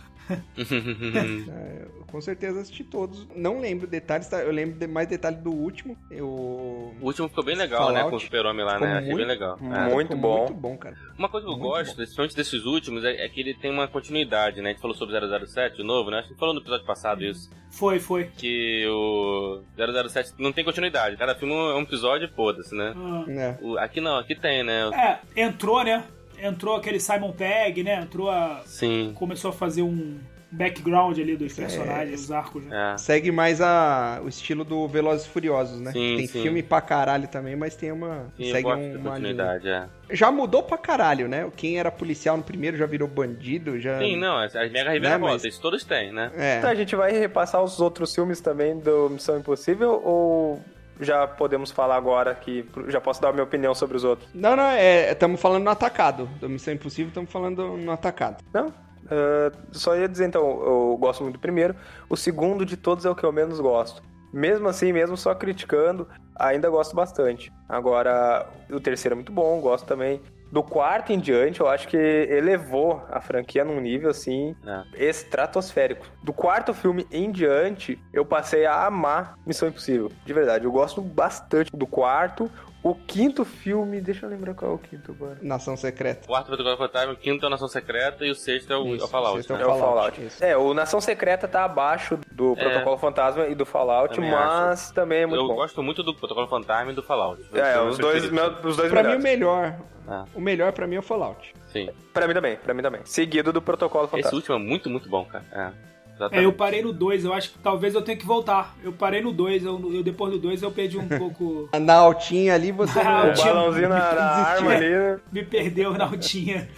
S2: Eu com certeza assisti todos. Não lembro detalhes, tá? Eu lembro de mais detalhe do último. Eu.
S1: O último ficou bem legal, né? Com o
S2: Fallout.
S1: super-homem lá,
S2: Ficou
S1: né? Achei bem
S2: muito,
S1: legal. É.
S4: muito
S2: Ficou
S4: bom.
S2: Muito bom, cara.
S1: Uma coisa que eu
S2: Muito
S1: gosto, principalmente desses últimos, é, é que ele tem uma continuidade, né? A gente falou sobre 007 de novo, né? Acho que falou no episódio passado isso.
S3: Foi, foi.
S1: Que o 007 não tem continuidade. Cada filme é um episódio e foda-se, né?
S3: Ah.
S2: É.
S1: O- aqui não, aqui tem, né?
S3: É, entrou, né? Entrou aquele Simon Pegg, né? Entrou a.
S1: Sim.
S3: Começou a fazer um background ali dos personagens,
S2: é.
S3: dos arcos, né?
S1: É.
S2: Segue mais a, o estilo do Velozes e Furiosos, né?
S1: Sim,
S2: tem
S1: sim.
S2: filme pra caralho também, mas tem uma.
S1: Sim, eu
S2: segue um
S1: gosto da
S2: uma linha.
S1: continuidade, é.
S2: Já mudou pra caralho, né? Quem era policial no primeiro já virou bandido, já.
S1: Sim, não, as, as mega
S2: É. Né,
S1: reviravoltas,
S2: mas-
S1: isso todos têm, né?
S2: É.
S4: Então a gente vai repassar os outros filmes também do Missão Impossível ou já podemos falar agora que já posso dar a minha opinião sobre os outros?
S2: Não, não, estamos falando no atacado. Do Missão Impossível, estamos falando no atacado.
S4: Não? Ah, só ia dizer então, eu gosto muito do primeiro. O segundo de todos é o que eu menos gosto. Mesmo assim, mesmo só criticando, ainda gosto bastante. Agora, o terceiro é muito bom, gosto também. Do quarto em diante, eu acho que elevou a franquia num nível assim estratosférico. Do quarto filme em diante, eu passei a amar Missão Impossível. De verdade, eu gosto bastante do quarto. O quinto filme, deixa eu lembrar qual é o quinto agora.
S2: Nação Secreta.
S1: O quarto é o Protocolo Fantasma, o quinto é o Nação Secreta e o sexto é o,
S2: Isso,
S1: é o Fallout.
S2: sexto é o
S1: né?
S4: É o Fallout.
S2: Fallout, isso.
S4: É, o Nação Secreta tá abaixo do Protocolo Fantasma e do Fallout,
S1: Também
S4: mas também é muito
S1: Eu
S4: bom.
S1: gosto muito do Protocolo Fantasma e do Fallout.
S4: É,
S1: São meus
S4: os dois,
S1: preferidos.
S4: meu- os dois
S2: Pra mim,
S4: melhores.
S2: o melhor.
S1: é. Ah.
S2: O melhor pra mim é o Fallout.
S1: Sim.
S4: Pra mim também, pra mim também. Seguido do Protocolo
S1: Esse
S4: Fantasma.
S1: último é muito, muito bom, cara. É. Exatamente.
S3: É, eu parei no 2, eu acho que talvez eu tenha que voltar. Eu parei no 2, eu, eu- depois do 2 eu perdi um pouco.
S2: Na altinha ali você.
S3: Ah,
S4: O balãozinho na, na arma ali, né?
S3: Me perdeu na altinha.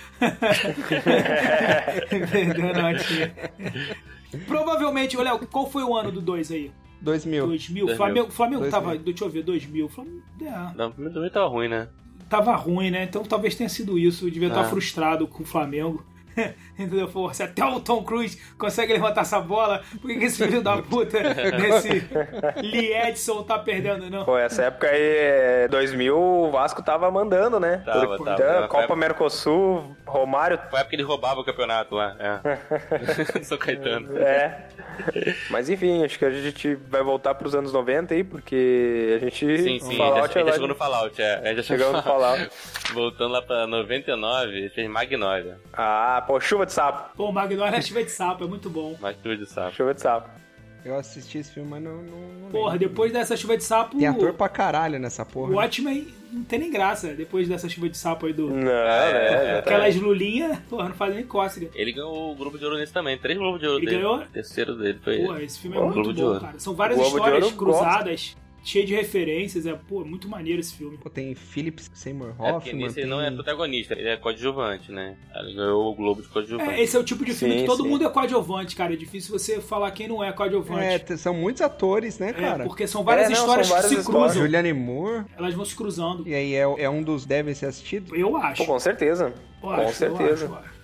S3: Me perdeu na altinha. Provavelmente, olha, qual foi o ano do 2 aí?
S2: 2000.
S3: 2000?
S1: 2000.
S3: Flamengo, Flamengo
S2: 2000.
S3: tava. Deixa eu ver, 2000. Flamengo, é.
S1: Não, o primeiro também tava ruim, né?
S3: tava ruim, né? Então talvez tenha sido isso. Eu devia estar
S1: É.
S3: frustrado com o Flamengo. Entendeu? Pô, se até o Tom Cruise consegue levantar essa bola, por que que esse filho da puta desse Lee Edson tá perdendo, não?
S4: Pô, essa época aí, é, 2000, o Vasco tava mandando, né?
S1: Tava,
S4: Tudo que-
S1: tava.
S4: Então,
S1: Era-
S4: Copa Mercosul, Romário,
S1: Foi a época que ele roubava o campeonato lá. É. São Caetano.
S4: é. Mas enfim, acho que a gente vai voltar pros anos 90 aí, porque a gente...
S1: Sim, sim,
S4: o
S1: a
S4: Fallout
S1: gente já,
S4: é lá-
S1: chegou no Fallout, é. A gente já
S4: Chegamos no Fallout.
S1: Voltando lá pra 99, ele fez Magnolia.
S4: Ah, pô, chuva de sapo.
S3: Pô, o Magnolia é chuva de sapo, é muito bom.
S1: Mais tudo de sapo.
S4: Chuva de sapo.
S2: Eu assisti esse filme, mas não. não, não
S3: Porra,
S2: lembro.
S3: depois dessa chuva de sapo,
S2: Tem ator pra caralho nessa
S3: o
S2: porra.
S3: Watchmen não tem nem graça. Depois dessa chuva de sapo aí do.
S4: Não, Hum, é,
S3: Aquelas lulinhas, porra, não fazem nem cócega.
S1: Ele ganhou o grupo de ouro nesse também. Três globos de ouro
S3: Ele
S1: dele.
S3: ganhou?
S1: O terceiro dele foi
S3: Porra,
S1: ele.
S3: esse filme é
S1: Pô,
S3: muito
S1: Globo de
S3: bom,
S1: Ouro.
S3: cara. São várias
S4: Globo de
S3: histórias
S4: Ouro, gosto.
S3: cruzadas, cheias de referências. É, pô, muito maneiro esse filme.
S2: Pô, tem Philip Seymour
S1: É porque
S2: Hoffman.
S1: nesse ele
S2: tem-
S1: não é protagonista, ele é coadjuvante, né? Ele ganhou o Globo de coadjuvante.
S3: É, esse é o tipo de filme
S4: Sim,
S3: que todo
S4: sim.
S3: mundo é coadjuvante, cara. É difícil você falar quem não é
S2: É,
S3: coadjuvante.
S2: t- são muitos atores, né,
S3: É,
S2: cara?
S3: porque são várias
S4: É, não,
S3: histórias
S4: são várias
S3: que se
S4: histórias.
S3: cruzam.
S2: Julianne Moore.
S3: Elas vão se cruzando.
S2: E aí é, é um dos devem ser assistido?
S3: Eu acho.
S4: Pô, com certeza.
S3: Eu
S4: com
S3: acho, eu
S4: certeza.
S3: acho, eu acho.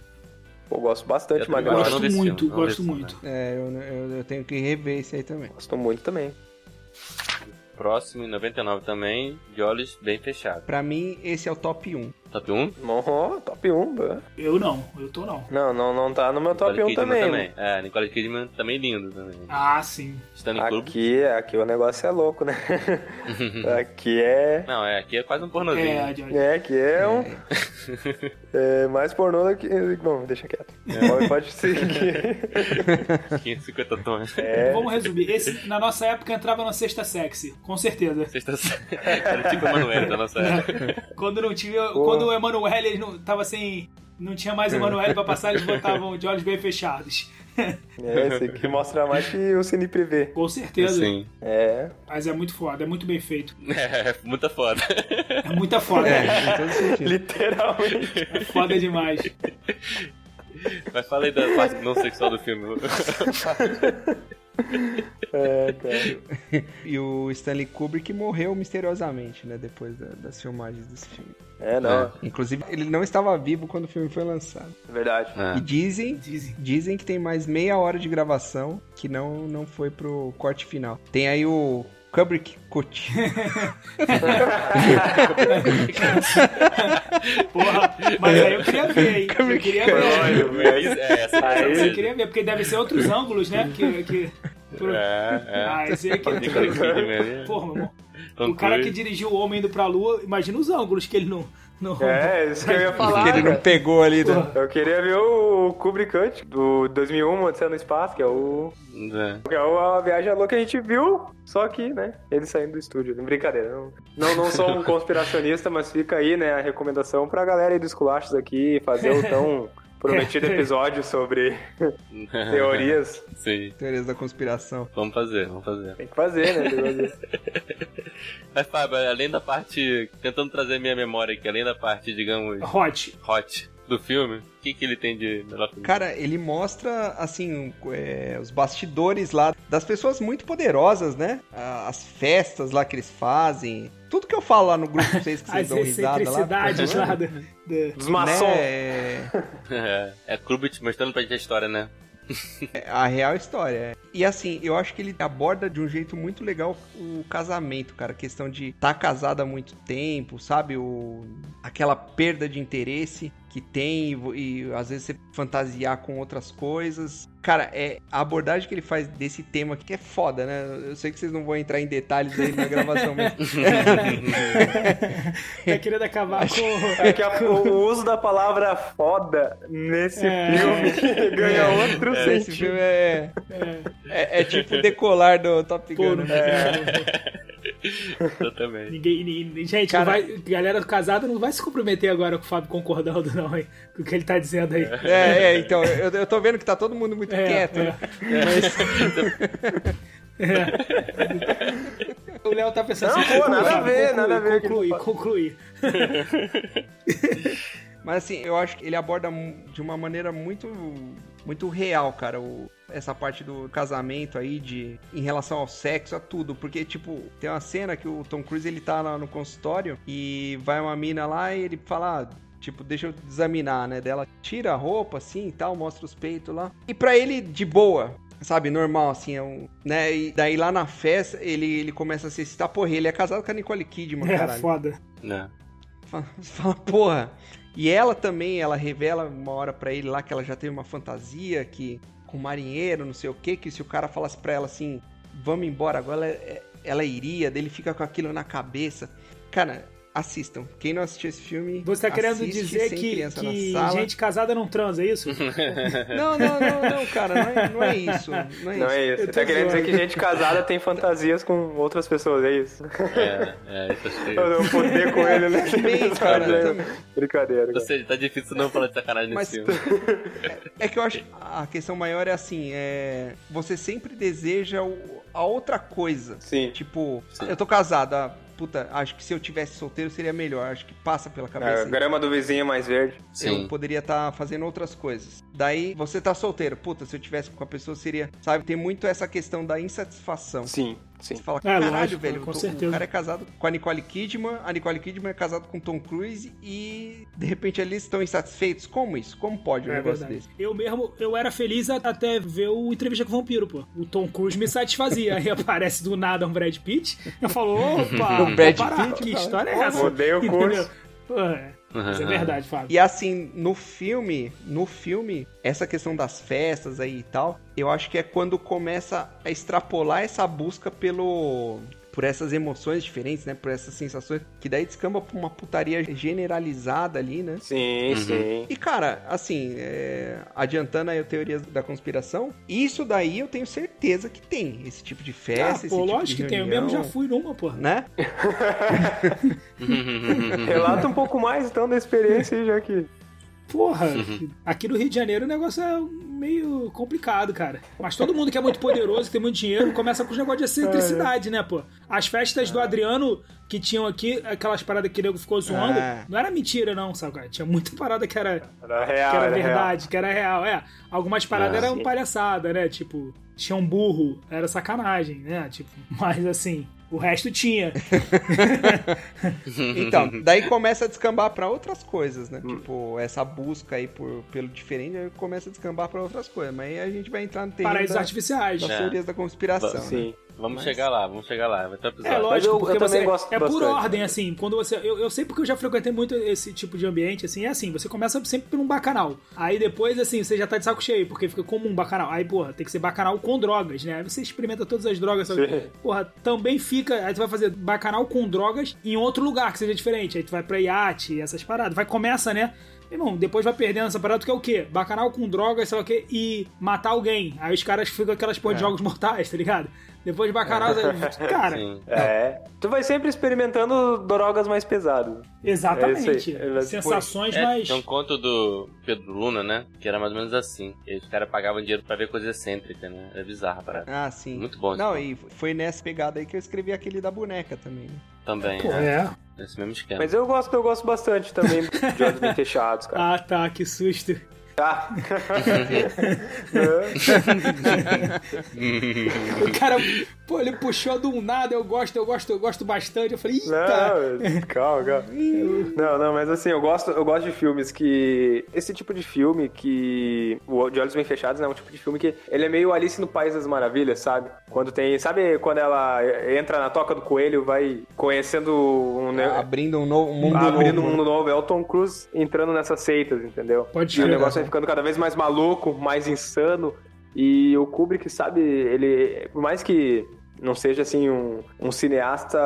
S4: Pô, gosto bastante
S1: Eu
S4: de
S1: também
S3: Eu
S1: Não, não
S4: Magnolia.
S3: gosto
S1: desse
S3: muito,
S1: filme, não
S3: gosto
S1: desse filme,
S3: muito.
S4: né?
S2: É, eu, eu- eu tenho que rever esse aí também.
S4: Gosto muito também.
S1: Próximo, em 99 também, de olhos bem fechados.
S2: Pra mim, esse é o top 1.
S1: Top 1?
S4: Oh, top 1. né?
S3: Eu não, eu tô não.
S4: Não, não, não tá no meu top 1 também. né?
S1: É, Nicole Kidman também lindo também.
S3: Ah, sim.
S1: Stanley Kubrick.
S4: Aqui, aqui o negócio é louco, né? aqui é.
S1: Não, é, aqui é quase um pornozinho.
S3: É,
S1: né?
S3: Johnny.
S4: É, aqui é um. É, mais pornô do que. Bom, deixa quieto. Pode, pode seguir.
S1: 550 tons.
S4: É.
S3: Vamos resumir. Esse, na nossa época, entrava na Sexta Sexy, com certeza.
S1: Sexta série. Era tipo o Manuel da nossa época.
S3: Quando não tinha.
S4: Pô.
S3: Quando o Emanuele eles não, tava sem. Não tinha mais o Emanuele pra passar, eles botavam de olhos bem fechados.
S4: É, esse aqui mostra mais que o Cine Privé.
S3: Com certeza.
S1: Sim.
S4: É.
S3: Mas é muito foda, é muito bem feito.
S1: É, muita foda.
S3: É muita foda.
S2: Em todo sentido.
S4: Literalmente.
S3: é foda demais.
S1: Mas fala aí da parte não sexual do filme.
S4: É, cara.
S2: E o Stanley Kubrick morreu misteriosamente, né? Depois da- das filmagens desse filme.
S4: É, não.
S2: Inclusive, ele não estava vivo quando o filme foi lançado.
S4: Verdade.
S2: E
S1: É.
S2: dizem
S3: Dizem.
S2: Dizem que tem mais meia hora de gravação que não, não foi pro corte final. Tem aí o Kubrick Kut.
S3: Porra, mas aí eu queria ver, hein? Eu queria ver.
S1: Olha, mas é essa.
S4: Aí-
S3: Eu queria ver, porque deve ser outros ângulos, né? Que, que... pro-
S1: É, é.
S3: Ah, esse aí que assim,
S1: Pode crer, né?
S3: Porra, meu irmão.
S1: Tom
S3: O cara que
S1: Cruise.
S3: dirigiu o Homem indo pra Lua, imagina os ângulos que ele não. não...
S4: É, isso que eu ia falar.
S6: Porque ele não
S4: cara.
S6: pegou ali, né?
S4: Eu queria ver o Kubrick antes, do 2001, Odisseia no Espaço, que é o...
S1: É.
S4: que é a viagem louca que a gente viu, só que, né, ele saindo do estúdio. Brincadeira, não, não, não sou um conspiracionista, mas fica aí, né, a recomendação pra galera aí dos culachos aqui fazer o tão prometido episódio sobre teorias.
S1: É. Sim,
S2: Teorias da conspiração.
S1: vamos fazer, vamos fazer.
S4: Tem que fazer, né? tem que fazer.
S1: Mas, Fábio, além da parte. Tentando trazer minha memória aqui, além da parte, digamos,
S3: Hot.
S1: hot do filme, o que, que ele tem de melhor filme?
S2: Cara, ele mostra, assim, um, é, os bastidores lá das pessoas muito poderosas, né? Ah, As festas lá que eles fazem. Tudo que eu falo lá no grupo, vocês que vocês
S3: As
S2: dão risada lá.
S3: excentricidades lá. da- da-
S4: Dos maçons.
S2: Né?
S1: É, é Kubrick mostrando pra gente a história, né?
S2: É a real história. é. E assim, eu acho que ele aborda de um jeito muito legal o casamento, cara. A questão de estar tá casada há muito tempo, sabe? O... Aquela perda de interesse que tem e vo- e, às vezes você fantasiar com outras coisas. Cara, é a abordagem que ele faz desse tema que é foda, né? Eu sei que vocês não vão entrar em detalhes aí na gravação, mas
S3: Tá querendo acabar com.
S4: É que a- o uso da palavra foda nesse
S3: É.
S4: filme ganha outro
S2: esse
S4: sentido.
S2: filme é, é, é tipo decolar do Top
S3: Pô,
S2: Gun,
S3: não
S2: né?
S4: é.
S1: Eu também.
S3: Ninguém, ninguém- gente,
S2: Cara-
S3: não vai, galera casada não vai se comprometer agora com o Fábio concordando, não, hein? Com o que ele tá dizendo aí.
S2: É, é, então, eu, eu tô vendo que tá todo mundo muito
S3: É,
S2: quieto,
S3: é.
S2: né?
S3: É. O Léo tá pensando
S4: Não,
S3: assim,
S4: pô,
S3: conclui,
S4: nada a
S3: Fábio,
S4: ver,
S3: conclui,
S4: nada a ver que ele
S3: Conclui,
S4: fala.
S3: conclui.
S2: Mas assim, eu acho que ele aborda mu- de uma maneira muito muito real, cara, o- essa parte do casamento aí de em relação ao sexo, a tudo, porque tipo, tem uma cena que o Tom Cruise ele tá lá no consultório e vai uma mina lá e ele fala "Ah, Tipo, deixa eu examinar, né? Dela tira a roupa, assim e tal, mostra os peitos lá. E pra ele, de boa, sabe? Normal, assim, é um. Né? E daí lá na festa, ele, ele começa a se excitar. Porra, ele é casado com a Nicole Kidman,
S3: É,
S2: caralho.
S3: foda.
S1: Né?
S2: Fala, fala, porra. E ela também, ela revela uma hora pra ele lá que ela já teve uma fantasia que com marinheiro, não sei o que, que se o cara falasse pra ela assim, vamos embora agora, ela, é, ela iria, dele fica com aquilo na cabeça. Cara, assistam. Quem não assistiu esse filme,
S3: Você tá querendo
S2: assiste
S3: dizer
S2: sem
S3: que,
S2: criança na
S3: que
S2: sala.
S3: gente casada não transa, é isso?
S2: Não, não, não, não, cara, não é, não é isso. Não é
S4: Não
S2: isso.
S4: é isso.
S3: Eu
S4: Você
S3: tô
S4: tá querendo dizer
S3: zoando.
S4: que gente casada tem fantasias com outras pessoas, é isso?
S1: É, é, isso achei.
S4: Eu não poder com ele né? nesse
S2: É, Também, cara, tá
S4: episódio aí.
S2: também.
S4: Brincadeira.
S1: Ou
S4: cara.
S1: seja, tá difícil não falar de sacanagem
S2: Mas-
S1: nesse filme.
S2: É que eu acho a questão maior é assim, é você sempre deseja o- a outra coisa.
S4: Sim.
S2: Tipo,
S1: Sim.
S2: eu tô casado, ah, puta, acho que se eu tivesse solteiro seria melhor, acho que passa pela
S4: A
S2: cabeça. isso.
S4: grama do vizinho Ah, é mais verde.
S2: Eu poderia estar fazendo outras coisas. Daí você tá solteiro, puta, se eu tivesse com a pessoa seria, sabe, tem muito essa questão da insatisfação.
S4: Sim, sim.
S2: Você fala,
S3: É,
S2: caralho,
S3: lógico,
S2: velho,
S3: com
S2: o-
S3: certeza.
S2: o cara é casado com a Nicole Kidman, a Nicole Kidman é casado com o Tom Cruise e de repente eles estão insatisfeitos. Como isso? Como pode um
S3: É
S2: negócio
S3: verdade.
S2: desse?
S3: Eu mesmo, eu era feliz a- até ver o Entrevista com o Vampiro, pô. O Tom Cruise me satisfazia. Aí aparece do nada um Brad Pitt. Eu falo, opa,
S6: O Brad
S3: opa,
S6: Pitt,
S3: que história é essa?
S4: Mudei o curso.
S3: Entendeu? Pô, é. Mas
S1: Ah.
S3: é verdade, Fábio.
S2: E assim, no filme, no filme, essa questão das festas aí e tal, eu acho que é quando começa a extrapolar essa busca pelo por essas emoções diferentes, né, por essas sensações, que daí descamba pra uma putaria generalizada ali, né?
S4: Sim, sim.
S2: E cara, assim, é, adiantando aí a teoria da conspiração, isso daí eu tenho certeza que tem esse tipo de
S3: Ah,
S2: festa, esse
S3: pô,
S2: tipo de
S3: lógico que tem. Eu mesmo já
S2: reunião,
S3: fui numa, porra.
S2: né?
S1: Uhum.
S4: Relata um pouco mais então da experiência aí, já que.
S3: Porra, aqui no Rio de Janeiro o negócio é meio complicado, cara. Mas todo mundo que é muito poderoso, que tem muito dinheiro, começa com os negócios de excentricidade, né, pô? As festas do Adriano que tinham aqui, aquelas paradas que o nego ficou zoando,
S2: É.
S3: não era mentira, não, sabe? cara? Tinha muita parada que era,
S4: Era
S3: que
S4: real,
S3: era
S4: É, era real.
S3: verdade, que era real. É, algumas paradas
S4: Ah,
S3: eram
S4: sim.
S3: palhaçada, né? Tipo, tinha um burro, era sacanagem, né? Tipo, mas assim, o resto tinha.
S2: Então,
S1: Uhum.
S2: daí começa a descambar pra outras coisas, né?
S1: Hum.
S2: Tipo, essa busca aí por, pelo diferente aí começa a descambar pra outras coisas. Mas aí a gente vai entrar no terreno
S3: Paraísos
S2: da-
S3: artificiais. tipo,
S2: das
S1: É.
S2: teorias da conspiração.
S1: Sim.
S2: né?
S4: Sim.
S1: Vamos chegar lá, vamos chegar lá. Vai ter um episódio.
S3: É lógico,
S4: eu- eu
S3: porque
S4: também
S3: você,
S4: gosto
S3: é por
S4: bastante.
S3: ordem, assim, quando você, eu, eu sei porque eu já frequentei muito esse tipo de ambiente, assim, é assim, você começa sempre por um bacanal, aí depois, assim, você já tá de saco cheio, porque fica como um bacanal, aí, porra, tem que ser bacanal com drogas, né, aí você experimenta todas as drogas, só que,
S4: Sim.
S3: porra, também fica, aí tu vai fazer bacanal com drogas em outro lugar que seja diferente, aí tu vai pra iate, essas paradas, vai, começa, né, Irmão, depois vai perdendo essa parada, que é o quê? Bacanal com drogas, sei lá o quê, e matar alguém. Aí os caras ficam aquelas porra de
S4: É.
S3: jogos mortais, tá ligado? Depois de bacanal, aí- cara,
S1: Sim.
S4: É. Tu vai sempre experimentando drogas mais pesadas. É isso
S3: Exatamente.
S4: aí. É, então, mas,
S3: Sensações
S1: É,
S3: mais.
S1: Tinha um conto do Pedro Luna, né? Que era mais ou menos assim. E Os caras pagavam dinheiro pra ver coisa excêntrica, né? Era bizarra a parada.
S2: Ah, sim.
S1: Muito bom esse
S2: Não,
S1: filme.
S2: e foi nessa pegada aí que eu escrevi aquele da boneca também. né?
S1: Também,
S3: Pô,
S1: né?
S4: tá.
S3: é.
S1: Esse mesmo esquema.
S4: Mas eu gosto, eu gosto bastante também de olhos bem fechados, cara.
S3: Ah, tá, que susto.
S4: Tá. Né?
S3: O cara, pô, ele puxou do nada, eu gosto, eu gosto, eu gosto bastante. Eu falei,
S2: Tá.
S3: eita!
S4: Não, calma, calma. Não, não, mas assim, eu gosto, eu gosto de filmes que. Esse tipo de filme que. O De Olhos Bem Fechados né, é um tipo de filme que. Ele é meio Alice no País das Maravilhas, sabe? Quando tem. Sabe quando ela entra na toca do coelho, vai conhecendo um.
S1: Né?
S4: ne-
S2: Abrindo um novo um mundo
S4: abrindo
S2: novo.
S4: um mundo novo. É o Tom Cruise entrando nessas seitas, entendeu?
S3: Pode
S4: E É, o
S3: crer.
S4: negócio vai ficando cada vez mais maluco, mais insano. E o Kubrick, sabe, ele. Por mais que não seja assim um, um cineasta.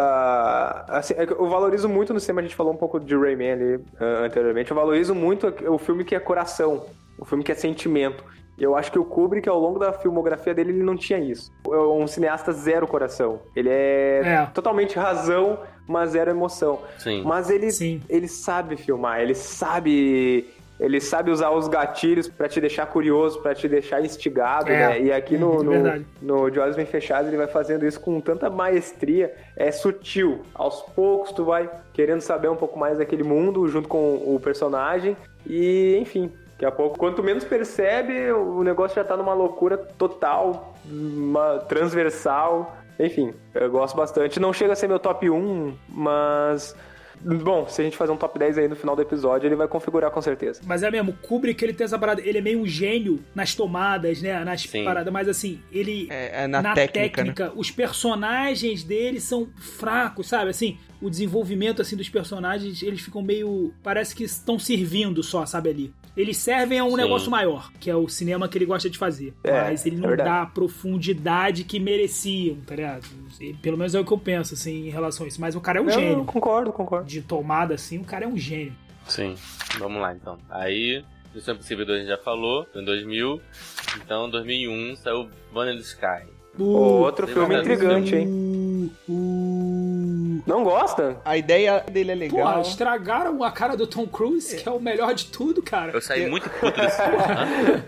S4: assim, é que eu valorizo muito no cinema, a gente falou um pouco de Rayman ali ah, anteriormente. Eu valorizo muito o filme que é coração, o filme que é sentimento. E Eu acho que o Kubrick, ao longo da filmografia dele, ele não tinha isso. É um cineasta zero coração. Ele é,
S3: É.
S4: totalmente razão, mas zero emoção.
S1: Sim.
S4: Mas ele,
S3: Sim.
S4: ele sabe filmar, ele sabe. Ele sabe usar os gatilhos pra te deixar curioso, pra te deixar instigado,
S3: É.
S4: né? E aqui no,
S3: Uhum,
S4: no,
S3: verdade.
S4: no De Olhos Bem Fechados ele vai fazendo isso com tanta maestria, é sutil. Aos poucos tu vai querendo saber um pouco mais daquele mundo junto com o personagem e, enfim, daqui a pouco, quanto menos percebe, o negócio já tá numa loucura total, uma- transversal. Enfim, eu gosto bastante. Não chega a ser meu top 1, mas Bom, se a gente fazer um top 10 aí no final do episódio, ele vai configurar com certeza.
S3: Mas é mesmo, o Kubrick, ele tem essa parada. Ele é meio um gênio nas tomadas, né? Nas
S1: Sim.
S3: paradas, mas assim, ele.
S2: É, é na, técnica, né?
S3: os personagens dele são fracos, sabe? Assim, o desenvolvimento assim dos personagens, eles ficam meio, parece que estão servindo só, sabe ali. Eles servem a um
S1: Sim.
S3: negócio maior, que é o cinema que ele gosta de fazer.
S4: É,
S3: mas ele
S4: é
S3: não
S4: verdade.
S3: dá a profundidade que mereciam, tá ligado? E, Pelo menos é o que eu penso, assim, em relação a isso. Mas o cara é um
S4: Não,
S3: gênio.
S4: não, concordo, concordo.
S3: De tomada, assim, o cara é um gênio.
S1: Sim. Vamos lá, então. Aí, Missão Impossível 2 a gente já falou, em 2000. Então, em 2001 saiu Vanilla Sky.
S4: Outro
S1: Tem
S4: filme
S1: verdade.
S4: intrigante, hein? Não gosta?
S2: A ideia dele é legal.
S3: Porra, estragaram a cara do Tom Cruise, que é o melhor de tudo, cara.
S1: Eu saí muito puto desse filme. tá?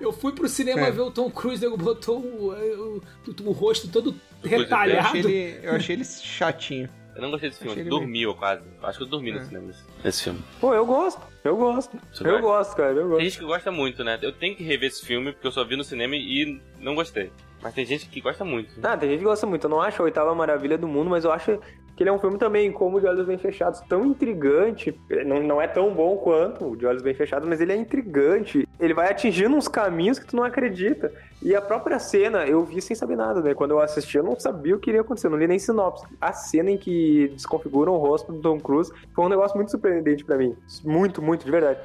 S3: Eu fui pro cinema
S2: É.
S3: ver o Tom Cruise, nego botou o, o- o- o rosto todo
S4: tá
S2: eu,
S3: retalhado.
S2: achei ele, eu achei ele chatinho.
S1: Eu não gostei desse filme.
S2: Achei ele
S1: dormi eu quase. Acho que eu dormi no cinema nesse- nesse filme.
S4: Pô, eu gosto, eu gosto.
S1: Você é?
S4: eu
S1: vai?
S4: gosto, cara, eu
S1: Tem
S4: gosto.
S1: gente que gosta muito, né? Eu tenho que rever esse filme, porque eu só vi no cinema e não gostei. Mas tem gente que gosta muito.
S4: Ah, tem gente que gosta muito. Eu não acho a oitava maravilha do mundo, mas eu acho que ele é um filme também, como o De Olhos Bem Fechados, tão intrigante. Não, não é tão bom quanto o De Olhos Bem Fechados, mas ele é intrigante. Ele vai atingindo uns caminhos que tu não acredita. E a própria cena, eu vi sem saber nada, né? Quando eu assisti, eu não sabia o que iria acontecer, eu não li nem sinopse. A cena em que desconfiguram o rosto do Tom Cruise foi um negócio muito surpreendente pra mim. Muito, muito, de verdade.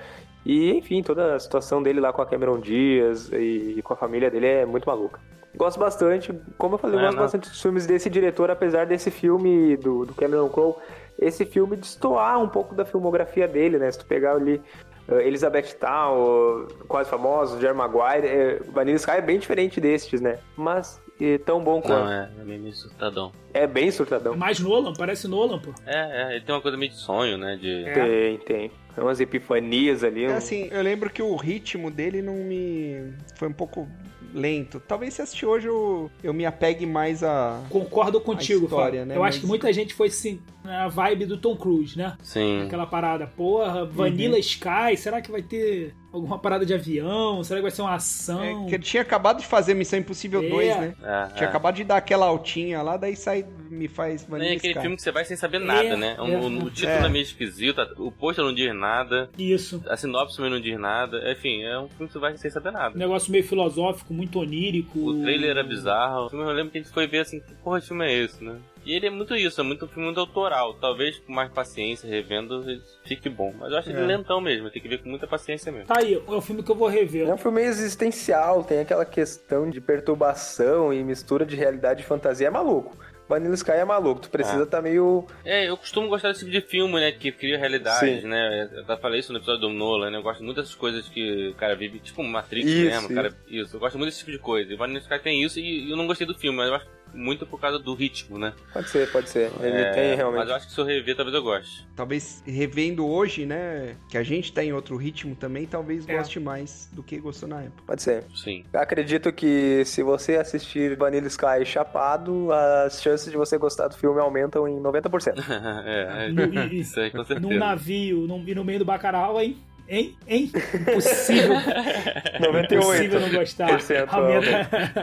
S4: E, enfim, toda a situação dele lá com a Cameron Diaz e com a família dele é muito maluca. Gosto bastante, como eu falei, eu
S1: É,
S4: gosto
S1: não.
S4: bastante dos filmes desse diretor, apesar desse filme do, do Cameron Crowe, esse filme destoar um pouco da filmografia dele, né? Se tu pegar ali eh, Elizabeth Town, eh, Quase Famosos, Jerry Maguire, eh, Vanilla Sky é bem diferente destes, né? Mas eh, tão bom quanto.
S1: Não, é, é meio meio surtadão.
S4: é. bem surtadão.
S3: Mais Nolan, parece Nolan, pô.
S1: É, é, ele tem uma coisa meio de sonho, né? De...
S3: É.
S4: Tem, tem. Tem umas epifanias ali.
S2: É
S4: um-
S2: assim, eu lembro que o ritmo dele não me. Foi um pouco lento. Talvez se assistir hoje eu, eu me apegue mais a.
S3: Concordo contigo,
S2: história,
S3: Fábio.
S2: né,
S3: Eu
S2: mas-
S3: acho que muita gente foi sim na vibe do Tom Cruise, né?
S1: Sim.
S2: Uhum.
S3: Aquela parada, porra, Vanilla Sky, será que vai ter alguma parada de avião? Será que vai ser uma ação?
S2: É, que ele tinha acabado de fazer Missão Impossível
S3: É.
S2: 2, né?
S1: Ah,
S2: Tinha
S1: ah.
S2: acabado de dar aquela altinha lá, daí sai, me faz
S1: Nem
S2: Vanilla
S1: É, aquele
S2: Sky.
S1: filme que você vai sem saber nada,
S3: É,
S1: né?
S3: é.
S1: O, o- o título
S2: É.
S1: é meio esquisito, a- o pôster não diz nada,
S3: Isso.
S1: a sinopse também não diz nada. Enfim, é um filme que você vai sem saber nada.
S3: Um negócio meio filosófico, muito onírico.
S1: O trailer era bizarro. O filme eu lembro que a gente foi ver assim, que porra de filme é esse, né? E ele é muito isso, é muito um filme muito autoral. Talvez com mais paciência, revendo, ele fique bom. Mas eu acho
S4: É.
S1: ele lentão mesmo, tem que ver com muita paciência mesmo.
S3: Tá aí, é o filme que eu vou rever.
S4: É um filme meio existencial, tem aquela questão de perturbação e mistura de realidade e fantasia. É maluco. Vanilla Sky é maluco, tu precisa tá meio.
S1: É, eu costumo gostar desse tipo de filme, né? Que cria realidades,
S4: Sim.
S1: né? Eu já falei isso no episódio do Nolan, né? Eu gosto muito dessas coisas que o cara vive, tipo Matrix
S4: Isso,
S1: mesmo. o Cara, isso, eu gosto muito desse tipo de coisa. E Vanilla Sky tem isso e eu não gostei do filme, mas eu acho muito por causa do ritmo, né?
S4: Pode ser, pode ser. Ele
S1: É,
S4: tem
S1: Mas
S4: realmente.
S1: eu acho que se eu rever, talvez eu goste.
S2: Talvez revendo hoje, né? Que a gente tá em outro ritmo também, talvez
S3: É.
S2: goste mais do que gostou na época.
S4: Pode ser.
S1: Sim.
S4: Acredito que se você assistir Vanilla Sky chapado, as chances de você gostar do filme aumentam em 90%.
S1: é,
S3: No-
S1: é,
S3: e- e-
S1: isso aí, com
S3: Num
S1: certeza.
S3: navio num- e no meio do bacarau, hein? Hein? Hein? Impossível. impossível não
S1: né?
S4: 98%.
S3: gostar. tá- Aumenta.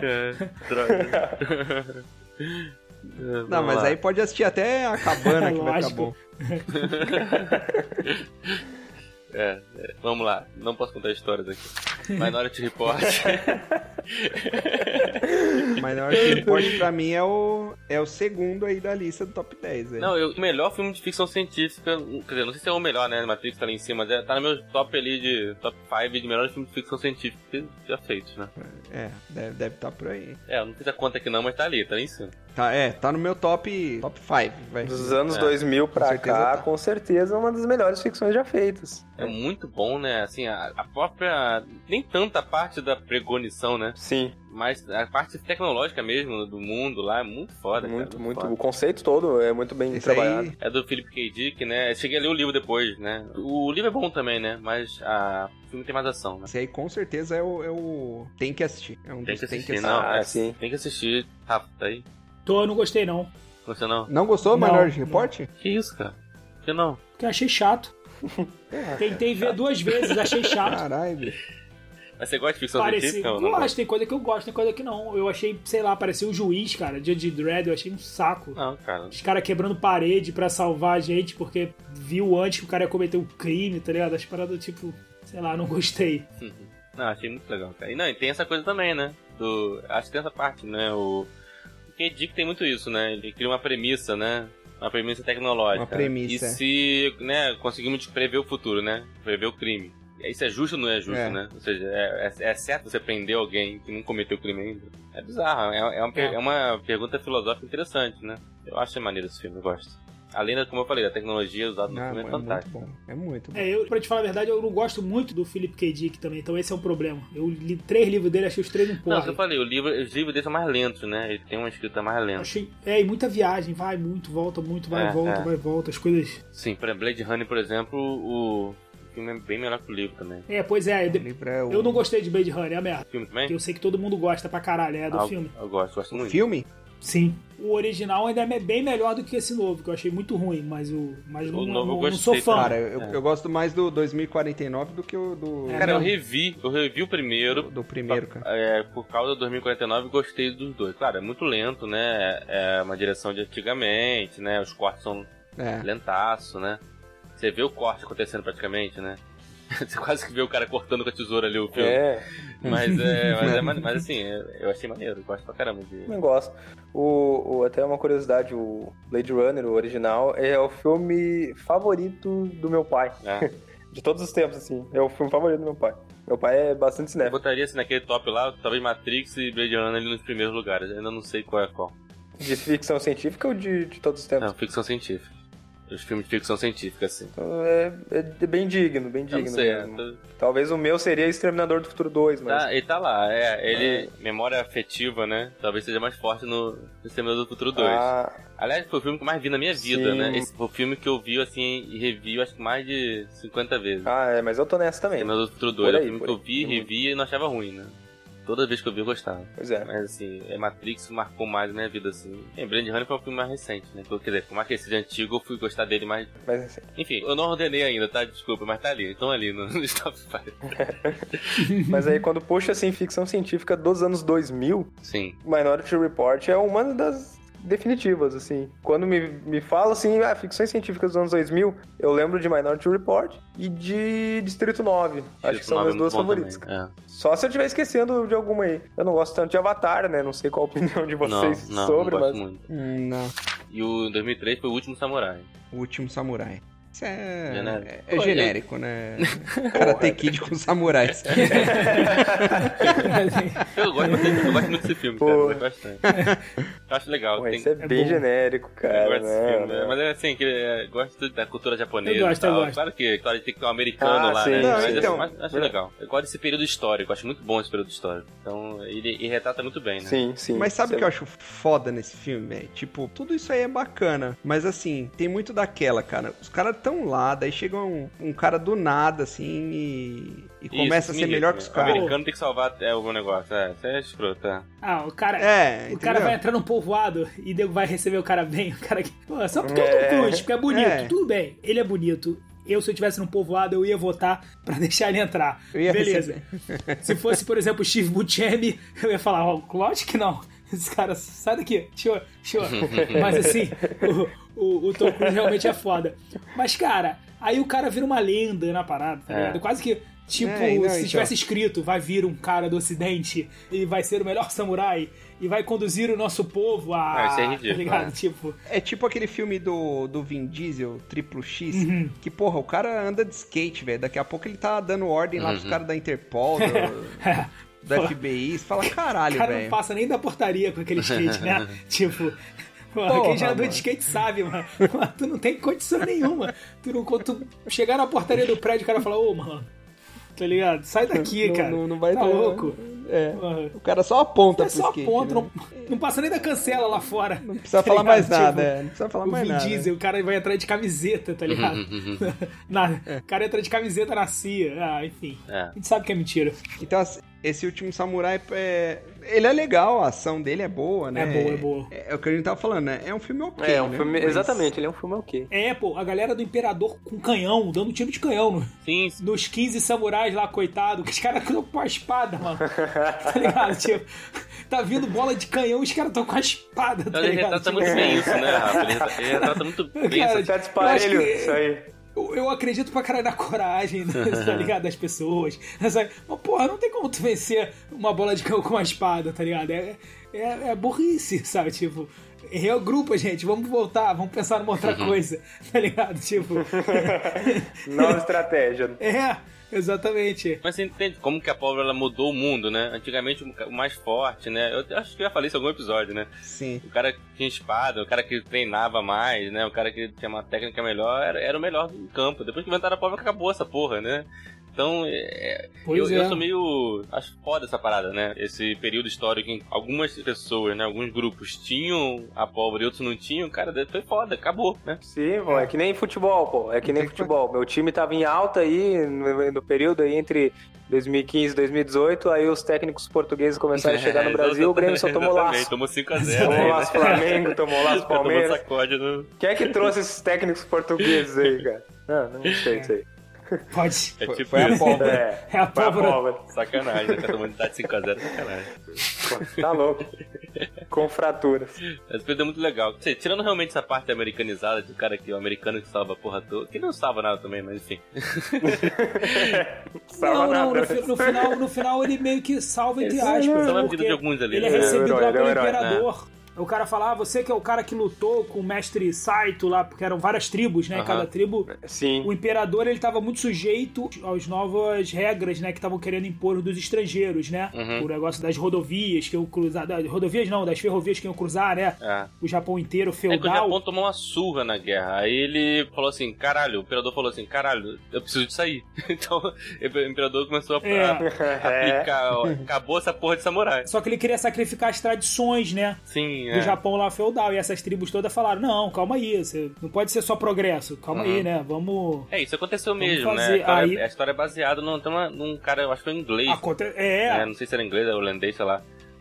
S1: É, droga. É,
S2: Não,
S1: vamos
S2: mas
S1: lá.
S2: aí pode assistir até a cabana que vai ficar
S3: Lógico.
S2: bom.
S1: É, é, vamos lá. Não posso contar histórias aqui. Minority Report.
S2: É. Minority Report pra mim é o, é o segundo aí da lista do top é. 10. Aí.
S1: Não, eu- o melhor filme de ficção científica, quer dizer, não sei se é o melhor, né? Matrix tá ali em cima, mas é- tá no meu top ali de top 5 de melhores filmes de ficção científica já feitos, né?
S2: É, deve estar tá por aí.
S1: É, eu não fiz a conta aqui não, mas tá ali, tá ali em cima.
S2: Tá, é, tá no meu top top 5, vai.
S4: Dos anos
S1: É.
S4: 2000
S2: Com
S4: pra
S2: certeza
S4: cá,
S2: tá.
S4: com certeza é uma das melhores ficções já feitas.
S1: É muito bom, né? Assim, a, a própria. Nem tanta parte da pregonição, né?
S4: Sim,
S1: Mas a parte tecnológica mesmo do mundo lá é muito foda.
S4: muito,
S1: cara,
S4: muito.
S1: foda.
S4: O conceito todo é muito bem
S2: Esse
S4: trabalhado.
S2: aí,
S1: É do Philip K. Dick, né? Cheguei a ler o livro depois, né? O livro é bom também, né? Mas a, o filme tem mais ação, né?
S2: esse aí com certeza é o, é o- tem que assistir. É um
S1: Tem
S2: dos
S1: que
S2: tem
S1: assistir,
S2: que assistir.
S1: não.
S4: Ah,
S1: é,
S4: sim.
S1: Tem que assistir. Rafa, tá aí?
S3: Tô, não gostei não.
S1: Você não?
S2: Não gostou do
S3: Não,
S2: Minority
S3: não.
S2: Report?
S1: Que isso, cara? Por que não?
S3: Porque eu achei chato. Tentei ver duas vezes, achei chato.
S2: Caralho, bicho.
S1: Mas você gosta de ficção
S3: Parece.
S1: científica ou então, não?
S3: Gosto, tem coisa que eu gosto, tem coisa que não. Eu achei, sei lá, parecia um juiz, cara. Dia de dread, eu achei um saco.
S1: Não, cara.
S3: Os caras quebrando parede pra salvar a gente porque viu antes que o cara ia cometer um crime, tá ligado? As paradas tipo, sei lá, não gostei.
S1: Não, achei muito legal, cara. E não, e tem essa coisa também, né? Do, acho que tem essa parte, né? O, o K. Dick tem muito isso, né? Ele cria uma premissa, né? Uma premissa tecnológica.
S2: Uma
S1: E
S2: premissa, é.
S1: se, né, conseguimos prever o futuro, né? Prever o crime. E aí, Isso é justo ou não é justo,
S2: É.
S1: né? Ou seja, é, é- é certo você prender alguém que não cometeu crime ainda? É bizarro, é, é uma, per-
S3: É.
S1: é uma pergunta filosófica interessante, né? Eu achei maneiro esse filme, eu gosto. Além da, como eu falei, da tecnologia usada no
S2: Não,
S1: filme é,
S2: é muito
S1: fantástica.
S2: bom. É muito bom.
S3: É, eu, pra te falar a verdade, eu não gosto muito do Philip K. Dick também, então esse é um problema. Eu li três livros dele, achei os três um
S1: Não, que eu
S3: porra.
S1: falei, o livro, os livros dele são mais lentos, né? Ele tem uma escrita mais lenta.
S3: Achei, é, e muita viagem, vai muito, volta muito, vai,
S1: É,
S3: volta,
S1: é.
S3: vai, volta, as coisas.
S1: Sim, pra Blade Runner, por exemplo, o o filme é bem melhor que o livro também.
S3: É, pois é, eu,
S2: O livro é o-
S3: eu não gostei de Blade Runner, é a merda.
S1: O filme também?
S3: Eu sei que todo mundo gosta pra caralho, é do
S1: Ah, eu-
S3: filme.
S1: Eu gosto, gosto
S2: o
S1: muito.
S2: filme?
S3: Sim. O original ainda é bem melhor do que esse novo, que eu achei muito ruim, mas o. Mas
S1: O
S3: não,
S1: novo eu
S3: não- não
S1: gostei
S3: sou fã.
S1: também.
S2: Cara, eu, eu gosto mais do 2049 do que o do,
S3: É,
S1: Cara, eu
S3: não.
S1: revi, eu revi o primeiro.
S2: do primeiro, cara.
S1: É, por causa do 2049, e gostei dos dois. Claro, é muito lento, né? É uma direção de antigamente, né? Os cortes são
S2: É.
S1: lentaço, né? Você vê o corte acontecendo praticamente, né? Você quase que vê o cara cortando com a tesoura ali o filme.
S4: É.
S1: Mas, é, mas, é mane- mas assim, é- eu achei maneiro, eu gosto pra caramba de.
S4: Não gosto. O, o- até uma curiosidade, o Blade Runner, o original, é o filme favorito do meu pai.
S1: né?
S4: De todos os tempos, assim. É o filme favorito do meu pai. Meu pai é bastante
S1: Eu
S4: cinéfilo.
S1: botaria assim, naquele top lá, talvez Matrix e Blade Runner ali nos primeiros lugares. Eu ainda não sei qual é qual.
S4: De ficção científica ou de, de todos os tempos?
S1: Não, ficção científica. Os filmes de ficção científica, assim.
S4: Então, É, é bem digno, bem
S1: Eu
S4: digno
S1: não sei.
S4: mesmo.
S1: é, tô-
S4: Talvez o meu seria Exterminador do Futuro 2, mas...
S1: Tá, ele tá lá, é. Ele. Memória afetiva, né? Talvez seja mais forte no Exterminador do Futuro 2.
S4: Ah,
S1: Aliás, foi o filme que eu mais vi na minha vida,
S4: Sim.
S1: né? Esse foi o filme que eu vi, assim, e revi, acho que mais de 50 vezes.
S4: ah, é, mas eu tô nessa também.
S1: Exterminador do Futuro
S4: Por
S1: 2. É o
S4: aí,
S1: filme
S4: por
S1: que eu
S4: aí.
S1: vi, revi e não achava ruim, né? Toda vez que eu vi, eu gostava.
S4: Pois é.
S1: Mas assim, é Matrix marcou mais a minha vida, assim. Lembrando de Honey foi um filme mais recente, né? Quer dizer, por mais que esse antigo, eu fui gostar dele mais.
S4: Mas assim,
S1: Enfim, eu não ordenei ainda, tá? Desculpa, mas tá ali. Estão ali no, no Stop Fire.
S4: Mas aí quando puxa assim ficção científica dos anos 2000,
S1: Sim.
S4: Minority Report é uma das definitivas, assim. Quando me, me fala assim, ah, ficções científicas dos anos 2000, eu lembro de Minority Report e de Distrito 9. Acho que são
S1: Nove
S4: as
S1: é
S4: duas
S1: muito bom
S4: favoritas.
S1: também. É.
S4: Só se eu estiver esquecendo de alguma aí. Eu não gosto tanto de Avatar, né? Não sei qual a opinião de vocês
S1: não, não,
S4: sobre,
S1: não gosto
S4: mas.
S1: muito.
S2: Hum, Não.
S1: E o 2003 foi o último Samurai.
S2: O Último Samurai. Isso é
S1: Genérico.
S2: é- é genérico, né? Karate Kid com samurais.
S1: Eu gosto, bastante- eu gosto muito desse filme, cara. Eu
S4: Porra.
S1: gosto bastante. Eu acho legal.
S4: Pô,
S1: tem-
S4: isso é bem
S3: bom.
S4: genérico,
S1: Eu
S4: cara.
S1: gosto desse filme, né?
S4: Né?
S1: Mas é assim, que é, gosto da cultura japonesa.
S3: Eu gosto,
S1: e tal.
S3: eu gosto.
S1: Claro que claro, tem que ter um americano
S4: Ah,
S1: lá,
S4: sim,
S1: né?
S4: sim.
S1: Mas,
S4: Então,
S1: assim, mas acho
S4: verdade.
S1: legal. Eu gosto desse período histórico, acho muito bom esse período histórico. Então, ele, ele retrata muito bem, né?
S4: Sim, sim.
S2: Mas sabe o
S4: Isso
S2: que eu acho foda nesse filme, velho? Tipo, tudo isso aí é bacana. Mas assim, tem muito daquela, cara. Os caras tão lá, daí chega um, um cara do nada, assim, e, e começa a ser
S1: sim,
S2: melhor
S3: é,
S2: que os
S1: o
S2: caras.
S1: americano tem que salvar é, algum negócio. É, isso é escroto, é.
S3: Ah, o cara.
S2: É,
S3: O cara
S2: entendeu?
S3: vai entrar num povoado e nego vai receber o cara bem. O cara que. Pô, só porque é
S4: É.
S3: o Tom Cruise, porque é bonito.
S2: É.
S3: Tudo bem, ele é bonito. Eu, se eu tivesse num povoado, eu ia votar pra deixar ele entrar.
S2: Eu ia
S3: Beleza. Se fosse, por exemplo, o Steve Buscemi, eu ia falar, ó, lógico que não. Esse cara, sai daqui. Show, show. Mas assim, o, o, o Tom Cruise realmente é foda. Mas, cara, aí o cara vira uma lenda na parada, tá
S1: É.
S3: ligado? Quase que, tipo,
S2: É, não,
S3: se
S2: então.
S3: tivesse escrito, vai vir um cara do ocidente e vai ser o melhor samurai e vai conduzir o nosso povo a...
S1: Ah, isso é ridículo,
S3: Tá ligado?
S1: né?
S3: Tipo,
S2: É tipo aquele filme do, do Vin Diesel, Triplo X,
S3: Uhum.
S2: que, porra, o cara anda de skate, velho. Daqui a pouco ele tá dando ordem lá pros
S4: Uhum.
S2: caras da Interpol, do, do FBI. Você fala,
S3: o
S2: caralho,
S3: cara não
S2: velho.
S3: passa nem da portaria com aquele skate, né? tipo... Mano,
S2: Porra,
S3: quem já andou
S2: mano.
S3: de skate sabe, mano. Mano, Tu não tem condição nenhuma. Tu não, quando tu chegar na portaria do prédio, o cara fala, ô, mano, tá ligado? Sai daqui,
S2: Não-
S3: cara.
S2: não- não vai
S3: tá
S2: ter, né?
S3: louco.
S2: É.
S3: Mano,
S2: O cara só aponta
S3: é
S2: pro
S3: só
S2: skate. né?
S3: ponto, não, não passa nem da cancela lá fora. Não
S2: precisa falar mais nada, é, não precisa falar
S3: o
S2: mais
S3: Vin
S2: nada.
S3: Diesel, o cara vai entrar de camiseta, tá ligado? Na- O cara entra de camiseta na CIA, ah, enfim.
S1: É.
S3: A gente sabe que é mentira.
S2: Então, assim, esse último samurai é. Ele é legal, a ação dele é boa, né?
S3: É boa, é boa.
S2: É, é o que a gente tava falando, né? É um filme ok.
S4: É, um
S2: né?
S4: filme,
S2: Mas-
S4: exatamente, ele é um filme ok.
S3: É, pô, a galera do Imperador com canhão, dando tiro de canhão no-
S1: Sim, sim.
S3: nos 15 samurais lá, coitado, que os caras estão com a espada, mano. tá ligado? Tipo, tá vindo bola de canhão e os caras estão com a espada, tá
S1: Então, ele
S3: ligado?
S1: retrata
S3: Tipo,
S1: muito bem isso, né, Rafa? Ele retrata- Ele retrata muito bem
S3: Cara,
S1: essa
S4: Certo
S3: Eu
S4: esparelho,
S3: acho que-
S4: isso aí.
S3: Eu, eu acredito pra caralho na coragem, né, tá ligado? Das pessoas. Sabe? Mas, porra, não tem como tu vencer uma bola de cão com uma espada, tá ligado? É, é, é burrice, sabe? Tipo, reagrupa, gente. Vamos voltar, vamos pensar numa
S1: Uhum.
S3: outra coisa, tá ligado? Tipo.
S4: Nova estratégia.
S3: é, exatamente.
S1: Mas você entende como que a pólvora ela mudou o mundo, né? Antigamente o ca- o mais forte, né? Eu acho que eu já falei isso em algum episódio, né?
S2: Sim.
S1: O cara que tinha espada, o cara que treinava mais, né? O cara que tinha uma técnica melhor, era, era o melhor do campo. Depois que inventaram a pólvora, acabou essa porra, né? Então, é,
S3: Pois
S1: eu,
S3: é.
S1: eu sou meio. Acho foda essa parada, né? Esse período histórico em que algumas pessoas, né? Alguns grupos tinham a pólvora e outros não tinham, cara, foi foda, acabou, né?
S4: Sim, pô, é que nem futebol, pô. É que nem
S2: Tem que-
S4: futebol. Meu time tava em alta aí, no, no período aí entre 2015 e 2018, aí os técnicos portugueses começaram a chegar no
S1: É,
S4: Brasil, o Grêmio só tomou
S1: exatamente,
S4: laço.
S1: Tomou 5x0.
S4: Tomou laço Flamengo, tomou laço
S1: Tomou
S4: Palmeiras.
S1: né? sacode no.
S4: Quem é que trouxe esses técnicos portugueses aí, cara? Não, não sei isso aí.
S3: Pode.
S1: É
S2: Foi,
S1: tipo
S2: foi a
S1: isso.
S2: pólvora.
S4: É,
S3: É a
S4: foi a
S3: pólvora.
S4: pólvora.
S1: Sacanagem, né? Cada humanidade 5x0 sacanagem.
S4: Pô, Tá louco. Com fraturas.
S1: Esse período é muito legal. Quer dizer, tirando realmente essa parte americanizada do cara que o americano que salva a porra toda, que não salva nada também, mas enfim.
S4: Salva
S3: não, não,
S4: nada.
S3: no, fi- no final, no final ele meio que salva entre
S1: é um
S3: aspas.
S1: salva
S3: né?
S1: a vida
S3: porque
S1: de alguns ali,
S3: Ele é
S1: né?
S3: recebido
S4: Ele é um
S3: lá
S4: herói,
S3: pelo
S4: ele é um herói,
S3: imperador. O cara fala, ah, você que é o cara que lutou com o mestre Saito lá, porque eram várias tribos, né?
S1: Aham.
S3: Cada tribo.
S4: Sim.
S3: O imperador, ele tava muito sujeito às novas regras, né? Que estavam querendo impor dos estrangeiros, né?
S1: Uhum.
S3: O negócio das rodovias que iam cruzar... das rodovias não, das ferrovias que iam cruzar, né?
S1: É.
S3: O Japão inteiro,
S1: É que o
S3: feudal.
S1: Japão tomou uma surra na guerra. Aí ele falou assim: caralho, o imperador falou assim: caralho, eu preciso de sair. Então o imperador começou a,
S3: É.
S1: a aplicar. ó, Acabou essa porra de samurai.
S3: Só que ele queria sacrificar as tradições, né?
S1: Sim, Sim,
S3: do
S1: é.
S3: Japão lá feudal. E essas tribos todas falaram: não, calma aí, você não pode ser só progresso, calma aí, né? Vamos.
S1: É, isso aconteceu
S3: Vamos
S1: mesmo, né? A
S3: fazer.
S1: história,
S3: Aí-
S1: a história é baseada num, tem uma- num cara, eu acho que é um inglês.
S3: Aconte... É,
S1: né? Não sei se era inglês, era holandês, sei lá.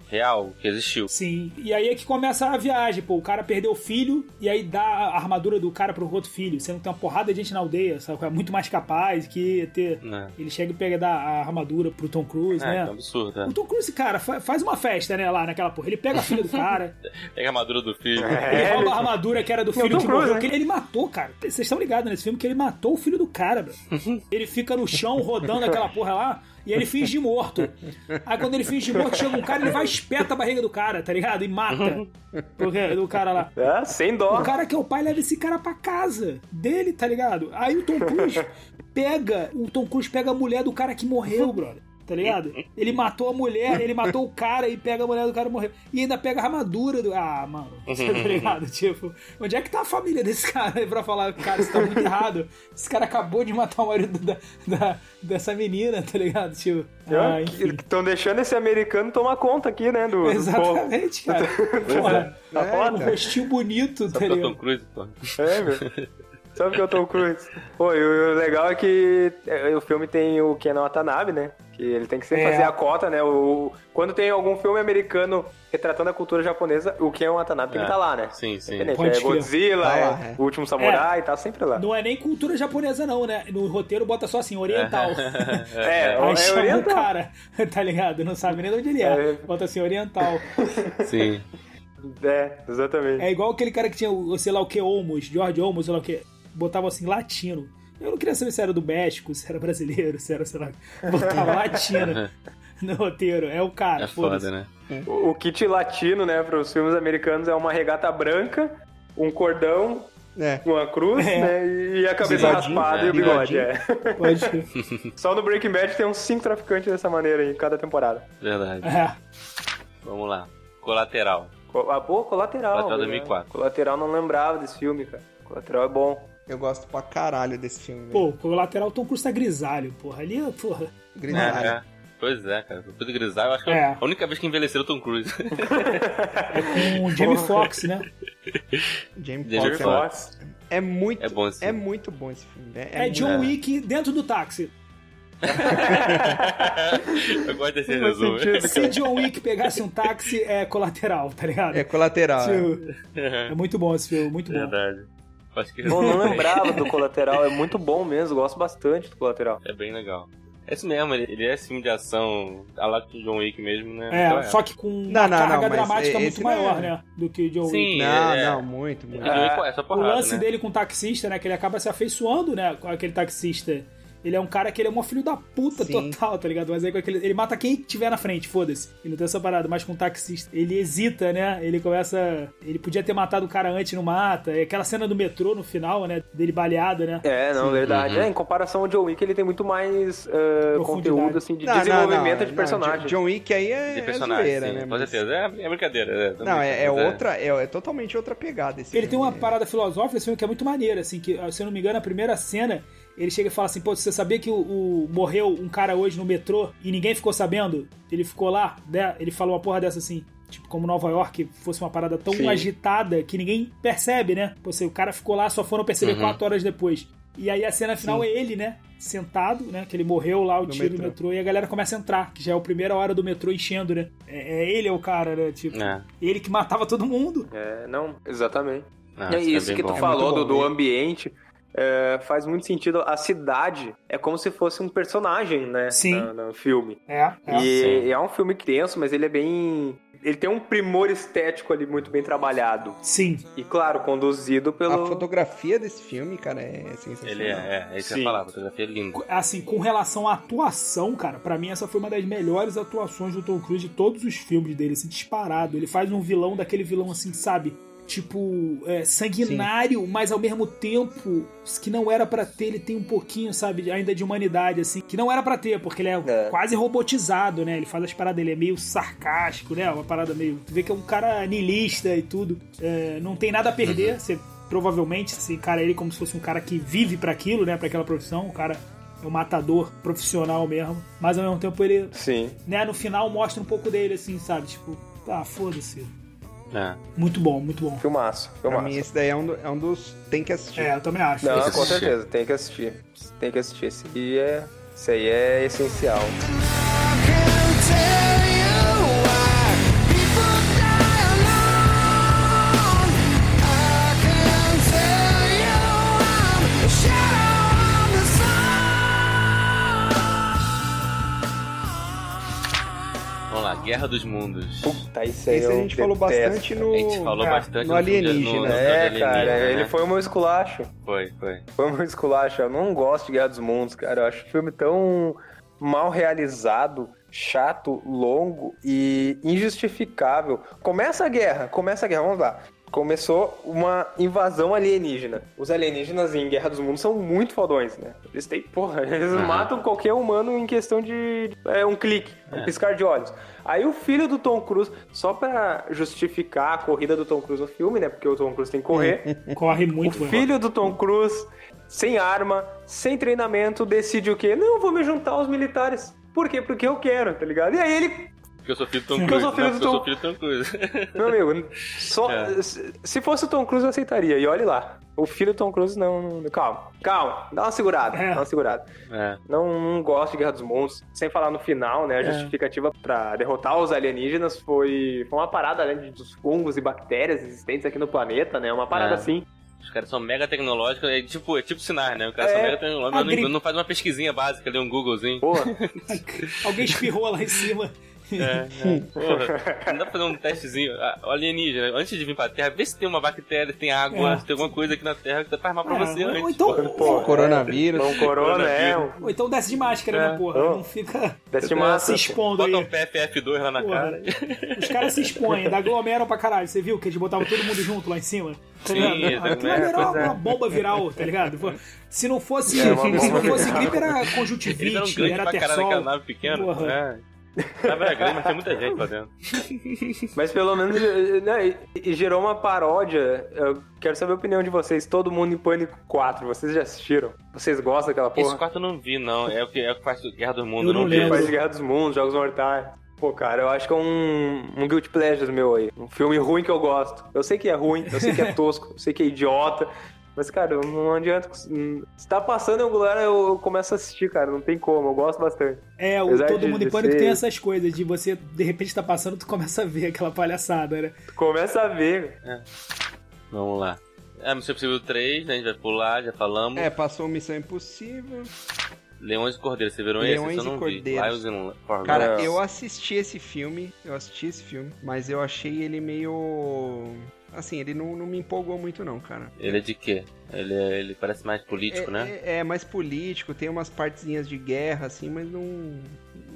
S1: Real, que existiu.
S3: Sim, e aí é que começa a viagem, pô. O cara perdeu o filho e aí dá a armadura do cara pro outro filho, sendo que tem uma porrada de gente na aldeia, sabe? É muito mais capaz que ia ter.
S1: Né?
S3: Ele chega e pega da a armadura pro Tom Cruise,
S1: É,
S3: né?
S1: que absurdo.
S3: O
S1: né?
S3: Tom Cruise, cara, fa- faz uma festa, né, lá naquela porra. Ele pega a filha do cara,
S1: Pega a armadura do filho.
S4: É,
S3: ele rouba
S4: ele-
S3: a armadura que era do
S4: Não,
S3: filho
S4: Tom
S3: que
S4: Cruise,
S3: morreu.
S4: né?
S3: que ele, ele matou, cara. Vocês estão ligados nesse filme que ele matou o filho do cara, bro.
S4: Uhum.
S3: Ele fica no chão rodando aquela porra lá e ele finge de morto. Aí quando ele finge de morto, chega um cara, ele vai e espeta a barriga do cara, tá ligado? E mata o do cara lá.
S4: Ah, sem dó.
S3: O cara que é o pai leva esse cara pra casa dele, tá ligado? Aí o Tom Cruise pega, o Tom Cruise pega a mulher do cara que morreu, brother. Tá ligado? Ele matou a mulher, ele matou o cara e pega a mulher do cara e morreu. E ainda pega a armadura do. Ah, mano. Tá ligado? Tipo, onde é que tá a família desse cara aí pra falar, cara, isso tá muito errado. Esse cara acabou de matar o marido da, da- dessa menina, tá ligado? Tipo. Ah, enfim.
S4: Estão deixando esse americano tomar conta aqui, né? Do, do povo.
S3: Exatamente, cara. Porra,
S4: Tá foda?
S3: um rostinho bonito,
S1: Só
S3: tá
S1: porque é o Tom
S3: ligado?
S1: Cruise, pô.
S4: É, meu. Sabe que eu tô Cruise? Pô, e o e o legal é que é, o filme tem o Kenan Watanabe, né? Que ele tem que sempre
S3: É.
S4: fazer a cota, né? O, quando tem algum filme americano retratando a cultura japonesa, o Kenan Watanabe tem que
S1: É.
S4: estar tá lá, né?
S1: Sim, sim.
S4: Independente,
S3: Pode
S4: é
S3: crer.
S4: Godzilla,
S2: Tá
S4: é
S2: lá, é.
S4: O Último Samurai, tá sempre lá.
S3: Não é nem cultura japonesa, não, né? No roteiro bota só assim, oriental.
S4: É,
S3: Aí
S4: é
S3: chama o
S4: oriental.
S3: cara, tá ligado? Não sabe nem de onde ele é.
S4: É.
S3: Bota assim, oriental.
S1: Sim.
S4: É, exatamente.
S3: É igual aquele cara que tinha, o- sei lá o que, Olmos, George Olmos, sei lá o que, botava assim, latino. Eu não queria saber se era do México, se era brasileiro, se era, sei lá, botava latino no roteiro. É o cara,
S4: Tá
S1: É foda,
S3: foda-se.
S1: né?
S4: O, o kit latino, né, pros filmes americanos é uma regata branca, um cordão,
S2: É.
S4: uma cruz,
S3: É.
S4: né? E a cabeça
S2: Bigodinho,
S4: raspada
S1: né?
S4: e o bigode,
S2: Bigodinho.
S4: é.
S3: Pode crer.
S4: Só no Breaking Bad tem uns 5 traficantes dessa maneira aí, em cada temporada.
S1: Verdade.
S3: É.
S1: Vamos lá. Colateral.
S4: Co- Ah, boa, Colateral.
S1: Colateral
S4: né?
S1: 2004.
S4: Colateral não lembrava desse filme, cara. Colateral é bom.
S2: Eu gosto pra caralho desse filme. velho.
S3: Pô, o lateral Tom Cruise tá grisalho, porra. Ali, porra.
S2: Grisalho.
S1: É, é. Pois é, cara. Tudo grisalho. Acho que
S3: É.
S1: é a única vez que envelheceu o Tom Cruise.
S3: Com o Jamie Foxx, né?
S2: Jamie
S1: Jamie
S2: Foxx.
S1: Foxx.
S2: é-
S4: Fox.
S2: É muito,
S1: É bom esse
S2: é
S1: filme.
S2: muito bom esse filme. né?
S3: É John
S1: É.
S3: Wick dentro do táxi.
S1: Eu gosto desse
S4: Não faz
S1: resumo.
S4: sentido.
S3: Se John Wick pegasse um táxi, é colateral, tá ligado?
S2: É colateral. né?
S3: Tipo, É muito bom esse filme, muito bom.
S1: Uhum. É Verdade. Acho que
S4: Bom, não lembrava do Colateral, é muito bom mesmo, gosto bastante do Colateral.
S1: É bem legal. É isso mesmo, ele, ele é esse filme de ação a lá com o John Wick mesmo, né? Então,
S3: É, só que com
S2: Não,
S3: uma
S2: não,
S3: carga
S2: não, mas
S3: dramática
S2: é-
S3: muito
S2: esse não é-
S3: maior, né? Do que John Wick.
S1: Sim,
S2: Não,
S1: é, é.
S2: não, muito,
S1: O
S2: muito.
S1: John Wick é só porrada,
S3: o lance
S1: né?
S3: dele com o taxista, né? Que ele acaba se afeiçoando, né? Com aquele taxista. Ele é um cara que ele é um filho da puta
S2: Sim.
S3: total, tá ligado? Mas aí com aquele. Ele mata quem tiver na frente, foda-se. Ele não tem essa parada, mas com o taxista. Ele hesita, né? Ele começa. Ele podia ter matado o cara antes, não mata. É aquela cena do metrô no final, né? Dele baleado, né?
S4: É, não, verdade. É, em comparação ao John Wick, ele tem muito mais ah,
S3: Profundidade.
S4: conteúdo, assim, de
S2: Não, não,
S4: desenvolvimento
S2: não,
S4: de
S2: não,
S4: personagem.
S2: John Wick aí
S1: De
S2: é, é
S1: personagem,
S2: zoeira,
S1: sim,
S2: né?
S1: com
S2: mas-
S1: certeza. É, é brincadeira. É, também,
S2: Não, é, é
S1: mas
S2: outra, é, é totalmente outra pegada esse
S3: Ele tem uma
S2: filme. né?
S3: parada filosófica esse filme que é muito maneira, assim, que, se eu não me engano, a primeira cena, ele chega e fala assim, pô, você sabia que o, o- morreu um cara hoje no metrô e ninguém ficou sabendo? Ele ficou lá, né? Ele falou uma porra dessa assim, tipo, como Nova York fosse uma parada tão
S4: Sim.
S3: agitada que ninguém percebe, né? Pô, se o cara ficou lá, só foram perceber
S4: Uhum.
S3: quatro horas depois. E aí a cena final é ele, né? Sentado, né? Que ele morreu lá, o
S2: No
S3: tiro no
S2: metrô.
S3: metrô, e a galera começa a entrar, que já é a primeira hora do metrô enchendo, né? É, é ele é o cara, né? Tipo,
S1: É.
S3: ele que matava todo mundo.
S4: É, não, exatamente.
S1: Ah,
S4: é isso
S1: bem
S4: que tu
S1: bom.
S4: falou
S2: É muito
S4: do,
S2: bom
S4: do
S2: mesmo.
S4: ambiente. é, faz muito sentido. A cidade é como se fosse um personagem, né?
S3: Sim.
S4: na- No, filme.
S3: É, é.
S4: e é um filme denso, mas ele é bem. Ele tem um primor estético ali muito bem trabalhado.
S3: Sim.
S4: E claro, conduzido
S2: A
S4: pelo.
S2: fotografia desse filme, cara, é sensacional.
S1: Ele é, é, isso que
S4: Sim.
S1: eu falava, fotografia é linda.
S3: Assim, com relação à atuação, cara, pra mim essa foi uma das melhores atuações do Tom Cruise de todos os filmes dele, assim, disparado. Ele faz um vilão daquele vilão, assim, sabe? Tipo, é, sanguinário, mas ao mesmo tempo que não era pra ter, ele tem um pouquinho, sabe, ainda de humanidade, assim, que não era pra ter, porque ele é,
S4: É.
S3: quase robotizado, né? Ele faz as paradas, ele é meio sarcástico, né? Uma parada meio. Tu vê que é um cara niilista e tudo. É, não tem nada a perder,
S4: Uhum.
S3: você provavelmente se encara ele como se fosse um cara que vive pra aquilo, né? Pra aquela profissão, um cara é um matador profissional mesmo. Mas ao mesmo tempo ele,
S4: Sim.
S3: né, no final mostra um pouco dele, assim, sabe? Tipo, ah, foda-se.
S1: É.
S3: Muito bom, muito bom.
S4: Filmaço,
S2: Pra
S1: Então,
S4: filmaço.
S2: mim, esse daí é um, do- é um dos. Tem que assistir.
S3: É, eu também acho.
S4: Não,
S1: Tem que
S4: com
S1: assistir.
S4: certeza, tem que assistir. Tem que assistir. Esse aí é, esse aí é essencial.
S1: Vamos lá, Guerra dos Mundos.
S4: Puta, isso aí
S2: Esse a
S4: eu
S2: gente falou
S4: detesto.
S2: bastante no.
S1: A gente falou
S3: é,
S1: bastante
S2: no alienígena.
S1: no- no-
S4: É,
S1: no
S4: cara,
S1: alienígena,
S4: ele
S1: né?
S4: foi um esculacho.
S1: Foi, foi.
S4: Foi um esculacho. Eu não gosto de Guerra dos Mundos, cara. Eu acho o filme tão mal realizado, chato, longo e injustificável. Começa a guerra, começa a guerra, vamos lá. Começou uma invasão alienígena. Os alienígenas em Guerra dos Mundos são muito fodões, né? Eles têm, porra, eles
S1: Uhum.
S4: matam qualquer humano em questão de é, um clique, um piscar de olhos. Aí o filho do Tom Cruise, só pra justificar a corrida do Tom Cruise no filme, né? Porque o Tom Cruise tem que correr
S3: Corre muito,
S4: o
S3: mano.
S4: filho do Tom Cruise, sem arma, sem treinamento, decide o quê? Não, vou me juntar aos militares. Por quê? Porque eu quero, tá ligado? E aí ele,
S1: Porque eu sou filho do Tom
S3: Porque
S1: Cruise.
S4: eu sou filho
S1: Não,
S4: do
S1: porque eu sou
S4: Tom-
S1: filho do Tom Cruise.
S4: meu amigo, só,
S1: É.
S4: se se fosse o Tom Cruise eu aceitaria, e olhe lá. O filho do Tom Cruise não, não- calma, calma, dá uma segurada,
S3: É.
S4: dá uma segurada.
S1: É.
S4: Não, não gosto de Guerra dos Mundos, sem falar no final, né, a justificativa pra derrotar os alienígenas foi, foi uma parada, né, de- dos fungos e bactérias existentes aqui no planeta, né, uma parada
S1: É.
S4: assim.
S1: Os caras são mega tecnológicos, é tipo, é tipo Sinar, né? O cara são
S4: É.
S1: mega tecnológico, mas
S3: Agri-
S1: não, não faz uma pesquisinha básica ali, um Googlezinho.
S4: Porra,
S3: Alguém espirrou lá em cima.
S1: É, Porra, não dá pra fazer um testezinho. Ah, o alienígena, antes de vir pra Terra, vê se tem uma bactéria, se tem água,
S3: É.
S1: se tem alguma coisa aqui na Terra que faz mal pra
S3: É,
S1: você
S3: ou- ou
S1: antes.
S3: então-
S1: porra.
S4: Pô,
S2: coronavírus.
S4: Não, corona, é. um-
S3: Ou então desce de máscara, né, porra?
S4: Oh.
S3: Não fica
S4: Desce de
S3: eh,
S4: máscara,
S3: se expondo aí.
S1: Bota um PFF2 lá na
S3: Porra.
S1: cara.
S3: Os caras se expõem, ainda aglomeram pra caralho. Você viu que eles botavam todo mundo junto lá em cima? Tá ligado?
S1: Sim,
S3: Aquilo
S1: exatamente.
S3: ali era
S4: Pois é.
S3: uma bomba viral, tá ligado? Pô, Se não fosse,
S4: É, uma bomba
S3: se não fosse
S4: viral.
S3: gripe, era
S1: Eles eram
S3: conjuntivite,
S1: grandes
S3: era
S1: pra caralho daquela
S3: tersol.
S1: nave pequena.
S3: Porra.
S1: É. A nave era grande, mas tem muita gente lá dentro.
S4: Mas pelo menos né, e- e gerou uma paródia. Eu quero saber a opinião de vocês. Todo mundo em Pânico 4. Vocês já assistiram? Vocês gostam daquela
S1: Esse
S4: porra?
S1: quarto eu não vi, não. É o que, é o que faz Guerra do Mundo,
S3: Eu não
S1: vi.
S3: lembro.
S4: Faz Guerra dos Mundos, Jogos Mortais. Pô, cara, eu acho que é um, um guilty pleasure meu aí. Um filme ruim que eu gosto. Eu sei que é ruim, eu sei que é tosco, eu sei que é idiota. Mas, cara, não adianta. hum, Se tá passando em algum lugar, eu, eu começo a assistir, cara. Não tem como, eu gosto bastante.
S3: É, o
S4: Apesar
S3: Todo
S4: de-
S3: Mundo em
S4: de
S3: Pânico
S4: ser-
S3: tem essas coisas de você, de repente, tá passando, tu começa a ver aquela palhaçada, né?
S4: Começa a ver.
S1: Vamos lá. É, Missão Impossível 3, né? A gente vai pular, já falamos.
S2: É, passou Missão Impossível.
S1: Leões e Cordeiros, vocês viram esse? Esse
S2: Leões
S1: eu
S2: e
S1: não vi.
S2: Cordeiros.
S1: Lions and Cordeiros.
S2: Cara,
S4: Nossa.
S2: eu assisti esse filme, eu assisti esse filme, mas eu achei ele meio. Assim, ele não, não me empolgou muito, não, cara.
S1: Ele é de quê? Ele, é- ele parece mais político,
S2: é,
S1: né?
S2: é, é mais político, tem umas partezinhas de guerra, assim, mas não.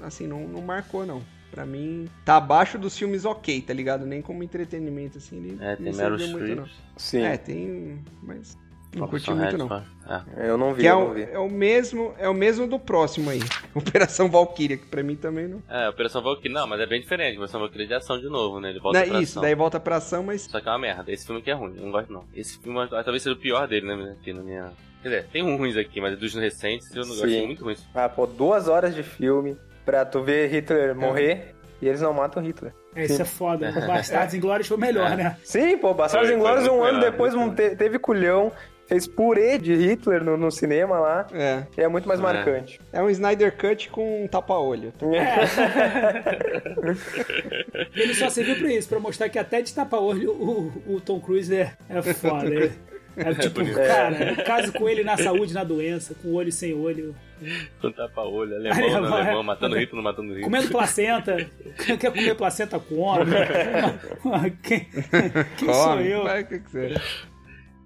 S2: Assim, não, não marcou, não. Pra mim, tá abaixo dos filmes ok, tá ligado? Nem como entretenimento, assim, ele
S1: É, tem
S2: não
S1: Meryl
S2: serviu muito, não.
S1: Streep.
S4: Sim.
S2: É, tem. Mas. Não curti
S1: Tom
S2: muito,
S1: Hanks,
S2: não.
S1: Ah,
S4: Eu não vi,
S2: Que é,
S4: eu não
S2: o,
S4: vi.
S2: é o mesmo, é o mesmo do próximo aí. Operação Valkyria, que pra mim também não.
S1: É, Operação Valkyrie. Não, mas é bem diferente. Operação Valkyrie é de ação de novo, né? Ele volta
S2: Não, é
S1: pra
S2: isso,
S1: ação.
S2: daí volta pra ação, mas.
S1: Só que é uma merda. Esse filme que é ruim. Eu não gosto, não. Esse filme ah, talvez seja o pior dele, né? Aqui na minha... Quer dizer, tem um ruins aqui, mas dos recentes eu não gosto.
S4: Sim.
S1: É muito ruim. esse
S4: Ah, pô, duas horas de filme pra tu ver
S1: É.
S4: Hitler morrer e eles não matam Hitler.
S3: É, isso é foda. O Bastardos Inglórios foi melhor,
S1: É.
S3: né?
S4: Sim, pô,
S1: Foi,
S4: Bastardos
S1: foi
S4: Inglórios um
S1: muito
S4: ano
S1: melhor,
S4: depois
S1: muito
S4: um te- teve culhão, fez purê de Hitler no, no cinema lá.
S2: É.
S4: E é muito mais
S1: É.
S4: marcante.
S2: É um Snyder Cut com um tapa-olho.
S3: Ele só serviu pra isso, pra mostrar que até de tapa-olho o, o Tom Cruise é, é foda. É, é tipo,
S1: bonito.
S3: cara, no caso com ele na saúde, na doença, com olho sem olho,
S1: filme. Tapa-olho, alemão,
S3: Alemão,
S1: não
S3: é.
S1: alemão, matando rico, não matando rico.
S3: comendo placenta. Quem Quer comer placenta, come. Quem, quem sou eu?
S2: Vai, o que quiser.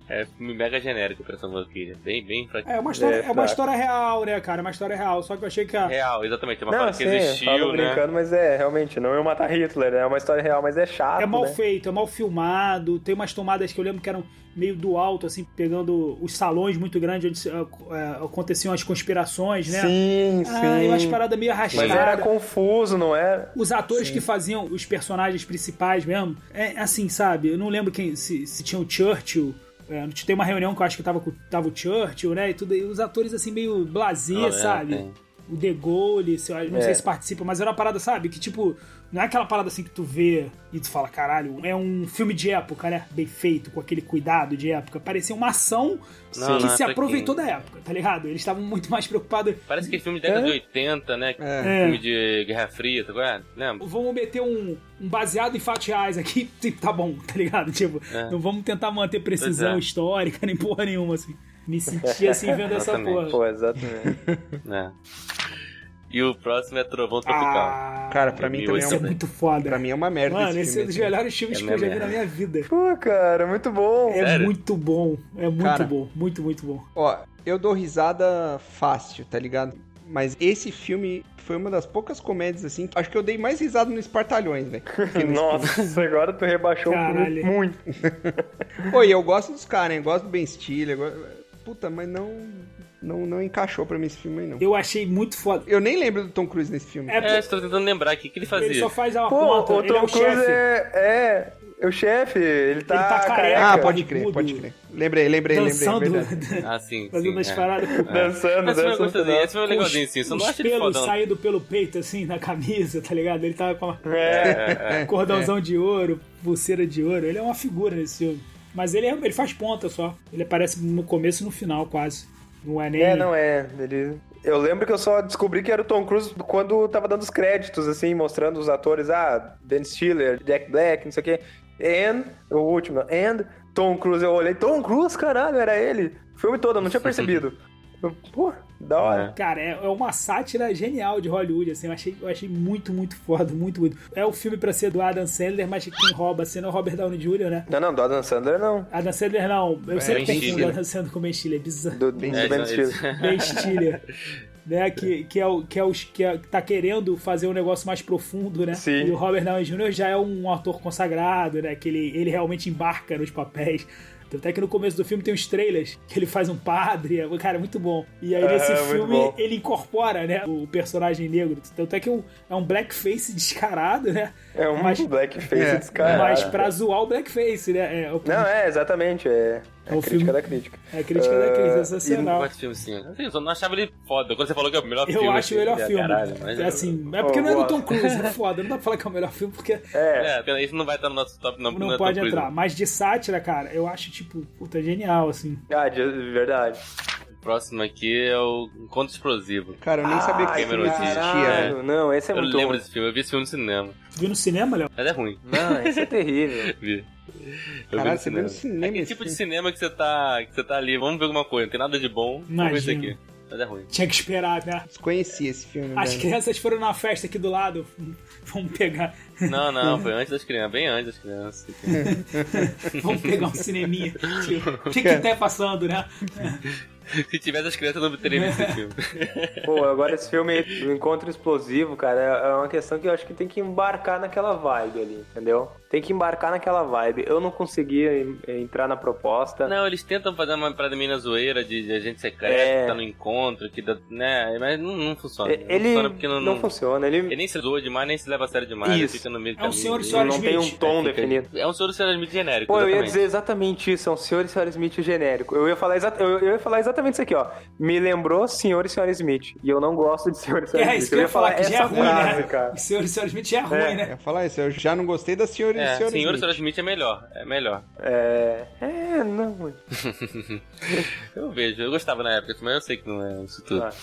S1: É filme mega genérico, Operação Valkyrie. Bem, bem fraquinho.
S3: É uma, história,
S4: É,
S3: é uma
S4: fraco.
S3: história real, né, cara? É uma história real. Só que eu achei que a,
S1: Real, exatamente. É uma
S4: Não,
S1: parada que
S4: sim, falo
S1: existiu, né?
S4: brincando, mas é, realmente, não eu matar Hitler, é uma história real, mas é chato,
S3: É mal
S4: né?
S3: feito, é mal filmado. Tem umas tomadas que eu lembro que eram meio do alto, assim, pegando os salões muito grandes onde se- ah, ah, aconteciam as conspirações, né?
S4: Sim, sim.
S3: Ah, e umas paradas meio
S4: Mas era
S3: arrastadas.
S4: confuso, não
S1: É,
S4: é? era?
S3: Os atores que faziam os personagens principais mesmo, é assim, sabe? Eu não lembro quem se, se tinha o Churchill. é, tem uma reunião que eu acho que tava, com- tava o Churchill, né? E tudo, e os atores assim meio blasé,
S1: Ah, é,
S3: sabe?
S1: tem.
S3: o The Goal, se, eu não
S4: É.
S3: sei se participa, mas era uma parada, sabe? Que tipo, não é aquela parada assim que tu vê e tu fala, caralho, é um filme de época, né? Bem feito, com aquele cuidado de época. Parecia uma ação
S1: Não, é
S3: que
S1: não,
S3: se
S1: até
S3: aproveitou
S1: que-
S3: da época, tá ligado? Eles estavam muito mais preocupados.
S1: Parece que é filme de década
S3: É.
S1: de 80, né?
S2: É.
S1: Filme de Guerra Fria, tá ligado? Lembra?
S3: Vamos meter um, um baseado em fatos reais aqui, tipo, tá bom, tá ligado? Tipo,
S1: É.
S3: não vamos tentar manter precisão
S1: é.
S3: histórica, nem porra nenhuma, assim. Me senti assim vendo essa
S1: Exatamente.
S3: porra.
S4: Pô, exatamente.
S1: É. E o próximo é Trovão Tropical.
S3: Ah,
S2: Cara, pra mim também é,
S3: isso é
S2: um,
S3: muito foda.
S2: pra mim é uma merda
S3: Mano, esse é um
S2: esse
S3: dos
S2: filme.
S3: melhores filmes
S1: É
S3: que eu já vi
S1: mesmo,
S3: na
S1: é.
S3: minha vida.
S4: Pô, cara, muito bom.
S3: É
S1: Sério?
S3: muito bom, é muito
S2: Cara.
S3: bom, muito, muito bom.
S2: Ó, eu dou risada fácil, tá ligado? Mas esse filme foi uma das poucas comédias, assim, que acho que eu dei mais risada no Espartalhões, velho.
S4: Nossa, agora tu rebaixou o filme
S3: Caralho.
S4: muito.
S2: Pô, e eu gosto dos caras, hein? Gosto do Ben Stiller. eu gosto- Puta, mas não, não, não encaixou pra mim esse filme aí, não. Eu...
S3: Eu achei muito foda.
S2: nem lembro do Tom Cruise nesse filme.
S3: É,
S1: É, estou tentando lembrar aqui. O que ele
S3: porque ele
S1: fazia?
S3: só faz a
S4: Pô,
S3: ponta,
S4: o
S3: ele é
S4: Tom
S3: o
S4: Cruise
S3: chefe.
S4: é, é, é o chefe, ele tá,
S3: Ele tá careca.
S2: ah,
S3: cara,
S2: pode crer,
S3: mudo.
S2: pode crer. Lembrei, lembrei,
S3: Dançando,
S2: lembrei. é verdade.
S1: Ah, sim.
S3: fazendo
S1: sim
S3: umas
S1: é.
S3: paradas com
S4: dançando,
S1: Esse filme é
S4: dançando.
S1: gostosinho, esse filme é legalzinho, sim. Você não
S3: os
S1: acha ele
S3: pelos
S1: fodão.
S3: saindo pelo peito, assim, na camisa, tá ligado? Ele tá com uma
S4: É,
S3: cordãozão de ouro, pulseira de ouro. Ele é uma figura nesse filme. Mas ele, é, ele faz ponta só. Ele aparece no começo e no final, quase. Não é nem.
S4: é, não é. Ele... Eu lembro que eu só descobri que era o Tom Cruise quando tava dando os créditos, assim, mostrando os atores, ah, Ben Stiller, Jack Black, não sei o quê. And, o último, and Tom Cruise. Eu olhei, Tom Cruise, caralho, era ele. O filme todo, eu não tinha percebido. Eu, Pô, da hora.
S3: Cara, é, é uma sátira genial de Hollywood, assim. Eu achei, eu achei muito, muito foda, muito, muito. É o filme pra ser do Adam Sandler, mas quem rouba a cena é o Robert Downey Jr., né?
S4: Não, não, do Adam Sandler, não.
S3: Adam Sandler não. Eu sempre
S1: É, Ben
S3: confundo
S1: Stiller.
S3: Adam Sandler com o Ben Stiller. É bizarro.
S4: Do, do Ben,
S1: É, isso-
S4: Stiller.
S1: isso-
S3: Ben Stiller. Né, que, que, é o, que, é os, que, é- que tá querendo fazer um negócio mais profundo, né?
S4: Sim.
S3: E o Robert Downey Jr. já é um ator consagrado, né? Que ele, ele realmente embarca nos papéis. Tanto até que no começo do filme tem os trailers que ele faz um padre, é- cara, é muito bom. E aí
S4: É,
S3: nesse
S4: muito
S3: filme
S4: bom.
S3: ele incorpora, né, o personagem negro. Tanto é que é um, é um blackface descarado, né?
S4: É um
S3: Mas-
S4: blackface
S2: É.
S4: descarado.
S3: Mas pra zoar o blackface, né? É, o-
S4: Não, é, exatamente. É, é
S3: É o
S4: a crítica
S3: filme-
S4: da crítica.
S3: é a crítica da crítica,
S4: Ah,
S1: Eu
S3: sensacional.
S1: gosto de filme, sim. Assim, eu só não achava ele foda. Quando você falou que é o melhor
S3: Eu
S1: filme.
S3: acho o melhor
S1: assim,
S3: filme.
S1: Caralho, mas...
S3: é assim, é porque
S4: Pô,
S3: não é do
S4: boa.
S3: Tom Cruise, é foda. Não dá pra falar que é o melhor filme, porque
S4: É,
S1: É, pena, isso não vai estar no nosso top, não. é
S3: não,
S1: no
S3: pode
S1: top
S3: entrar. Mas de sátira, cara, eu acho, tipo, puta, genial, assim.
S4: ah, de verdade.
S1: O próximo aqui é o Encontro Explosivo.
S2: Cara, eu nem sabia que esse filme
S1: Cameron Diaz.
S2: existia.
S1: Ah,
S2: velho.
S4: Caralho, não, esse é
S1: eu
S4: muito
S1: lembro
S4: ruim.
S1: desse filme, eu vi esse filme no cinema.
S3: Tu viu no cinema, Léo?
S1: Mas é ruim.
S4: Não, esse é terrível.
S1: Vi. Eu
S2: Caralho, você
S1: vi
S2: viu
S1: no cinema.
S2: no cinema
S1: Que
S2: esse
S1: tipo de
S2: filme?
S1: cinema que você tá, que você tá ali? Vamos ver alguma coisa, não tem nada de bom. Vamos ver isso
S3: Imagina.
S1: aqui. Mas é ruim.
S3: Tinha que esperar, né?
S2: Desconheci esse filme,
S3: As
S2: velho.
S3: crianças foram na festa aqui do lado. Vamos pegar.
S1: Não, não, foi antes das crianças, bem antes das crianças.
S3: Vamos pegar um cineminha. Tipo, o que que tá passando, né?
S1: Se tivesse as crianças, eu não teria visto esse filme.
S4: Pô, agora esse filme, o Encontro Explosivo, cara, é uma questão que eu acho que tem que embarcar naquela vibe ali, entendeu? Tem que embarcar naquela vibe. Eu não conseguia em- entrar na proposta.
S1: Não, eles tentam fazer uma parada meio na zoeira de, de agente secreto
S4: É.
S1: que tá no encontro, que dá, né? Mas não, não funciona.
S4: E-
S1: Não
S4: Ele
S1: funciona porque não, não-
S4: funciona, ele,
S1: Ele nem se zoa demais, nem se leva a sério demais.
S4: Isso.
S1: Ele fica no meio do
S3: É um
S1: caminho.
S3: senhor e
S1: Ele
S3: senhora
S4: não tem um
S3: Smith.
S4: tom
S1: fica-
S4: definido.
S1: É um senhor e senhora Smith genérico.
S4: Pô, eu ia
S1: exatamente.
S4: dizer exatamente isso, é um senhor e senhora Smith genérico. Eu ia falar, exa eu, eu ia falar exatamente isso aqui, ó. Me lembrou senhor e senhora Smith. E eu não gosto de senhor e senhora
S3: É,
S4: Smith.
S3: isso que eu ia falar, que já é
S4: essa
S3: ruim,
S4: frase,
S3: né?
S4: cara.
S3: O senhor e senhora Smith já é ruim,
S4: É.
S2: Eu
S3: né?
S2: ia falar isso, eu já não gostei da senhora
S1: É,
S2: e
S1: senhor
S2: senhora.
S1: e senhora
S2: Smith.
S1: Smith é melhor. É melhor.
S4: É. É, não.
S1: Eu vejo, eu gostava na época, mas eu sei que não é isso tudo.
S4: Ah.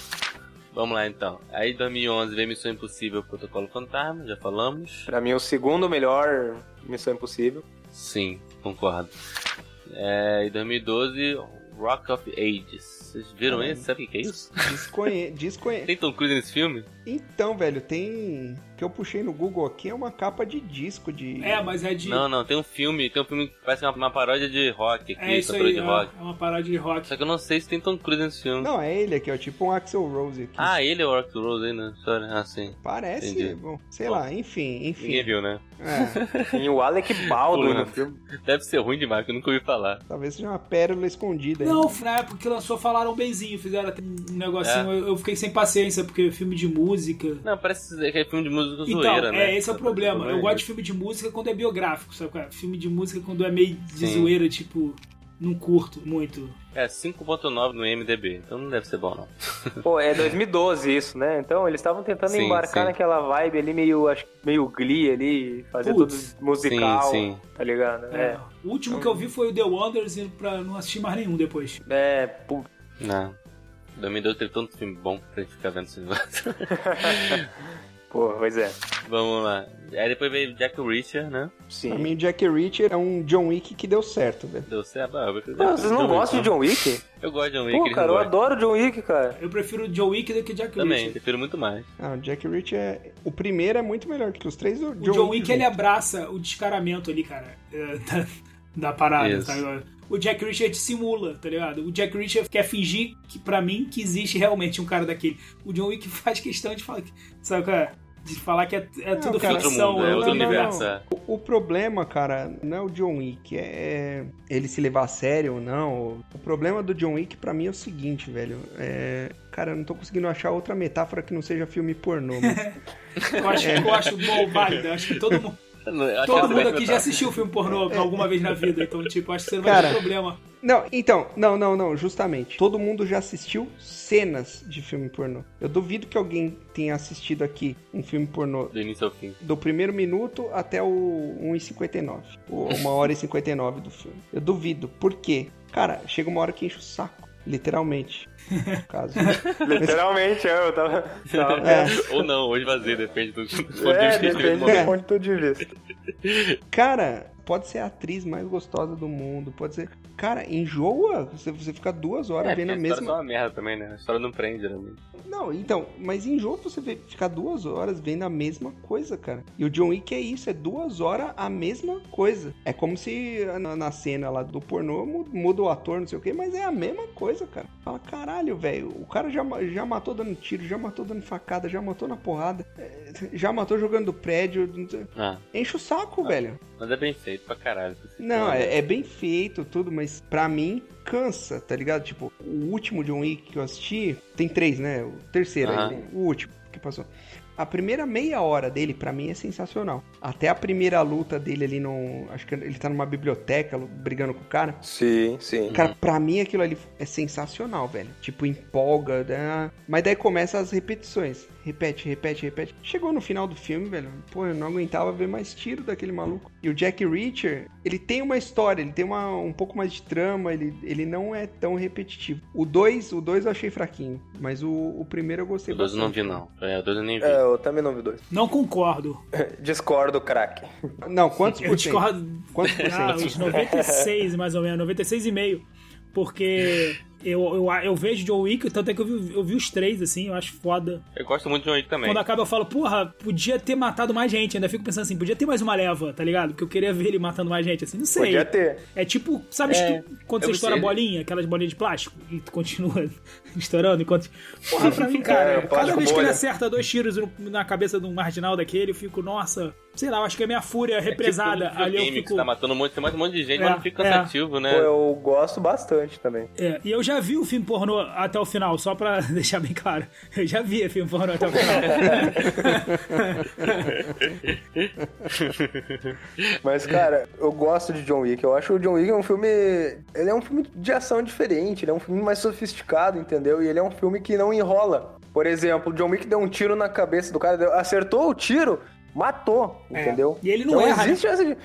S1: Vamos lá então. Aí em 2011 veio Missão Impossível Protocolo Fantasma, já falamos.
S4: Pra mim, o segundo melhor Missão Impossível.
S1: Sim, concordo. É, em 2012, Rock of Ages. Vocês viram isso? Sabe o que que é isso?
S2: Desconhe... Desconhe...
S1: Tem Tom Cruise nesse filme?
S2: Então, velho, tem. O que eu puxei no Google aqui é uma capa de disco de.
S3: É, mas é de.
S1: Não, não, tem um filme, tem um filme que parece uma, uma paródia de rock aqui,
S3: é isso
S1: cantora
S3: aí,
S1: de
S3: é
S1: rock.
S3: é uma parada de rock.
S1: Só que eu não sei se tem Tom Cruise nesse filme.
S2: Não, é ele aqui, ó. Tipo um Axel Rose aqui.
S1: Ah, ele é o Rock Rose aí, né? Sorry. Ah, sim.
S2: Parece.
S1: entendi.
S2: Bom, sei
S1: Bom.
S2: lá, enfim,
S1: Ninguém
S2: enfim.
S1: viu, né?
S2: É,
S4: Tem o Alec Baldwin no
S1: Pô,
S4: filme.
S1: Deve ser ruim demais, que eu nunca ouvi falar.
S2: talvez seja uma pérola escondida aí.
S3: Não, na época que lançou, falaram benzinho, fizeram até um negocinho.
S1: É.
S3: Eu, eu fiquei sem paciência, porque filme de música.
S1: Não, parece que é filme de música
S3: Então,
S1: zoeira, né?
S3: é, esse é o problema. Eu gosto de filme de música quando é biográfico, sabe? qual é? Filme de música quando é meio de
S1: Sim.
S3: zoeira, tipo. não curto muito.
S1: É 5.9 no MDB, então não deve ser bom, não.
S4: Pô, é 2012 isso, né? Então eles estavam tentando
S1: Sim,
S4: embarcar
S1: sim.
S4: naquela vibe ali, meio, acho, que meio glee ali, fazer
S3: Putz.
S4: tudo musical,
S1: Sim, sim.
S4: tá ligado?
S3: É,
S4: É,
S3: O último que eu vi foi o The Wonders e pra não assistir mais nenhum depois.
S4: é, pu-
S1: Não. 2012 teve tanto filme bom pra gente ficar vendo esses negócios.
S4: pô, pois é.
S1: Vamos lá. Aí depois veio Jack Reacher, né?
S2: Pra
S4: Sim.
S2: mim, o Jack Reacher é um John Wick que deu certo, velho.
S1: Deu certo. Ah, eu prefiro-
S4: Pô, vocês não
S1: John Wick,
S4: gostam de
S1: né?
S4: John Wick?
S1: Eu gosto de John Wick.
S4: Pô,
S1: eles
S4: cara,
S1: não
S4: eu
S1: gostam.
S4: adoro John Wick, cara.
S3: Eu prefiro John Wick do que Jack
S1: Também,
S3: Reacher.
S1: prefiro muito mais.
S2: Ah, o Jack Reacher é... O primeiro é muito melhor que os três. O
S3: O John Wick, né? ele é
S2: junto.
S3: abraça o descaramento ali, cara, é, da, da parada,
S1: Isso.
S3: tá ligado? O Jack Reacher dissimula, tá ligado? O Jack Reacher quer fingir, que pra mim, que existe realmente um cara daquele. O John Wick faz questão de falar, que- sabe, cara, de falar que é, é tudo
S2: cara,
S1: Outro
S3: ficção.
S1: mundo, é
S3: eu-
S1: outro
S2: não, não,
S1: universo. é.
S2: O, o problema, cara, não é o John Wick, é ele se levar a sério ou não. O problema do John Wick pra mim é o seguinte, velho. É, cara, eu não tô conseguindo achar outra metáfora que não seja filme pornô. mas-
S3: Eu acho, eu acho bom, válido. Eu acho que todo mundo,
S1: Eu não- eu achava
S3: todo mundo
S1: bem
S3: aqui já
S1: legal.
S3: assistiu filme pornô
S1: É.
S3: alguma vez na vida, então, tipo, eu acho que você não vai
S2: Cara,
S3: ter problema.
S2: não, então, não, não, não, justamente. Todo mundo já assistiu cenas de filme pornô. Eu duvido que alguém tenha assistido aqui um filme pornô
S1: Do início ao fim.
S2: do primeiro minuto até o 1h59. Ou 1 hora e 59 do filme. Eu duvido. Por quê? Cara, chega uma hora que enche o saco. Literalmente. No caso.
S4: Literalmente, eu tava. tava
S2: É.
S1: Ou não, hoje vazio, depende do do ponto
S4: Tá, É,
S1: de vista.
S4: depende
S1: mesmo.
S4: do ponto de vista.
S2: Cara, pode ser a atriz mais gostosa do mundo. Pode ser. Cara, enjoa. Você, você fica duas horas
S1: É, porque
S2: vendo
S1: a
S2: a
S1: história
S2: mesma.
S1: é uma merda também, né? A história não prende, geralmente.
S2: Não, então, mas enjoa você ver- ficar duas horas vendo a mesma coisa, cara. E o John Wick é isso, é duas horas a mesma coisa. É como se na, na cena lá do pornô mu- muda o ator, não sei o quê, mas é a mesma coisa, cara. Fala, caralho, velho, o cara já, ma- já matou dando tiro, já matou dando facada, já matou na porrada, eh, já matou jogando do prédio. não sei-
S1: Ah,
S2: Enche o saco, velho.
S1: mas é bem feito pra caralho.
S2: Não, é, é bem feito tudo, mas pra mim cansa, tá ligado? Tipo, o último John Wick que eu assisti, tem três, né? O terceiro, aí,
S1: Aham.
S2: o último que passou. A primeira meia hora dele, pra mim, é sensacional. Até a primeira luta dele ali no. Acho que ele tá numa biblioteca brigando com o cara.
S4: Sim, sim.
S1: Uhum.
S2: Cara, pra mim aquilo ali é sensacional, velho. Tipo, empolga. né? Mas daí começa as repetições. Repete, repete, repete. Chegou no final do filme, velho. Pô, eu não aguentava ver mais tiro daquele maluco. E o Jack Reacher, ele tem uma história, ele tem uma, um pouco mais de trama, ele, ele não é tão repetitivo. O 2, o 2 eu achei fraquinho. Mas o, o primeiro eu gostei
S1: O 12 eu não
S2: bastante.
S1: vi, não. É, o 12 eu nem vi.
S4: É, eu também não vi dois.
S3: Não concordo.
S4: Discordo, craque.
S2: Não, quantos
S3: Eu
S2: por cento?
S3: discordo.
S2: Quantos por
S3: Ah,
S2: cento?
S3: uns 96, mais ou menos, 96,5. Porque eu, eu, eu vejo John Wick, tanto é que eu vi, eu vi os três, assim, eu acho foda.
S1: Eu gosto muito de John Wick também.
S3: Quando acaba, eu falo, porra, podia ter matado mais gente. Ainda fico pensando assim, podia ter mais uma leva, tá ligado? Porque eu queria ver ele matando mais gente, assim, não sei.
S4: Podia ter.
S3: É tipo, sabe
S1: É,
S3: que- quando
S1: eu
S3: você estoura a
S1: sei.
S3: bolinha, aquelas bolinhas de plástico, e tu continua estourando enquanto. Porra, pra mim, cara,
S4: É, o
S3: cada
S4: plástico
S3: vez que ele
S4: bolha.
S3: acerta dois tiros no- na cabeça de um marginal daquele, eu fico, nossa, sei lá, eu acho que é minha fúria represada.
S1: tipo um
S3: Ali eu
S1: videogame que
S3: fico.
S1: Tá matando um monte, tem mais um monte de gente,
S3: É,
S1: mas não fica
S3: é.
S1: cansativo, né?
S4: Pô, eu gosto bastante também.
S3: É, e eu já vi o filme pornô até o final, só pra deixar bem claro. Eu já vi o filme pornô até o final.
S4: Mas, cara, eu gosto de John Wick. Eu acho o John Wick é um filme. Ele é um filme de ação diferente, ele é um filme mais sofisticado, entendeu? E ele é um filme que não enrola. Por exemplo, o John Wick deu um tiro na cabeça do cara, deu- acertou o tiro, matou, entendeu?
S3: É, E
S4: Então
S3: ele não erra, né?
S4: existe essa de-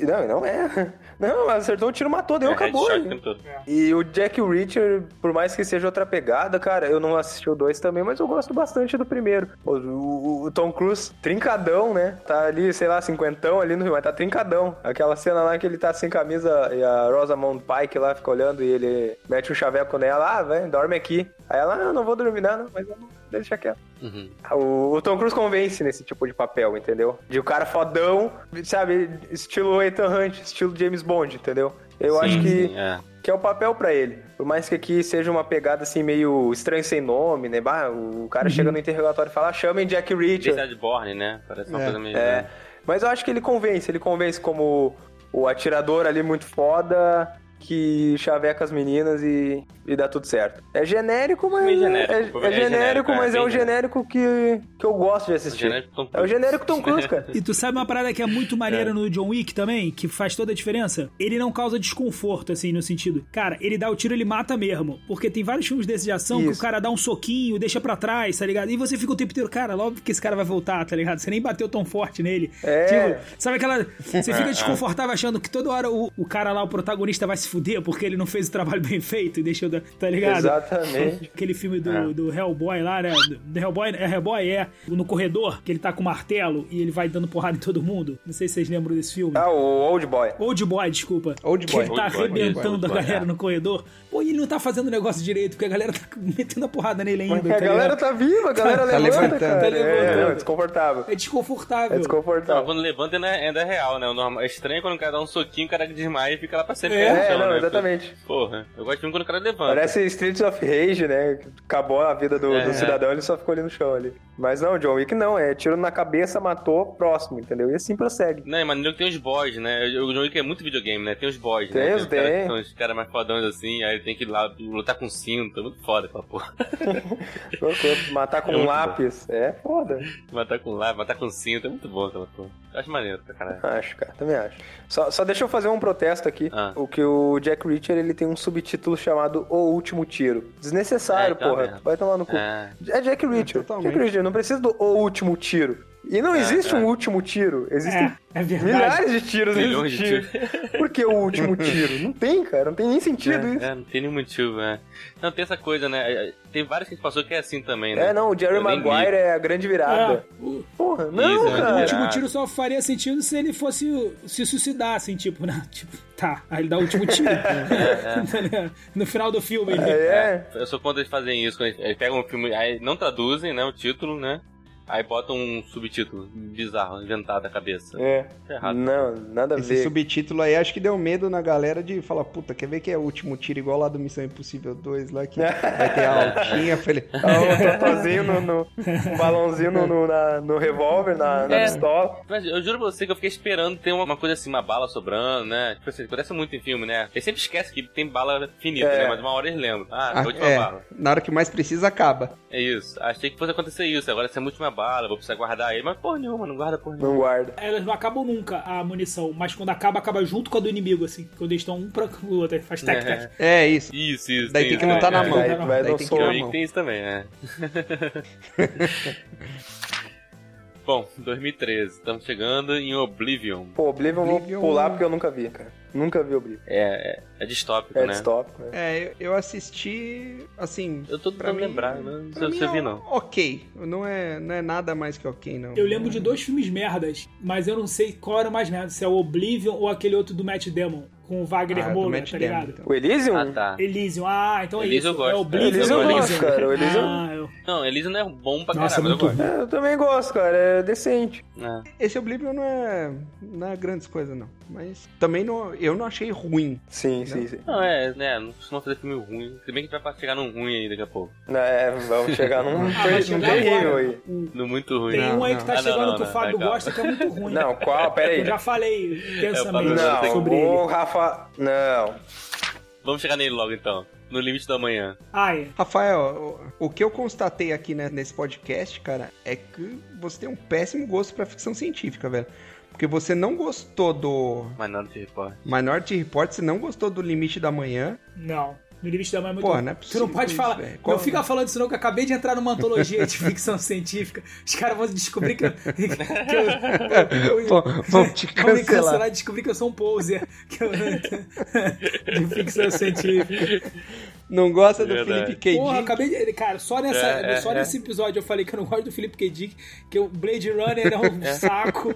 S4: Não, não é. Não, acertou o tiro, matou, deu,
S1: É
S4: acabou. né?
S1: headshot o tempo todo.
S4: E o Jack Reacher, por mais que seja outra pegada, cara, eu não assisti o dois também, mas eu gosto bastante do primeiro. O, o- o Tom Cruise, trincadão, né? Tá ali, sei lá, cinquentão ali no Rio, mas tá trincadão. Aquela cena lá que ele tá sem camisa e a Rosamund Pike lá fica olhando e ele mete um chaveco nela, ah, vem, dorme aqui. Aí ela, ah, eu não vou dormir, não, não, mas eu não, deixa quieto.
S1: Uhum.
S4: O, o Tom Cruise convence nesse tipo de papel, entendeu? De o cara fodão, sabe? Estilo Ethan Hunt, estilo James Bond, entendeu? Eu
S1: Sim,
S4: acho que
S1: sim, é.
S4: que é o papel pra ele. Por mais que aqui seja uma pegada assim meio estranho sem nome, né? Bah, o cara
S2: Uhum.
S4: chega no interrogatório e fala, "Ah, chamem Jack Reacher.
S1: Identidade Borne, né? Parece uma
S2: É.
S1: coisa meio.
S4: É. Mas eu acho que ele convence, ele convence como o atirador ali muito foda. que chaveca as meninas e, e dá tudo certo. É genérico, mas.
S1: Meio genérico,
S4: é,
S1: um pouco-
S4: é
S1: é
S4: genérico,
S1: genérico,
S4: mas
S1: é,
S4: é, o
S1: bem
S4: genérico que, que eu gosto de assistir.
S1: genérico Tom
S4: é o
S1: Cruise.
S4: genérico Tom Cruise, cara.
S3: E tu sabe uma parada que é muito maneira no John Wick também, que faz toda a diferença? Ele não causa desconforto, assim, no sentido. Cara, ele dá o tiro, ele mata mesmo. Porque tem vários filmes desses de ação que o
S4: Isso.
S3: cara dá um soquinho, deixa pra trás, tá ligado? E você fica o tempo inteiro, cara, logo que esse cara vai voltar, tá ligado? Você nem bateu tão forte nele.
S4: É.
S3: Tipo, sabe aquela. Você fica desconfortável achando que toda hora o, o cara lá, o protagonista, vai se fuder porque ele não fez o trabalho bem feito e deixou. da- Tá ligado?
S4: Exatamente.
S3: Aquele filme do, do Hellboy lá, né? Do- Do Hellboy, é Hellboy, é. No corredor, que ele tá com martelo e ele vai dando porrada em todo mundo. Não sei se vocês lembram desse filme.
S4: Ah, o Old Boy.
S3: Old Boy, desculpa.
S2: Old
S3: que
S2: Boy.
S3: ele tá
S1: Old Boy,
S3: arrebentando
S1: isso, Old
S3: a
S1: Boy,
S3: galera
S1: é.
S3: no corredor. Pô, e ele não tá fazendo o negócio direito, porque a galera tá metendo a porrada nele ainda.
S4: a
S3: tá
S4: galera
S3: ligado?
S4: tá viva, a galera
S2: tá
S4: levanta,
S2: levantando,
S4: cara.
S2: tá
S4: É,
S3: levantando.
S4: não, é desconfortável.
S3: É desconfortável.
S4: É
S1: Não,
S4: desconfortável.
S1: quando levanta ainda é, ainda é real, né? O normal, é estranho quando o cara dá um soquinho, o cara desmaia e fica lá pra sempre.
S3: É,
S1: no
S4: É,
S1: chão,
S4: não,
S1: né?
S4: exatamente.
S1: Porra, eu gosto de um quando o cara levanta.
S4: Parece Streets of Rage, né? Acabou a vida do,
S1: É,
S4: do
S1: é.
S4: cidadão, ele só ficou ali no chão ali. Mas não, John Wick não, é tiro na cabeça, matou, próximo, entendeu? E assim prossegue.
S1: Não, mas no que tem os boys, né? O John Wick é muito videogame, né? Tem os boys,
S4: Tem,
S1: né? os caras
S4: tem.
S1: que são os caras mais fodões assim, aí tem que ir lá lutar com cinto, é muito foda essa porra.
S4: Loucura. Matar com
S1: É
S4: um
S1: muito
S4: lápis, é foda.
S1: matar com lá, matar com cinto, é muito bom aquela porra. Eu Acho maneiro pra caralho.
S4: Acho, cara, também acho. Só, só deixa eu fazer um protesto aqui.
S1: Ah.
S4: O que o Jack Reacher, ele tem um subtítulo chamado O Último Tiro. Desnecessário,
S1: É, tá
S4: porra.
S1: mesmo.
S4: Vai tomar no cu.
S1: É.
S4: É Jack Reacher.
S2: totalmente.
S4: Jack Reacher, não precisa do O Último Tiro. E não existe
S1: é.
S4: um último tiro. um Existem
S3: É, é verdade.
S4: milhares de tiros
S1: Milhões
S4: nesse
S1: de
S4: tiro. Por que o último tiro? Não tem, cara. Não tem nem sentido isso.
S1: É, é, não tem nenhum motivo, é. Não, tem essa coisa, né? É, Tem vários que a gente passou que é assim também, né?
S4: É, não, o Jerry
S1: Eu nem li.
S4: Maguire é a grande virada.
S3: É, o,
S4: Porra, não,
S1: Isso, é
S3: o
S4: cara.
S1: verdade.
S3: último tiro só faria sentido se ele fosse se suicidar, assim, tipo, né? Tipo, tá, aí ele dá o último tiro. Tá no final do filme. ele-
S4: É,
S1: Eu sou contra eles fazerem isso. Quando eles- eles pegam um filme, aí não traduzem, né? O título, né? Aí botam um subtítulo bizarro, inventado da cabeça.
S4: é.
S1: Tá errado.
S4: Não, nada a
S2: Esse
S4: ver.
S2: subtítulo aí acho que deu medo na galera de falar, puta, quer ver que é o último tiro igual lá do Missão Impossível 2, lá que vai ter a altinha. Falei,
S4: Ah, um totozinho no, no- um balãozinho no, no, na- no revólver, na, na
S1: É.
S4: pistola.
S1: Mas eu juro pra você que eu fiquei esperando ter uma, uma coisa assim, uma bala sobrando, né? Tipo assim, acontece muito em filme, né? Eles sempre esquecem que tem bala finita,
S4: É.
S1: né? Mas uma hora eles lembram. Ah, é a última
S2: é,
S1: bala.
S2: na hora que mais precisa, acaba.
S1: É isso. Achei que fosse acontecer isso. Agora essa é a última bala, vou precisar guardar ele. Mas porra nenhuma, não guarda porra nenhuma.
S4: Não guarda.
S3: Elas não acabam nunca a munição, mas quando acaba, acaba junto com a do inimigo, assim. Quando eles estão um pra com o outro, aí faz tac, tac.
S2: É isso.
S1: Isso, isso.
S2: Daí tem que lutar
S1: isso,
S2: na
S1: é.
S2: mão.
S4: Daí tu vai
S2: Daí
S4: no
S2: tem que
S4: soco.
S2: ir na
S1: Eu
S2: mão.
S1: que tem isso também, né? Bom, 2013, estamos chegando em Oblivion.
S4: Pô, Oblivion eu vou
S2: Oblivion-
S4: pular porque eu nunca vi, cara. Nunca vi Oblivion.
S1: É, é, é distópico,
S4: É
S1: né?
S4: distópico, né?
S2: É, eu, eu assisti, assim...
S1: Eu tô
S2: pra
S1: tentando
S2: mim-
S1: lembrar, né? não
S2: pra
S1: sei
S2: mim
S1: se eu
S2: é
S1: vi não.
S2: Ok, não é, não é nada mais que ok, não. Ah,
S3: Eu lembro de dois filmes merdas, mas eu não sei qual era o mais merda, se é o Oblivion ou aquele outro do Matt Damon, com o Wagner
S2: Ah, do
S3: Moura,
S2: Matt
S3: tá
S2: Damon,
S3: ligado?
S2: então.
S4: O Elysium?
S1: Ah, tá.
S3: Elysium, ah, então é
S1: Elysium
S3: isso.
S1: eu gosto.
S3: É Oblivion.
S1: Elysium
S4: eu
S3: é
S4: gosto, cara, o Elysium-
S3: Ah, eu...
S1: Não, Elysium não é bom pra caralho, mas
S3: Nossa,
S1: eu
S3: muito
S1: gosto.
S4: É, Eu também gosto, cara. É decente.
S1: É.
S2: Esse Oblivion não é, não é grandes coisas, não. Mas também não, eu não achei ruim.
S4: Sim, sim, sim.
S1: Não, é, né? Não costuma fazer filme ruim. Se bem que vai pra- chegar num ruim aí daqui a pouco.
S4: É, vamos chegar num,
S3: Ah, vai
S4: num
S3: chegar
S4: terrível
S3: agora.
S4: aí.
S3: O-
S1: No muito ruim.
S3: Tem um aí que tá
S1: Ah, não,
S3: chegando
S1: não,
S3: que o
S1: não, É,
S3: Fábio
S1: não, calma.
S3: gosta que é muito ruim.
S4: Não, qual? Pera aí.
S3: Eu já falei intensamente
S1: Eu falo-
S4: Não,
S3: sobre
S4: o
S3: ele.
S4: Rafa... Não.
S1: Vamos chegar nele logo então. No limite da manhã.
S3: Ah, é.
S2: Rafael, o, o que eu constatei aqui né, nesse podcast, cara, é que você tem um péssimo gosto pra ficção científica, velho. Porque você não gostou do
S1: Mas nada de repórter.
S2: Minority Report, você não gostou do Limite da Manhã.
S3: Não. No limite da mãe é muito
S2: Porra,
S3: ruim.
S2: não é
S3: Tu não
S2: possível
S3: pode
S2: isso,
S3: falar.
S2: velho.
S3: não
S2: Qual-
S3: fica falando isso, não, que eu acabei de entrar numa antologia de ficção científica. Os caras vão descobrir que eu. que eu- que eu-
S2: Vão- vão te
S3: vão me
S2: cancelar.
S3: cancelar e descobrir que eu sou um poser. Que eu, de ficção científica.
S2: Não gosta do
S1: Verdade.
S2: Felipe K.
S3: Porra,
S2: Dick?
S3: acabei de. Cara, só, nessa,
S1: É, é,
S3: só
S1: é.
S3: nesse episódio eu falei que eu não gosto do Felipe K. Dick, que o Blade Runner é um saco.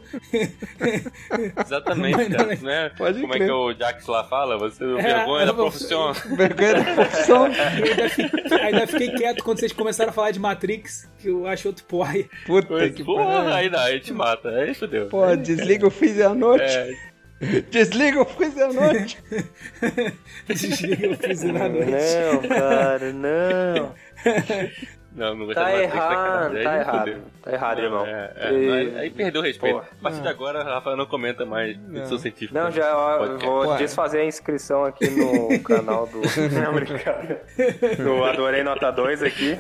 S3: Mas
S1: Exatamente,
S3: não,
S1: cara.
S3: mas-
S1: Né?
S2: Pode
S1: Como é
S2: crer.
S1: que o Jax lá fala? Você é,
S3: eu
S1: vergonha da
S3: vou-
S1: profissão.
S2: Vergonha da profissão.
S3: Eu ainda, fi- ainda fiquei quieto quando vocês começaram a falar de Matrix, que eu acho outro porra.
S2: Puta
S1: Mas,
S2: que
S1: Porra,
S2: pariu.
S1: aí dá, aí te mata. Aí fodeu.
S2: Pô, desliga o Fiz à noite.
S1: É,
S2: Desliga o Fiz à noite.
S4: É, né?
S3: Desliga o fuzil na noite.
S4: Não, cara, não.
S1: Não, não gostei
S4: Tá
S1: de Matrix,
S4: errado,
S1: sacanagem.
S4: tá
S1: Aí me fudeu.
S4: errado. Tá errado, irmão.
S1: É, é,
S4: E-
S1: aí- Aí perdeu o respeito.
S4: Pô.
S1: A partir de agora, a Rafa não comenta mais ficção científica.
S4: Não, já ó, eu
S1: Podcast.
S4: vou
S6: Ué.
S4: desfazer a inscrição aqui no canal do. Não, brincadeira. Eu adorei nota 2 aqui.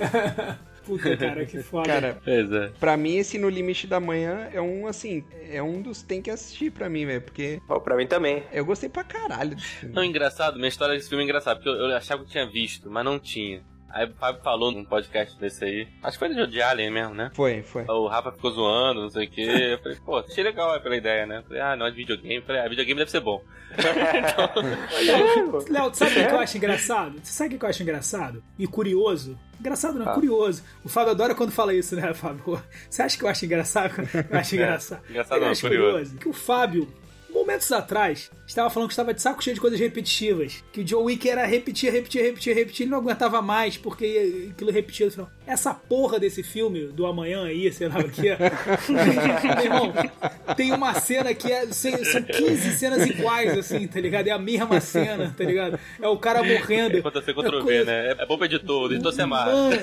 S3: Puta, cara, que foda.
S2: Cara,
S1: Pois é.
S2: pra mim esse No Limite da Manhã é um, assim, é um dos tem que assistir pra mim, velho, porque
S4: Ó, pra mim também.
S2: eu gostei pra caralho desse filme.
S1: Não, engraçado, minha história desse filme é engraçada, porque eu, eu achava que eu tinha visto, mas não tinha. Aí o Fábio falou num podcast desse aí. Acho que foi de Alien mesmo, né?
S2: Foi, foi.
S1: O Rafa ficou zoando, não sei o quê. Eu falei, pô, achei legal aí pela ideia, né? Eu Falei, ah, não é de videogame. Eu Falei, ah, videogame deve ser bom. Então,
S3: Léo, tu sabe o que eu acho engraçado? Você sabe o que eu acho engraçado? E curioso? Engraçado não, curioso. O Fábio adora quando fala isso, né, Fábio? Você acha que eu acho engraçado? Eu acho engraçado.
S1: engraçado
S3: eu
S1: não,
S3: acho
S1: curioso.
S3: é Que o Fábio, momentos atrás, estava falando que estava de saco cheio de coisas repetitivas. Que o John Wick era repetir, repetir, repetir, repetir. Ele não aguentava mais porque aquilo repetia. no final. Essa porra desse filme do amanhã aí, sei lá o que é. Meu irmão, tem uma cena que é, se- são 15 cenas iguais, assim, tá ligado? É a mesma cena, tá ligado? É o cara morrendo.
S1: Enquanto você
S3: É
S1: controlou,
S3: coisa-
S1: né? É- É bom pra editor, o editor se amarra.
S3: Mano,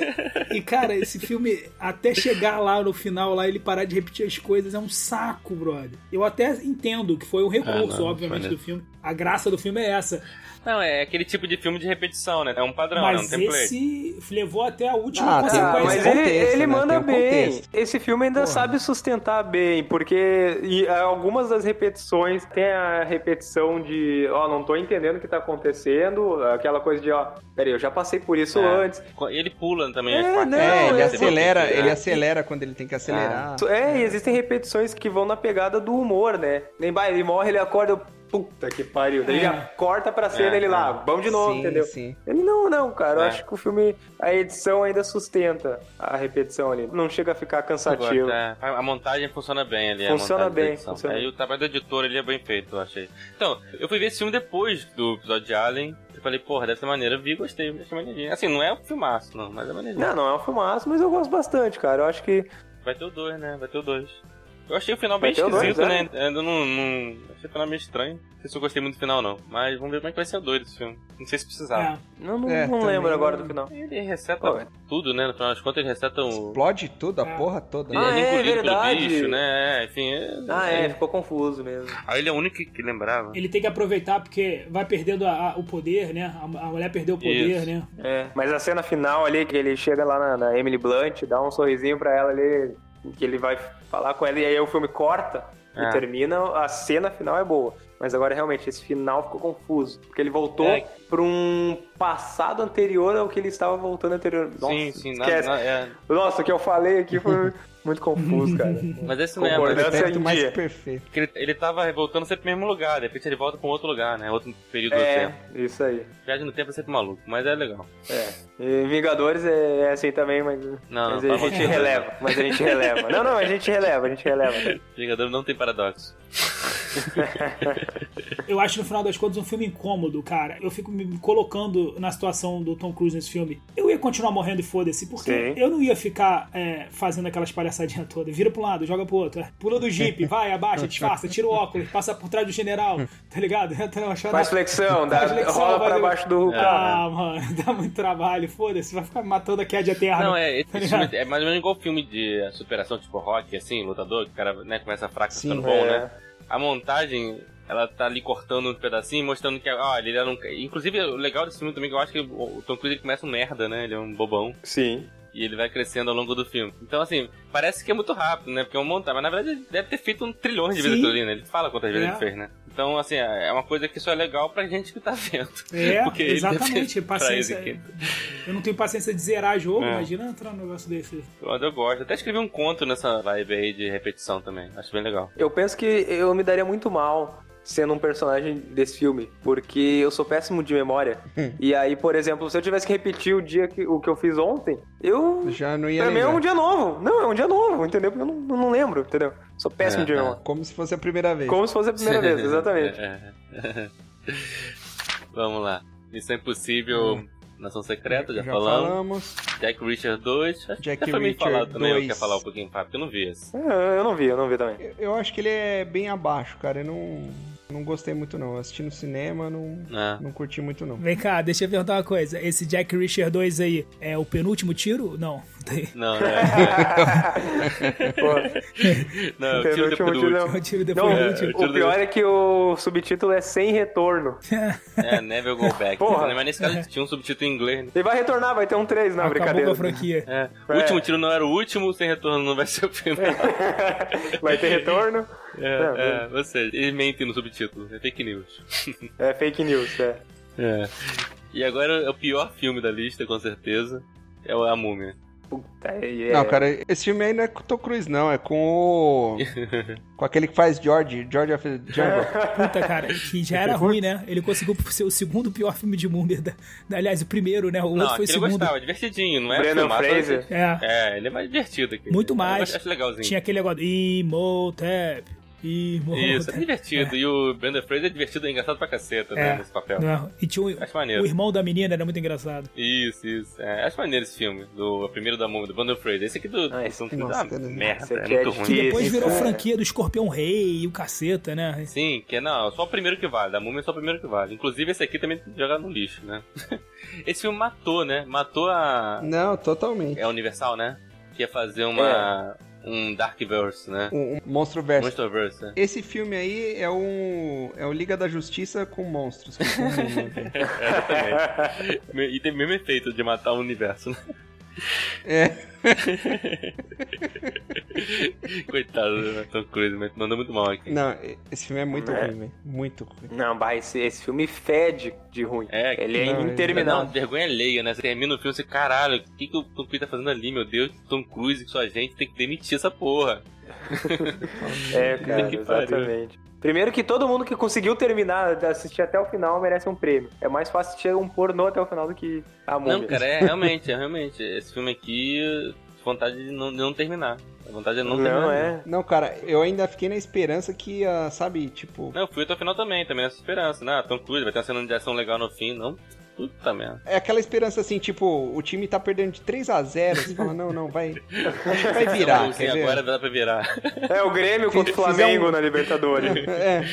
S3: e cara, esse filme, até chegar lá no final, lá ele parar de repetir as coisas, é um saco, brother. Eu até entendo que foi um recurso,
S1: Ah, não,
S3: obviamente,
S1: foi, né?
S3: do filme. A graça do filme é essa.
S1: Não, é aquele tipo de filme de repetição, né? É um padrão, né? Um
S3: mas
S1: template.
S3: esse levou até a última
S2: Ah, tá,
S3: consequência.
S4: mas
S2: mas
S4: ele,
S2: contexto,
S4: ele
S2: né?
S4: manda
S2: Tem um
S4: bem.
S2: contexto.
S4: Esse filme ainda sabe sustentar bem, porque e, ah, algumas das repetições tem a repetição de, ó, não tô entendendo o que tá acontecendo, aquela coisa de, ó, peraí, eu já passei por isso
S1: É.
S4: antes.
S1: E ele pula também.
S4: É,
S1: as partes.
S4: não,
S2: É, ele
S4: é-
S2: acelera,
S3: assim,
S1: É.
S2: ele acelera quando ele tem que acelerar.
S4: É, e existem repetições que vão na pegada do humor, né? Nem vai, ele morre, ele acorda, eu, puta que pariu. Daí
S3: É.
S4: já corta pra cena
S1: É,
S4: ele lá,
S1: é.
S4: vamos de novo,
S2: sim,
S4: entendeu?
S2: Sim.
S4: Ele não, não, cara. Eu
S1: É.
S4: acho que o filme, a edição ainda sustenta a repetição ali. Não chega a ficar cansativo.
S1: Agora, tá. A a montagem funciona bem ali. a
S4: Funciona
S1: montagem da
S4: bem,
S1: edição.
S4: funciona
S1: Aí
S4: bem.
S1: o trabalho do editor ele é bem feito, eu achei. Então, eu fui ver esse filme depois do episódio de Alien. Eu falei, porra, deve ser maneiro. Eu vi, gostei, achei maneirinho. Assim, não é um filmaço, não, mas é maneirinho.
S4: Não, não é um filmaço, mas eu gosto bastante, cara. Eu acho que.
S1: Vai ter o dois, né? Vai ter o dois. Eu achei o final
S4: Vai
S1: bem
S4: ter o dois,
S1: esquisito,
S4: é?
S1: né? Ainda não, não. Achei o final meio estranho. Não sei se eu gostei muito do final, não. Mas vamos ver como é que vai ser o dois desse filme. Não sei se precisava.
S3: É.
S4: Não, não,
S2: É,
S4: não
S2: também
S4: lembro
S2: não-
S4: agora do final.
S1: Ele reseta
S4: Pô, é.
S1: tudo, né? No final das contas, ele reseta o.
S2: Explode tudo, a
S3: É.
S2: porra toda.
S1: Ele
S4: Ah, é
S1: engolido pelo
S4: verdade.
S1: bicho, né? É, enfim. é-
S4: Ah, é, ficou confuso mesmo.
S1: Aí ele é o único que- que lembrava.
S3: Ele tem que aproveitar porque vai perdendo a- a- o poder, né? A, a mulher perdeu o poder,
S1: Isso.
S3: né?
S4: É. Mas a cena final ali, que ele chega lá na, na Emily Blunt, dá um sorrisinho pra ela ali, que ele vai falar com ela, e aí o filme corta e
S1: É.
S4: termina, a cena final é boa. Mas agora realmente, esse final ficou confuso. Porque ele voltou
S1: É.
S4: pra um passado anterior ao que ele estava voltando anterior. Nossa,
S1: sim, sim, nada,
S4: esquece.
S1: nada- é.
S4: Nossa, o que eu falei aqui foi muito confuso, cara.
S1: Mas esse não é,
S4: Concordância
S1: mas
S4: Essa é
S2: Perfeito,
S4: em
S2: mais
S4: dia.
S2: perfeito.
S1: porque ele, ele tava voltando sempre pro mesmo lugar, de repente ele volta pra um outro lugar, né? Outro período do tempo.
S4: É, isso aí.
S1: Viagem no tempo é sempre maluco, mas é legal.
S4: É. E Vingadores é, é assim também, mas,
S1: Não,
S4: mas
S1: não,
S4: a
S1: tá bom.
S4: gente releva. Mas a gente releva. Não, não, a gente releva, a gente releva.
S1: Vingador não tem paradoxo.
S3: Eu acho, no final das contas, um filme incômodo, cara. Eu fico me colocando na situação do Tom Cruise nesse filme. Eu ia continuar morrendo e foda-se, porque
S4: Sim.
S3: eu não ia ficar é, fazendo aquelas palhaçadinhas todas. Vira pra um lado, joga pro outro. é. Pula do jipe, vai, abaixa, disfarça, tira o óculos, passa por trás do general, tá ligado? Entra na chave-
S4: Faz né? flexão, dá,
S3: Faz flexão,
S4: rola
S3: vai
S4: pra
S3: do-
S4: baixo do carro.
S3: Ah, mano, dá muito trabalho, foda-se, vai ficar matando a Cad Eterna.
S1: Não, é, esse
S3: ligado?
S1: filme é mais ou menos igual filme de superação, tipo rock, assim, lutador, que o cara né, começa fraco
S2: Sim,
S1: ficando bom,
S4: É.
S1: né? A montagem, ela tá ali cortando um pedacinho, mostrando que, ah, ele era um. Inclusive, o legal desse filme também é que eu acho que o o Tom Cruise ele começa um merda, né? Ele é um bobão.
S4: Sim.
S1: E ele vai crescendo ao longo do filme. Então, assim, parece que é muito rápido, né? Porque é um montagem. Mas na verdade ele deve ter feito um trilhão de vezes
S3: Sim.
S1: aquilo ali, né? Ele fala quantas vezes
S3: É.
S1: ele fez, né? Então, assim, é uma coisa que só é legal pra gente que tá vendo.
S3: É,
S1: Porque ele deve
S3: exatamente.
S1: ter
S3: Paciência.
S1: traído
S3: Eu não tenho paciência de zerar jogo,
S1: É.
S3: imagina entrar num negócio desse.
S1: Mas eu gosto. Até escrevi um conto nessa vibe aí de repetição também. Acho bem legal.
S4: Eu penso que eu me daria muito mal sendo um personagem desse filme, porque eu sou péssimo de memória.
S3: Hum.
S4: e aí, por exemplo, se eu tivesse que repetir o dia que o que eu fiz ontem, eu
S2: Já não ia
S4: Pra mim
S3: né?
S4: é um
S2: lembrar.
S4: dia novo. Não, é um dia novo, entendeu? Porque eu não, não lembro, entendeu? Sou péssimo
S1: É,
S4: de memória.
S2: Como se fosse a primeira vez.
S4: Como se fosse a primeira vez, exatamente.
S1: É. Vamos lá. Missão Impossível, Nação Secreta, já,
S2: Já
S1: falamos.
S2: falamos.
S1: Jack Richard 2. Acho
S2: Jack
S1: que já foi meio
S2: Reacher
S1: falado também. Eu
S2: 2.
S1: quero falar um pouquinho, papo, porque eu não vi esse.
S4: É, Eu não vi, eu não vi também.
S2: Eu- Eu acho que ele é bem abaixo, cara. Eu não. Não gostei muito, não. Assisti no cinema, não,
S1: Ah.
S2: não curti muito, não.
S3: Vem cá, deixa eu perguntar uma coisa. Esse Jack Reacher 2 aí é o penúltimo tiro? Não.
S1: Não, não é.
S4: Pô,
S1: Não, eu
S4: Penúltimo
S1: tiro depois do
S4: tiro é
S1: último.
S3: É o tiro depois
S4: não,
S3: do
S1: é,
S3: último.
S1: tiro
S4: o pior é que o subtítulo é Sem Retorno.
S1: É, Never Go Back.
S4: Porra.
S1: Mas nesse caso tinha um subtítulo em inglês, né?
S4: Ele vai retornar, vai ter um 3, não,
S3: Acabou com
S4: brincadeira.
S3: a franquia.
S1: É. O
S4: É.
S1: último tiro não era o último, sem retorno não vai ser o final.
S4: vai ter retorno.
S1: É, é, ou seja, ele mente no subtítulo. É fake news.
S4: É fake news, é.
S1: É. E agora é o pior filme da lista, com certeza. É o A Múmia.
S4: Puta, e é-
S2: Não, cara, esse filme aí não é com o Tom Cruise, não. É com o. com aquele que faz George. George of the Jungle.
S3: Puta, cara, que já era ruim, né? Ele conseguiu ser o segundo pior filme de múmia. Da... da- Aliás, o primeiro, né? O
S1: Não,
S3: outro foi o
S1: aquele eu
S3: segundo.
S1: gostava, divertidinho, não é?
S4: Brendan
S1: filmaço, mas-
S4: Fraser.
S3: É.
S1: É, ele é mais divertido aqui.
S3: Muito mais.
S1: Eu acho legalzinho.
S3: Tinha aquele negócio. Imhotep. Imhotep.
S1: Isso, é divertido. E o Brendan Fraser é divertido, é engraçado pra caceta, né,
S3: É.
S1: nesse papel.
S3: Não, e tinha o,
S1: Acho maneiro.
S3: o irmão da menina, era muito engraçado.
S1: Isso, isso. É, acho maneiro esse filme, do o primeiro da Múmia, do Brendan Fraser. Esse aqui do...
S4: Ah,
S1: esse é um
S4: esse-
S1: filme
S2: nossa,
S1: da
S2: cara,
S1: merda,
S4: esse
S1: é
S4: aqui é
S1: muito ruim.
S4: difícil.
S3: Que depois
S4: Isso,
S3: virou
S4: é.
S3: franquia do Escorpião Rei e o caceta, né?
S1: Sim, que é não, só o primeiro que vale. Da múmia é só o primeiro que vale. Inclusive, esse aqui também tem que jogar no lixo, né? esse filme matou, né? Matou a.
S2: não, totalmente.
S1: É a Universal, né? Que ia fazer uma.
S4: É.
S1: um Darkverse, né?
S2: Um, um monstro verso.
S1: Monsterverse, né?
S2: Esse filme aí é um. É o Liga da Justiça com monstros. com né? mundo, cara.
S1: É, exatamente. e tem o mesmo efeito de matar o universo, né?
S2: é.
S1: Coitado do Tom Cruise, mas mandou muito mal aqui.
S2: Não, esse filme é muito ruim, velho. Muito ruim.
S4: Não, bah, esse, esse filme fede de ruim.
S1: É,
S4: ele é
S2: não,
S1: Não,
S4: interminável.
S1: vergonha alheia, né? Você termina o filme e você, caralho, o que, que o Tom Cruise tá fazendo ali, meu Deus? Tom Cruise e sua gente tem que demitir essa porra.
S4: É, cara,
S1: que pariu.
S4: exatamente. Primeiro que todo mundo que conseguiu terminar, de assistir até o final, merece um prêmio. É mais fácil assistir um pornô até o final do que a múmia.
S1: Não, cara, é realmente, é realmente. Esse filme aqui, vontade de não, de não terminar. A vontade é não, terminar.
S4: Não, é.
S2: Não, cara, eu ainda fiquei na esperança que, ah, sabe, tipo.
S1: Não, eu fui até o final também, também nessa esperança, né? Ah, Tom Cruise vai ter uma cena de ação legal no fim, não? Puta merda.
S2: É aquela esperança assim, tipo, o time tá perdendo de 3 a 0 Você fala, não, não, vai. Acho que vai virar.
S1: Sim,
S2: quer ver?
S1: agora dá pra virar.
S4: É o Grêmio contra o
S2: Fiz- fiz
S4: Flamengo
S2: um-
S4: na Libertadores.
S2: É,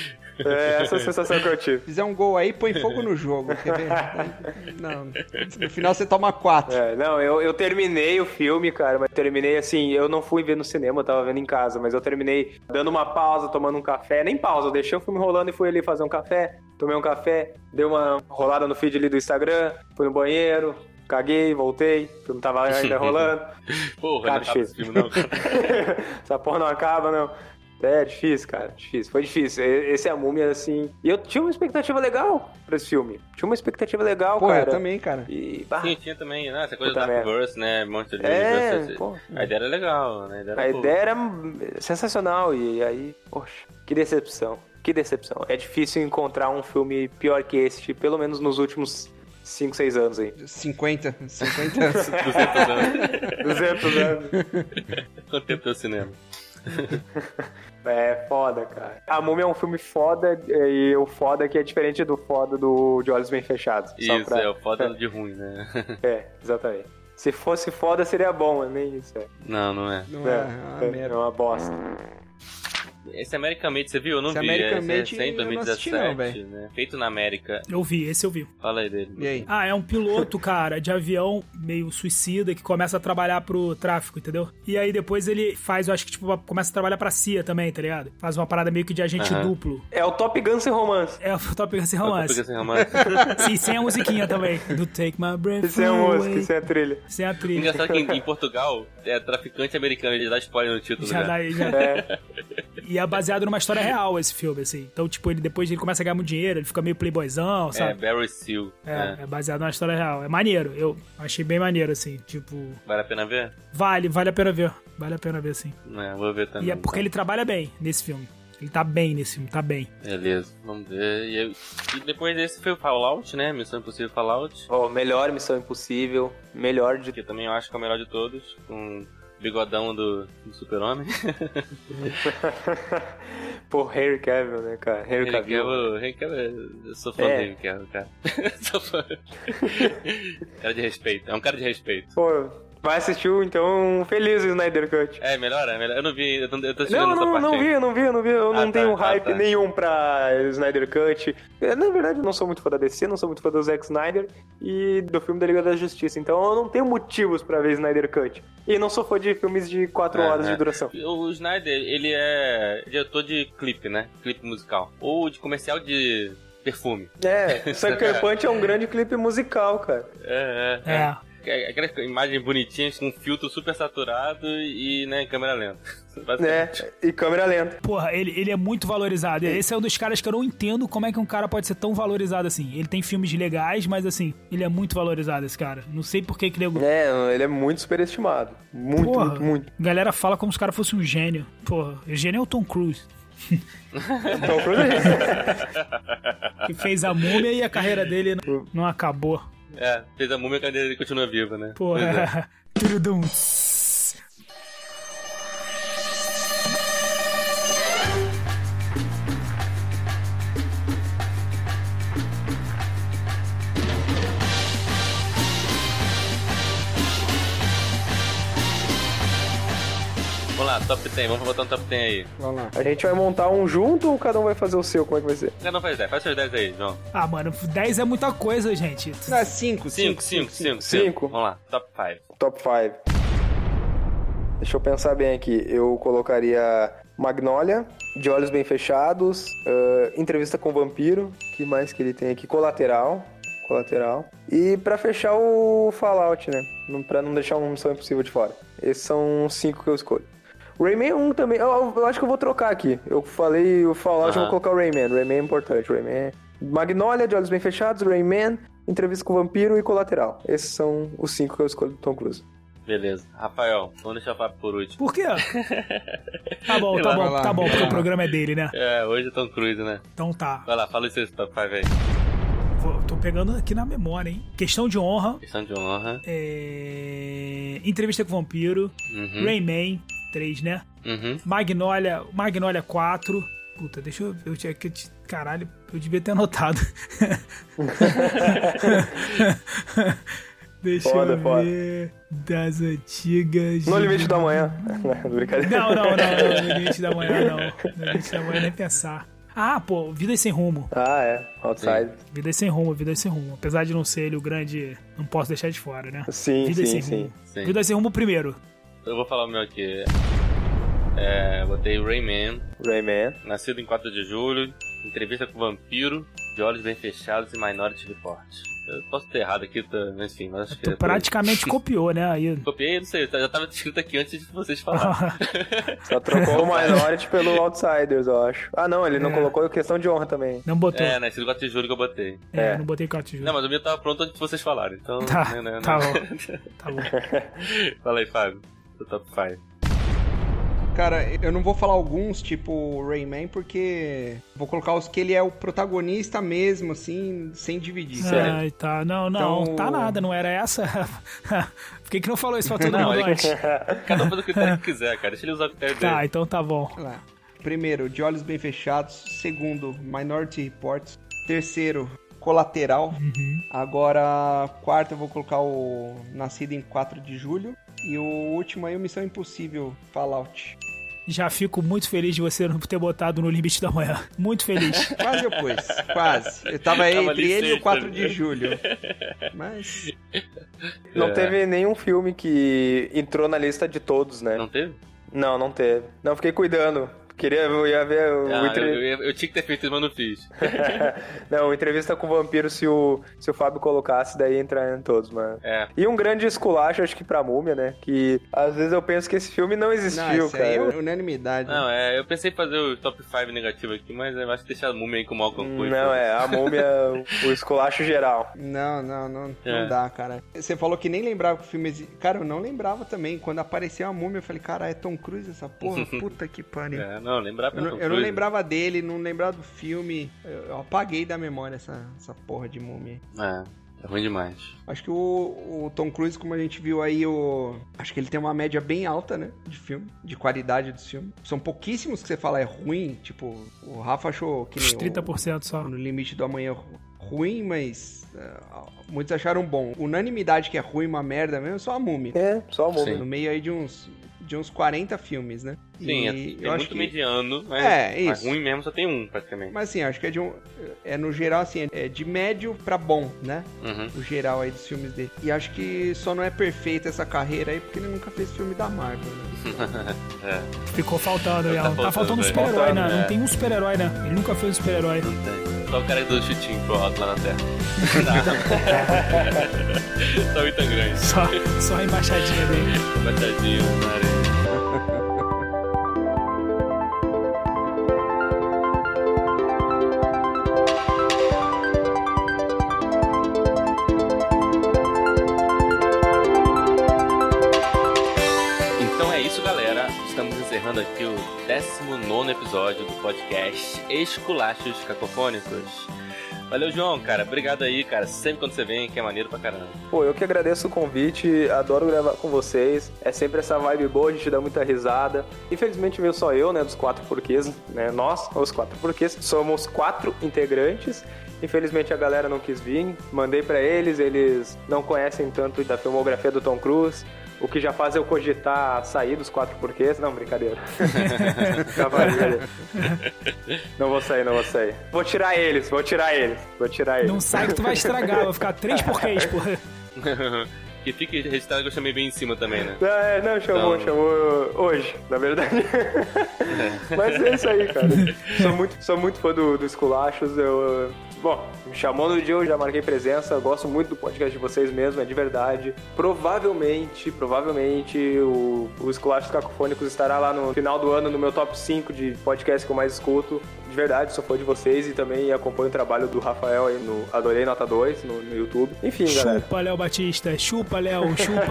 S4: É essa a sensação que eu tive.
S2: fizer um gol aí, põe fogo no jogo, quer ver? Aí, Não, no final você toma 4.
S4: É, não, eu, eu terminei o filme, cara, mas terminei assim, eu não fui ver no cinema, eu tava vendo em casa, mas eu terminei dando uma pausa, tomando um café, nem pausa, eu deixei o filme rolando e fui ali fazer um café, tomei um café, dei uma rolada no feed ali do Instagram, fui no banheiro, caguei, voltei, o filme tava ainda rolando.
S1: Porra,
S4: Cara,
S1: não acaba esse filme, não.
S4: Essa porra não acaba, não. É, difícil, cara. Difícil. Foi difícil. E- Esse é a múmia, assim. E eu tinha uma expectativa legal pra esse filme. Tinha uma expectativa legal,
S2: Pô,
S4: cara.
S2: eu também, cara.
S4: E, bah,
S1: Sim, tinha também, né? Essa coisa do
S4: Puta merda.
S1: Darkverse, né? Monster
S4: É,
S1: Universe.
S4: pô.
S1: A ideia era legal, né? A ideia era
S4: a
S1: boa.
S4: ideia era sensacional. E aí, poxa, que decepção. Que decepção. É difícil encontrar um filme pior que este, pelo menos nos últimos 5, 6 anos aí.
S2: 50, 50 anos.
S1: 200 anos.
S4: 200 anos.
S1: Quanto tempo tem o cinema?
S4: É foda, cara. A Múmia é um filme foda e o foda que é diferente do foda do De Olhos Bem Fechados. só
S1: Isso,
S4: pra-
S1: é o foda de ruim, né?
S4: É, exatamente. Se fosse foda, seria bom, mas nem isso. É,
S1: Não, não é.
S2: Não é, é uma
S4: é, é
S2: merda.
S4: uma bosta.
S1: Esse American Made, você viu? Eu não
S2: Esse
S1: vi.
S2: American
S1: esse
S2: Made
S1: é recente,
S2: eu não assisti não,
S1: 2017, né? Feito na América.
S3: Eu vi, esse eu vi.
S1: Fala aí dele.
S2: E aí?
S3: Ah, é um piloto, cara, de avião meio suicida que começa a trabalhar pro tráfico, entendeu? E aí depois ele faz, eu acho que tipo, começa a trabalhar pra CIA também, tá ligado? Faz uma parada meio que de agente
S1: Aham.
S3: duplo.
S4: É o Top Gun sem romance.
S3: É o Top Gun sem
S1: Eu tô
S3: romance.
S1: pegando esse um romance.
S3: Sim, sem a musiquinha também. Do Take My Breath
S4: Isso é a
S3: Away.
S4: música, isso é a trilha.
S3: Sem a trilha.
S1: Engraçado que em, em Portugal é traficante americano, ele dá spoiler no título,
S3: Já
S1: né?
S3: dá, já...
S4: É.
S3: E é baseado numa história real esse filme, assim. Então, tipo, ele depois ele começa a ganhar muito dinheiro, ele fica meio playboyzão,
S1: É,
S3: sabe?
S1: Barry Seal.
S3: É,
S1: né?
S3: é baseado numa história real. É maneiro. Eu achei bem maneiro, assim. Tipo,
S1: Vale a pena ver?
S3: vale, vale a pena ver. Vale a pena ver, assim. sim.
S1: É, vou ver também.
S3: E é porque ele trabalha bem nesse filme. Ele tá bem nesse filme, tá bem.
S1: Beleza, vamos ver. E, eu- e depois desse foi o Fallout, né? Missão Impossível Fallout.
S4: Ó, melhor Missão Impossível, melhor de...
S1: Que também eu acho que é o melhor de todos. Com o bigodão do, do super-homem.
S4: Pô, Harry Cavill, né, cara? Harry
S1: Henry
S4: Cavill.
S1: Cavill, Henry Cavill, eu sou fã
S4: É.
S1: dele, cara. cara. sou fã. cara de respeito, é um cara de respeito.
S4: Pô, Vai assistir, o, então, feliz o Snyder Cut.
S1: É, melhor, é melhor. Eu não vi, eu tô, eu tô assistindo
S4: Não,
S1: essa
S4: não,
S1: parte
S4: não
S1: aí.
S4: vi, eu não vi, eu não vi. Eu
S1: Ah,
S4: não
S1: tá,
S4: tenho
S1: ah,
S4: hype
S1: tá.
S4: nenhum pra Snyder Cut. Eu, na verdade, eu não sou muito fã da DC, não sou muito fã do Zack Snyder e do filme da Liga da Justiça. Então eu não tenho motivos pra ver Snyder Cut. E não sou fã de filmes de 4
S1: É,
S4: horas
S1: é.
S4: de duração.
S1: O Snyder, ele é diretor de clipe, né? Clipe musical. Ou de comercial de perfume.
S4: É, Sucker Punch é um grande clipe musical, cara.
S1: É, é.
S3: É.
S1: é. Aquelas imagens bonitinhas com filtro super saturado e, né, câmera lenta.
S4: Né?
S1: Basicamente.
S4: E câmera lenta.
S3: Porra, ele, ele é muito valorizado. Esse é um dos caras que eu não entendo como é que um cara pode ser tão valorizado assim. Ele tem filmes legais, mas assim, ele é muito valorizado, esse cara. Não sei por que que ele é.
S4: É, ele é muito superestimado. Muito,
S3: Porra,
S4: muito, muito.
S3: a galera fala como se o cara fosse um gênio. Porra, o gênio é o Tom Cruise,
S4: Tom Cruise é
S3: que fez a múmia e a carreira dele não, não acabou.
S1: É, fez a múmia e ele continua viva, né? Pois é.
S3: Porra, turudum.
S1: Vamos lá, top 10, vamos botar um top 10 aí.
S2: Vamos lá.
S4: A gente vai montar um junto ou cada um vai fazer o seu? Como é que vai ser?
S1: Não, não faz 10, faz seus 10 aí, João.
S3: Ah, mano, 10 é muita coisa, gente.
S2: Não, é 5,
S1: 5,
S2: 5.
S1: 5, 5,
S4: Cinco.
S1: Vamos lá, top 5.
S4: Top 5. Deixa eu pensar bem aqui. Eu colocaria Magnolia, De Olhos Bem Fechados, ah, Entrevista com o Vampiro, que mais que ele tem aqui? Colateral. Colateral. E pra fechar o Fallout, né? Não- Pra não deixar um Missão Impossível de fora. Esses são os cinco que eu escolho. Rayman 1 também. Eu, eu acho que eu vou trocar aqui. Eu falei o Fallout, eu
S1: Aham.
S4: vou colocar o Rayman. Rayman é importante. Rayman. é- Magnolia, De Olhos Bem Fechados, Rayman, Entrevista com o Vampiro e Colateral. Esses são os cinco que eu escolho do Tom Cruise.
S1: Beleza. Rafael, vamos deixar o papo por último.
S3: Por quê? Tá bom, tá
S2: Vai
S3: bom,
S2: lá.
S3: tá bom, porque o programa é dele, né?
S1: É, hoje é Tom Cruise, né?
S3: Então tá.
S1: Vai lá, fala o seu top 5 aí.
S3: Vou- tô pegando aqui na memória, hein? Questão de honra.
S1: Questão de honra.
S3: é, Entrevista com o Vampiro.
S1: Uhum.
S3: Rayman 3, né?
S1: Uhum.
S3: Magnolia, Magnolia 4. Puta, deixa eu. eu tinha que. Caralho, eu devia ter anotado. deixa
S4: Foda,
S3: eu
S4: foda.
S3: ver. Das antigas.
S4: No Limite da Manhã. Brincadeira.
S3: Não, não, não, não. No limite da manhã, não. No limite da manhã, nem pensar. Ah, pô, Vida Sem Rumo.
S4: Ah, é. Outside.
S3: Vida Sem Rumo, Vida é Sem Rumo. Apesar de não ser ele o grande. Não posso deixar de fora, né?
S4: Sim,
S3: Vida
S4: sim,
S3: Sem
S4: sim.
S3: Rumo.
S1: Sim.
S3: Vida é Sem Rumo primeiro.
S1: Eu vou falar o meu aqui. É, botei Rayman,
S4: Rayman.
S1: Nascido em 4 de julho, Entrevista com o Vampiro, De Olhos Bem Fechados e Minority Report. Eu posso ter errado aqui, tá- mas enfim, mas acho que...
S3: Tu
S1: é por aí.
S3: praticamente copiou, né? Aí.
S1: Copiei, não sei, tá, já tava escrito aqui antes de vocês falarem.
S4: Só trocou o Minority pelo Outsiders, eu acho. Ah, não, ele não
S3: É.
S4: colocou questão de honra também.
S3: Não botou.
S1: é, Nascido em 4 de julho que eu botei.
S3: É,
S4: É.
S3: não botei corte
S1: Não, mas o meu tava pronto antes de vocês falarem, então...
S3: Tá,
S1: né, né,
S3: tá
S1: né.
S3: Tá bom.
S1: Fala aí, Fábio, do Top 5.
S2: Cara, eu não vou falar alguns, tipo Rayman, porque vou colocar os que ele é o protagonista mesmo, assim, sem dividir.
S1: Sério?
S3: Ai, tá. Não, não,
S2: Então-
S3: tá nada, não era essa. Por que, que não falou isso pra todo mundo
S1: olha é que-
S3: antes?
S1: Cada um faz o critério que quiser, cara, deixa ele usar o critério
S3: Tá,
S1: dele.
S3: então tá bom.
S2: Sei lá. Primeiro, De Olhos Bem Fechados. Segundo, Minority Report. Terceiro, Colateral. Agora, quarto, eu vou colocar o Nascido em 4 de Julho. E o último aí, o Missão Impossível, Fallout.
S3: Já fico muito feliz de você não ter botado no limite da manhã. Muito feliz.
S2: Quase eu pus, quase. Eu tava
S1: Tava
S2: entre
S1: ali
S2: ele e
S1: sexto,
S2: o 4
S1: né?
S2: de Julho. Mas,
S4: Não
S1: É.
S4: teve nenhum filme que entrou na lista de todos, né?
S1: Não teve?
S4: Não, não teve. Não, fiquei cuidando. Queria eu ia ver o
S1: Ah, eu,
S4: entre-
S1: eu- eu tinha que ter feito isso, mas não fiz.
S4: não, entrevista com o vampiro se o, se o Fábio colocasse, daí ia entrar em todos, mano.
S1: É,
S4: E um grande esculacho, acho que pra múmia, né? Que às vezes eu penso que esse filme não
S2: não,
S4: existiu,
S2: isso
S4: cara.
S2: aí é unanimidade.
S1: Não, é, eu pensei em fazer o top 5 negativo aqui, mas eu acho que deixar a múmia aí com o Malcolm Coy.
S4: Não, é, a múmia, o esculacho geral.
S2: Não, não, não,
S1: É.
S2: não dá, cara. Você falou que nem lembrava que o filme. exi- Cara, eu não lembrava também. Quando apareceu a múmia, eu falei, cara, é Tom Cruise essa porra? Puta que pariu.
S1: É, não, lembrar pra
S2: Eu, não, eu não lembrava dele, não lembrava do filme. Eu, eu apaguei da memória essa, essa porra de múmia.
S1: É, é ruim demais.
S2: Acho que o, o Tom Cruise, como a gente viu aí, o. Acho que ele tem uma média bem alta, né? De filme, de qualidade dos filmes. São pouquíssimos que você fala é ruim. Tipo, o Rafa achou que nem
S3: Uns
S2: o-
S3: 30% só.
S2: no limite do amanhã ru- ruim, mas ah, muitos acharam bom. Unanimidade que é ruim, uma merda mesmo, só a Múmia.
S4: É, só o
S1: Sim.
S4: momento.
S2: No meio aí de uns, de uns 40 filmes, né?
S1: Sim, é,
S2: E
S1: tem muito mediano, mas,
S2: É,
S1: mas
S2: isso.
S1: ruim mesmo só tem um, praticamente.
S2: Mas assim, acho que é de um. É no geral assim, é de médio pra bom, né?
S1: Uhum.
S2: O geral aí dos filmes dele. E acho que só não é perfeita essa carreira aí porque ele nunca fez filme da Marvel, né?
S1: É,
S3: Ficou faltando, Yal.
S1: faltando,
S3: Tá faltando um
S1: velho.
S3: super-herói,
S4: Faltando,
S3: né?
S1: é.
S3: Não tem um super-herói, né? Ele nunca fez um super-herói.
S1: não tem. Só o cara do chutinho pro alto lá na terra. Tá. Só o Ethan Grande.
S3: Só, só a embaixadinha dele.
S1: Batadinho na areia. Então é isso, galera. Estamos encerrando aqui o 19 episódio do podcast Esculachos Cacofônicos. Valeu, João, cara. Obrigado aí, cara. Sempre quando você vem, que é maneiro pra caramba.
S4: Pô, eu que agradeço o convite, adoro gravar com vocês. É sempre essa vibe boa, a gente dá muita risada. Infelizmente veio só eu, né, dos quatro porquês, né? Nós, os quatro porquês, somos quatro integrantes. Infelizmente a galera não quis vir, mandei pra eles, eles não conhecem tanto da filmografia do Tom Cruise. O que já faz eu cogitar sair dos quatro porquês. Não, brincadeira. Não, brincadeira. não vou sair, não vou sair. Vou tirar eles, vou tirar eles, vou tirar eles.
S3: Não sai que tu vai estragar, vai ficar três porquês, porra.
S1: que fique registrado que eu chamei bem em cima também, né?
S4: Ah, não, chamou,
S1: Então-
S4: chamou hoje, na verdade. Mas é isso aí, cara. Sou muito, sou muito fã do, do Esculachos. Eu, bom, me chamou no dia, eu já marquei presença. eu gosto muito do podcast de vocês mesmo, é de verdade. Provavelmente, provavelmente, o, o Esculachos Cacofônicos estará lá no final do ano no meu top 5 de podcast que eu mais escuto. De verdade, sou fã de vocês e também acompanho o trabalho do Rafael aí no Adorei Nota 2 no, no YouTube. Enfim, galera.
S3: Chupa, Léo Batista. Chupa, Léo. Chupa.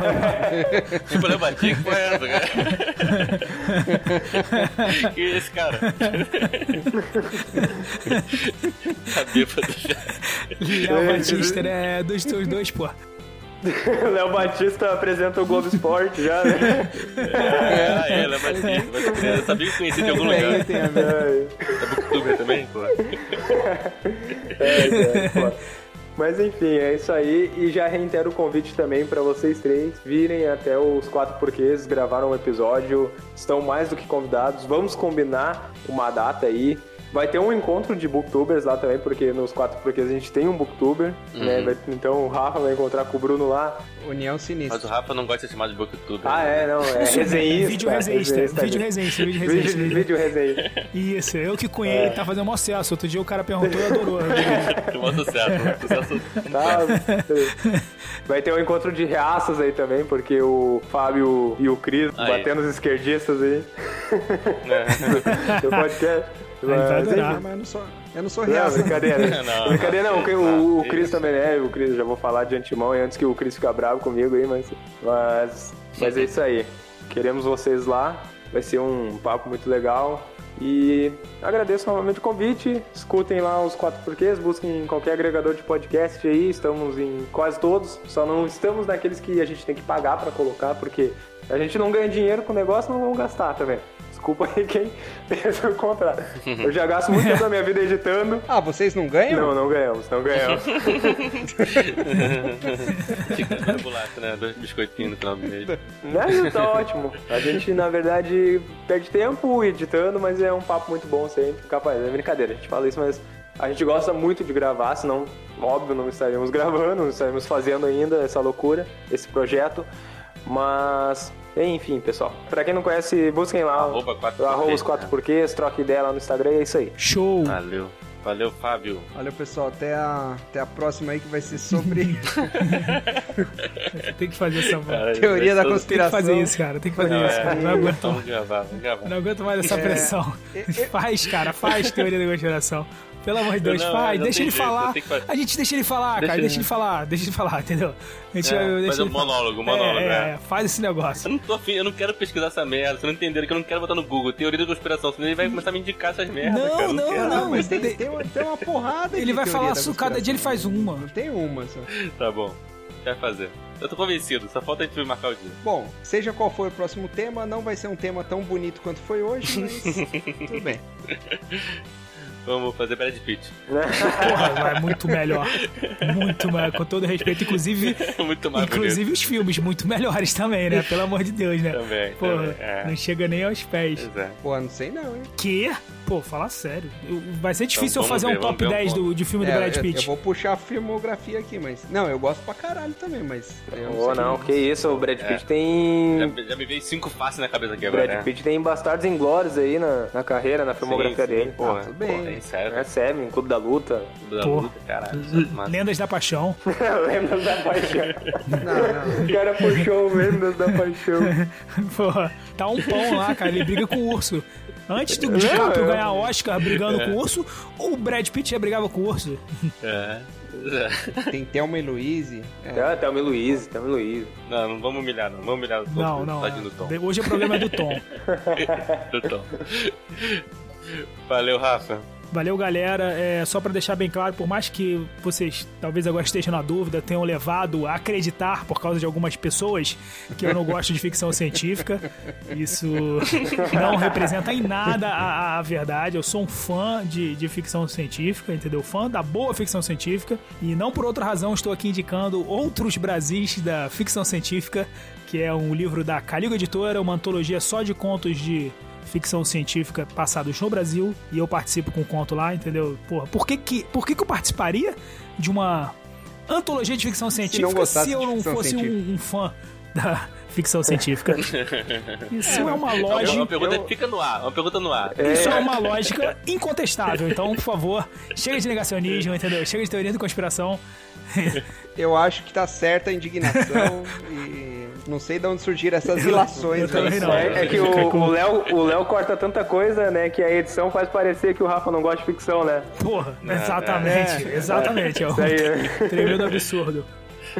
S1: Tipo, eu bati, que porra é essa, cara? que esse cara? tá bêbado já.
S3: Léo Batista, né? Dos teus dois, porra.
S4: Léo Batista apresenta o Globo Esporte já, né?
S1: Ah, é, ela bati. Eu sabia que conhecia de algum lugar.
S2: Tem a
S1: É booktuber também, pô.
S4: É, é, pô. Mas enfim, é isso aí. E já reitero o convite também pra vocês três virem até os Quatro Porquês, gravaram um episódio, estão mais do que convidados. Vamos combinar uma data aí. Vai ter um encontro de booktubers lá também, porque nos Quatro Porquês a gente tem um booktuber,
S3: Uhum.
S4: né? Vai- Então o Rafa vai encontrar com o Bruno lá.
S2: União Sinistra.
S1: Mas o Rafa não gosta de ser chamado de né? booktuber.
S4: Ah, é, não, é resenhista.
S3: Vídeo resenhista. Vídeo resenhista. Vídeo resenhista.
S4: Vídeo, vídeo resenhista.
S3: Isso, eu que conhei, tá fazendo mó sucesso. Outro dia o cara perguntou e adorou.
S1: Tu mó sucesso, mó sucesso.
S4: Tá? Vai ter um encontro de reaças aí também, porque o Fábio e o Cris
S1: Aí.
S4: batendo os esquerdistas aí. Do podcast.
S3: vai
S4: Mas,
S3: adorar.
S4: enfim.
S2: Ah, mas eu não sou, eu não sou
S4: Não,
S2: real.
S4: brincadeira.
S1: Não, não.
S4: brincadeira não, o, o
S1: Não,
S4: Cris também é, o Cris, já vou falar de antemão e antes que o Cris fique bravo comigo aí, mas, mas, mas é isso aí. Queremos vocês lá, vai ser um papo muito legal. E agradeço novamente o convite. Escutem lá os quatro porquês, busquem em qualquer agregador de podcast aí, estamos em quase todos, só não estamos naqueles que a gente tem que pagar pra colocar, porque a gente não ganha dinheiro com o negócio, não vamos gastar também. Desculpa aí quem pensa o contrário. Eu já gasto muito tempo da minha vida editando,
S2: Ah, vocês não ganham?
S4: não, não ganhamos, não ganhamos.
S1: Tinha que dar uma bolacha, né? Dois biscoitinhos no final do mês.
S4: Mas tá ótimo. A gente, na verdade, perde tempo editando, mas é um papo muito bom sempre. Capaz, é brincadeira, a gente fala isso, mas a gente gosta muito de gravar, senão, óbvio, não estaríamos gravando, não estaríamos fazendo ainda essa loucura, esse projeto. Mas, enfim, pessoal. Pra quem não conhece, busquem lá.
S1: Arroba quatro né?
S4: arroba
S1: porquês.
S4: os quatro porquês, troca ideia lá no Instagram, é isso aí.
S3: Show.
S1: Valeu. Valeu, Fábio.
S2: Olha, pessoal, até a, até a próxima aí que vai ser sobre
S3: Tem que fazer essa voz.
S2: teoria da
S3: Tem que
S2: conspiração.
S3: fazer isso, cara. Tem que fazer isso, cara. Não é. aguento,
S1: é Vamos gravar, vamos gravar.
S3: não aguento mais
S1: É.
S3: essa pressão. Faz, cara. Faz teoria da conspiração. Pelo amor de Deus,
S1: Não,
S3: faz.
S1: não
S3: Deixa
S1: tem
S3: ele
S1: jeito,
S3: falar.
S1: tem que fazer.
S3: A gente deixa ele falar,
S1: Deixa
S3: cara.
S1: ele-
S3: Deixa ele falar. Deixa ele falar, entendeu? A gente
S1: É,
S3: deixa
S1: faz um
S3: ele falar.
S1: monólogo, um monólogo,
S3: É,
S1: é.
S3: é, faz esse negócio.
S1: Eu não, tô afim, eu não quero pesquisar essa merda, vocês não entenderam que eu não quero botar no Google teoria da conspiração, senão ele vai começar a me indicar essas merdas.
S3: Não,
S1: cara, eu
S3: não,
S1: quero.
S2: Ah,
S3: não.
S2: mas tem, tem, uma, tem uma porrada
S3: Ele
S2: de
S3: vai
S2: teoria
S3: falar,
S2: da
S3: su- cada
S2: conspiração.
S3: dia ele faz uma.
S2: Tem uma só.
S1: Tá bom, vai fazer. Eu tô convencido, só falta a gente marcar o dia.
S2: Bom, seja qual for o próximo tema, não vai ser um tema tão bonito quanto foi hoje, mas tudo bem.
S1: Então eu vou fazer Brad Pitt.
S4: né?
S3: Porra, é muito melhor. Muito melhor, com todo respeito. Inclusive,
S1: Muito mais
S3: inclusive os filmes, muito melhores também, né? Pelo amor de Deus, né?
S1: Também,
S3: Porra,
S1: também, é.
S3: não chega nem aos pés.
S1: bonito. Pois é.
S2: Pô, não sei não, hein?
S3: Que? Pô, fala sério. Eu- Vai ser difícil eu
S1: Então, vamos
S3: fazer
S1: ver,
S3: um
S1: vamos
S3: top
S1: ver um
S3: 10
S1: ponto.
S3: do, de filme do
S2: É,
S3: Brad
S2: eu-
S3: Pitt.
S2: Eu vou puxar a filmografia aqui, mas. Não, eu gosto pra caralho também, mas. eu
S4: Ou
S2: sei
S4: não, que isso, o Brad Pitt tem.
S1: é. Já, já me veio cinco faces na cabeça aqui
S4: O Brad
S1: agora. né?
S4: Pitt tem Bastardos Inglórios aí na, na carreira, na filmografia
S1: Sim, sim,
S4: dele.
S1: Porra,
S2: tudo bem.
S1: porra, é sério.
S4: É Seven, Clube da Luta.
S1: Da
S3: Porra.
S1: luta, caralho. Massa.
S3: Lendas da Paixão.
S4: Lendas da Paixão.
S2: Não, não.
S4: O cara puxou o Lendas da Paixão.
S3: Porra, tá um pão lá, cara. Ele briga com o urso. Antes do
S1: É,
S3: DiCaprio
S4: eu-
S3: ganhar Oscar brigando com o urso, o Brad Pitt já brigava com o urso.
S1: É.
S2: Tem Thelma e Louise. É,
S4: Ah, Thelma e Luiz, Thelma e Luiz.
S1: Não, não vamos humilhar, não. Vamos humilhar o Tom.
S3: Não, não.
S1: Tadinho do Tom.
S3: De- Hoje o programa é do Tom.
S1: Do Tom. Valeu, Rafa.
S3: Valeu, galera. É, só pra deixar bem claro, por mais que vocês talvez agora estejam na dúvida, tenham levado a acreditar por causa de algumas pessoas que eu não gosto de ficção científica, isso não representa em nada a, a- a verdade. Eu sou um fã de, de ficção científica, entendeu? Fã da boa ficção científica e não por outra razão estou aqui indicando outros Brasis da ficção científica, que é um livro da Caligo Editora, uma antologia só de contos de ficção científica passados no Brasil e eu participo com o conto lá, entendeu? Porra, por que que, por que, que eu participaria de uma antologia de ficção científica se,
S2: gostasse
S3: eu
S2: de
S3: não
S2: ficção
S3: fosse
S2: científica.
S3: um, um fã da ficção científica? Isso é uma
S1: É uma- é uma
S3: lógica.
S1: pergunta que fica no ar. é Uma pergunta no ar.
S3: Isso é uma lógica incontestável, então, por favor, chega de negacionismo, entendeu? Chega de teoria da conspiração.
S2: Eu acho que tá certa a indignação e não sei de onde surgiram essas ilações.
S3: Eu também
S2: aí.
S3: não.
S4: É, é que o o Léo o Léo corta tanta coisa, né, que a edição faz parecer que o Rafa não gosta de ficção, né?
S3: Porra, exatamente, exatamente. É um
S4: Isso aí. é.
S3: tremendo absurdo.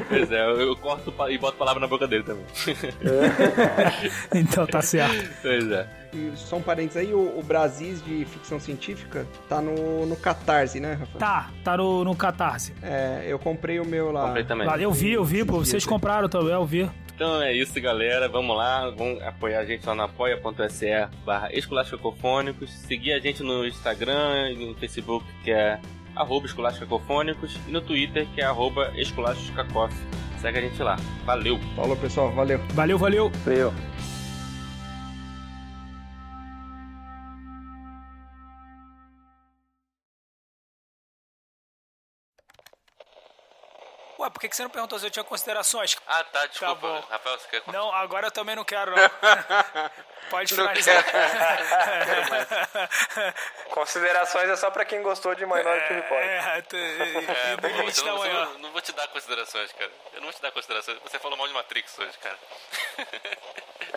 S1: Pois é, eu eu corto pa- e boto palavra na boca dele também.
S3: Então, tá certo.
S1: Pois é.
S2: E Só um parênteses aí, o, o Brasis de ficção científica tá no, no Catarse, né, Rafa?
S3: Tá, tá no, no catarse.
S2: É, eu comprei o meu lá.
S1: Comprei também.
S3: Lá, Eu vi, eu vi, pô. Vocês compraram também, eu vi.
S1: Então é isso, galera. Vamos lá, vamos apoiar a gente lá no apoia.se barra Escolástica Cofônicos. Seguir a gente no Instagram e no Facebook, que é arroba Escolástica Cofônicos, e no Twitter, que é arroba Escolástica Cof. Segue a gente lá. Valeu!
S2: Falou, pessoal. Valeu.
S3: Valeu, valeu.
S4: Valeu.
S3: Ué, por que que você não perguntou se eu tinha considerações?
S1: Ah, tá,
S3: desculpa. Tá bom.
S1: Rafael, você quer
S3: Não, agora eu também não quero, não. Pode finalizar.
S4: Considerações é só pra quem gostou de Minority Report.
S3: É, tô- e- e do limite da manhã.
S1: Então, não vou te dar considerações, cara. Eu não vou te dar considerações. Você falou mal de Matrix hoje, cara.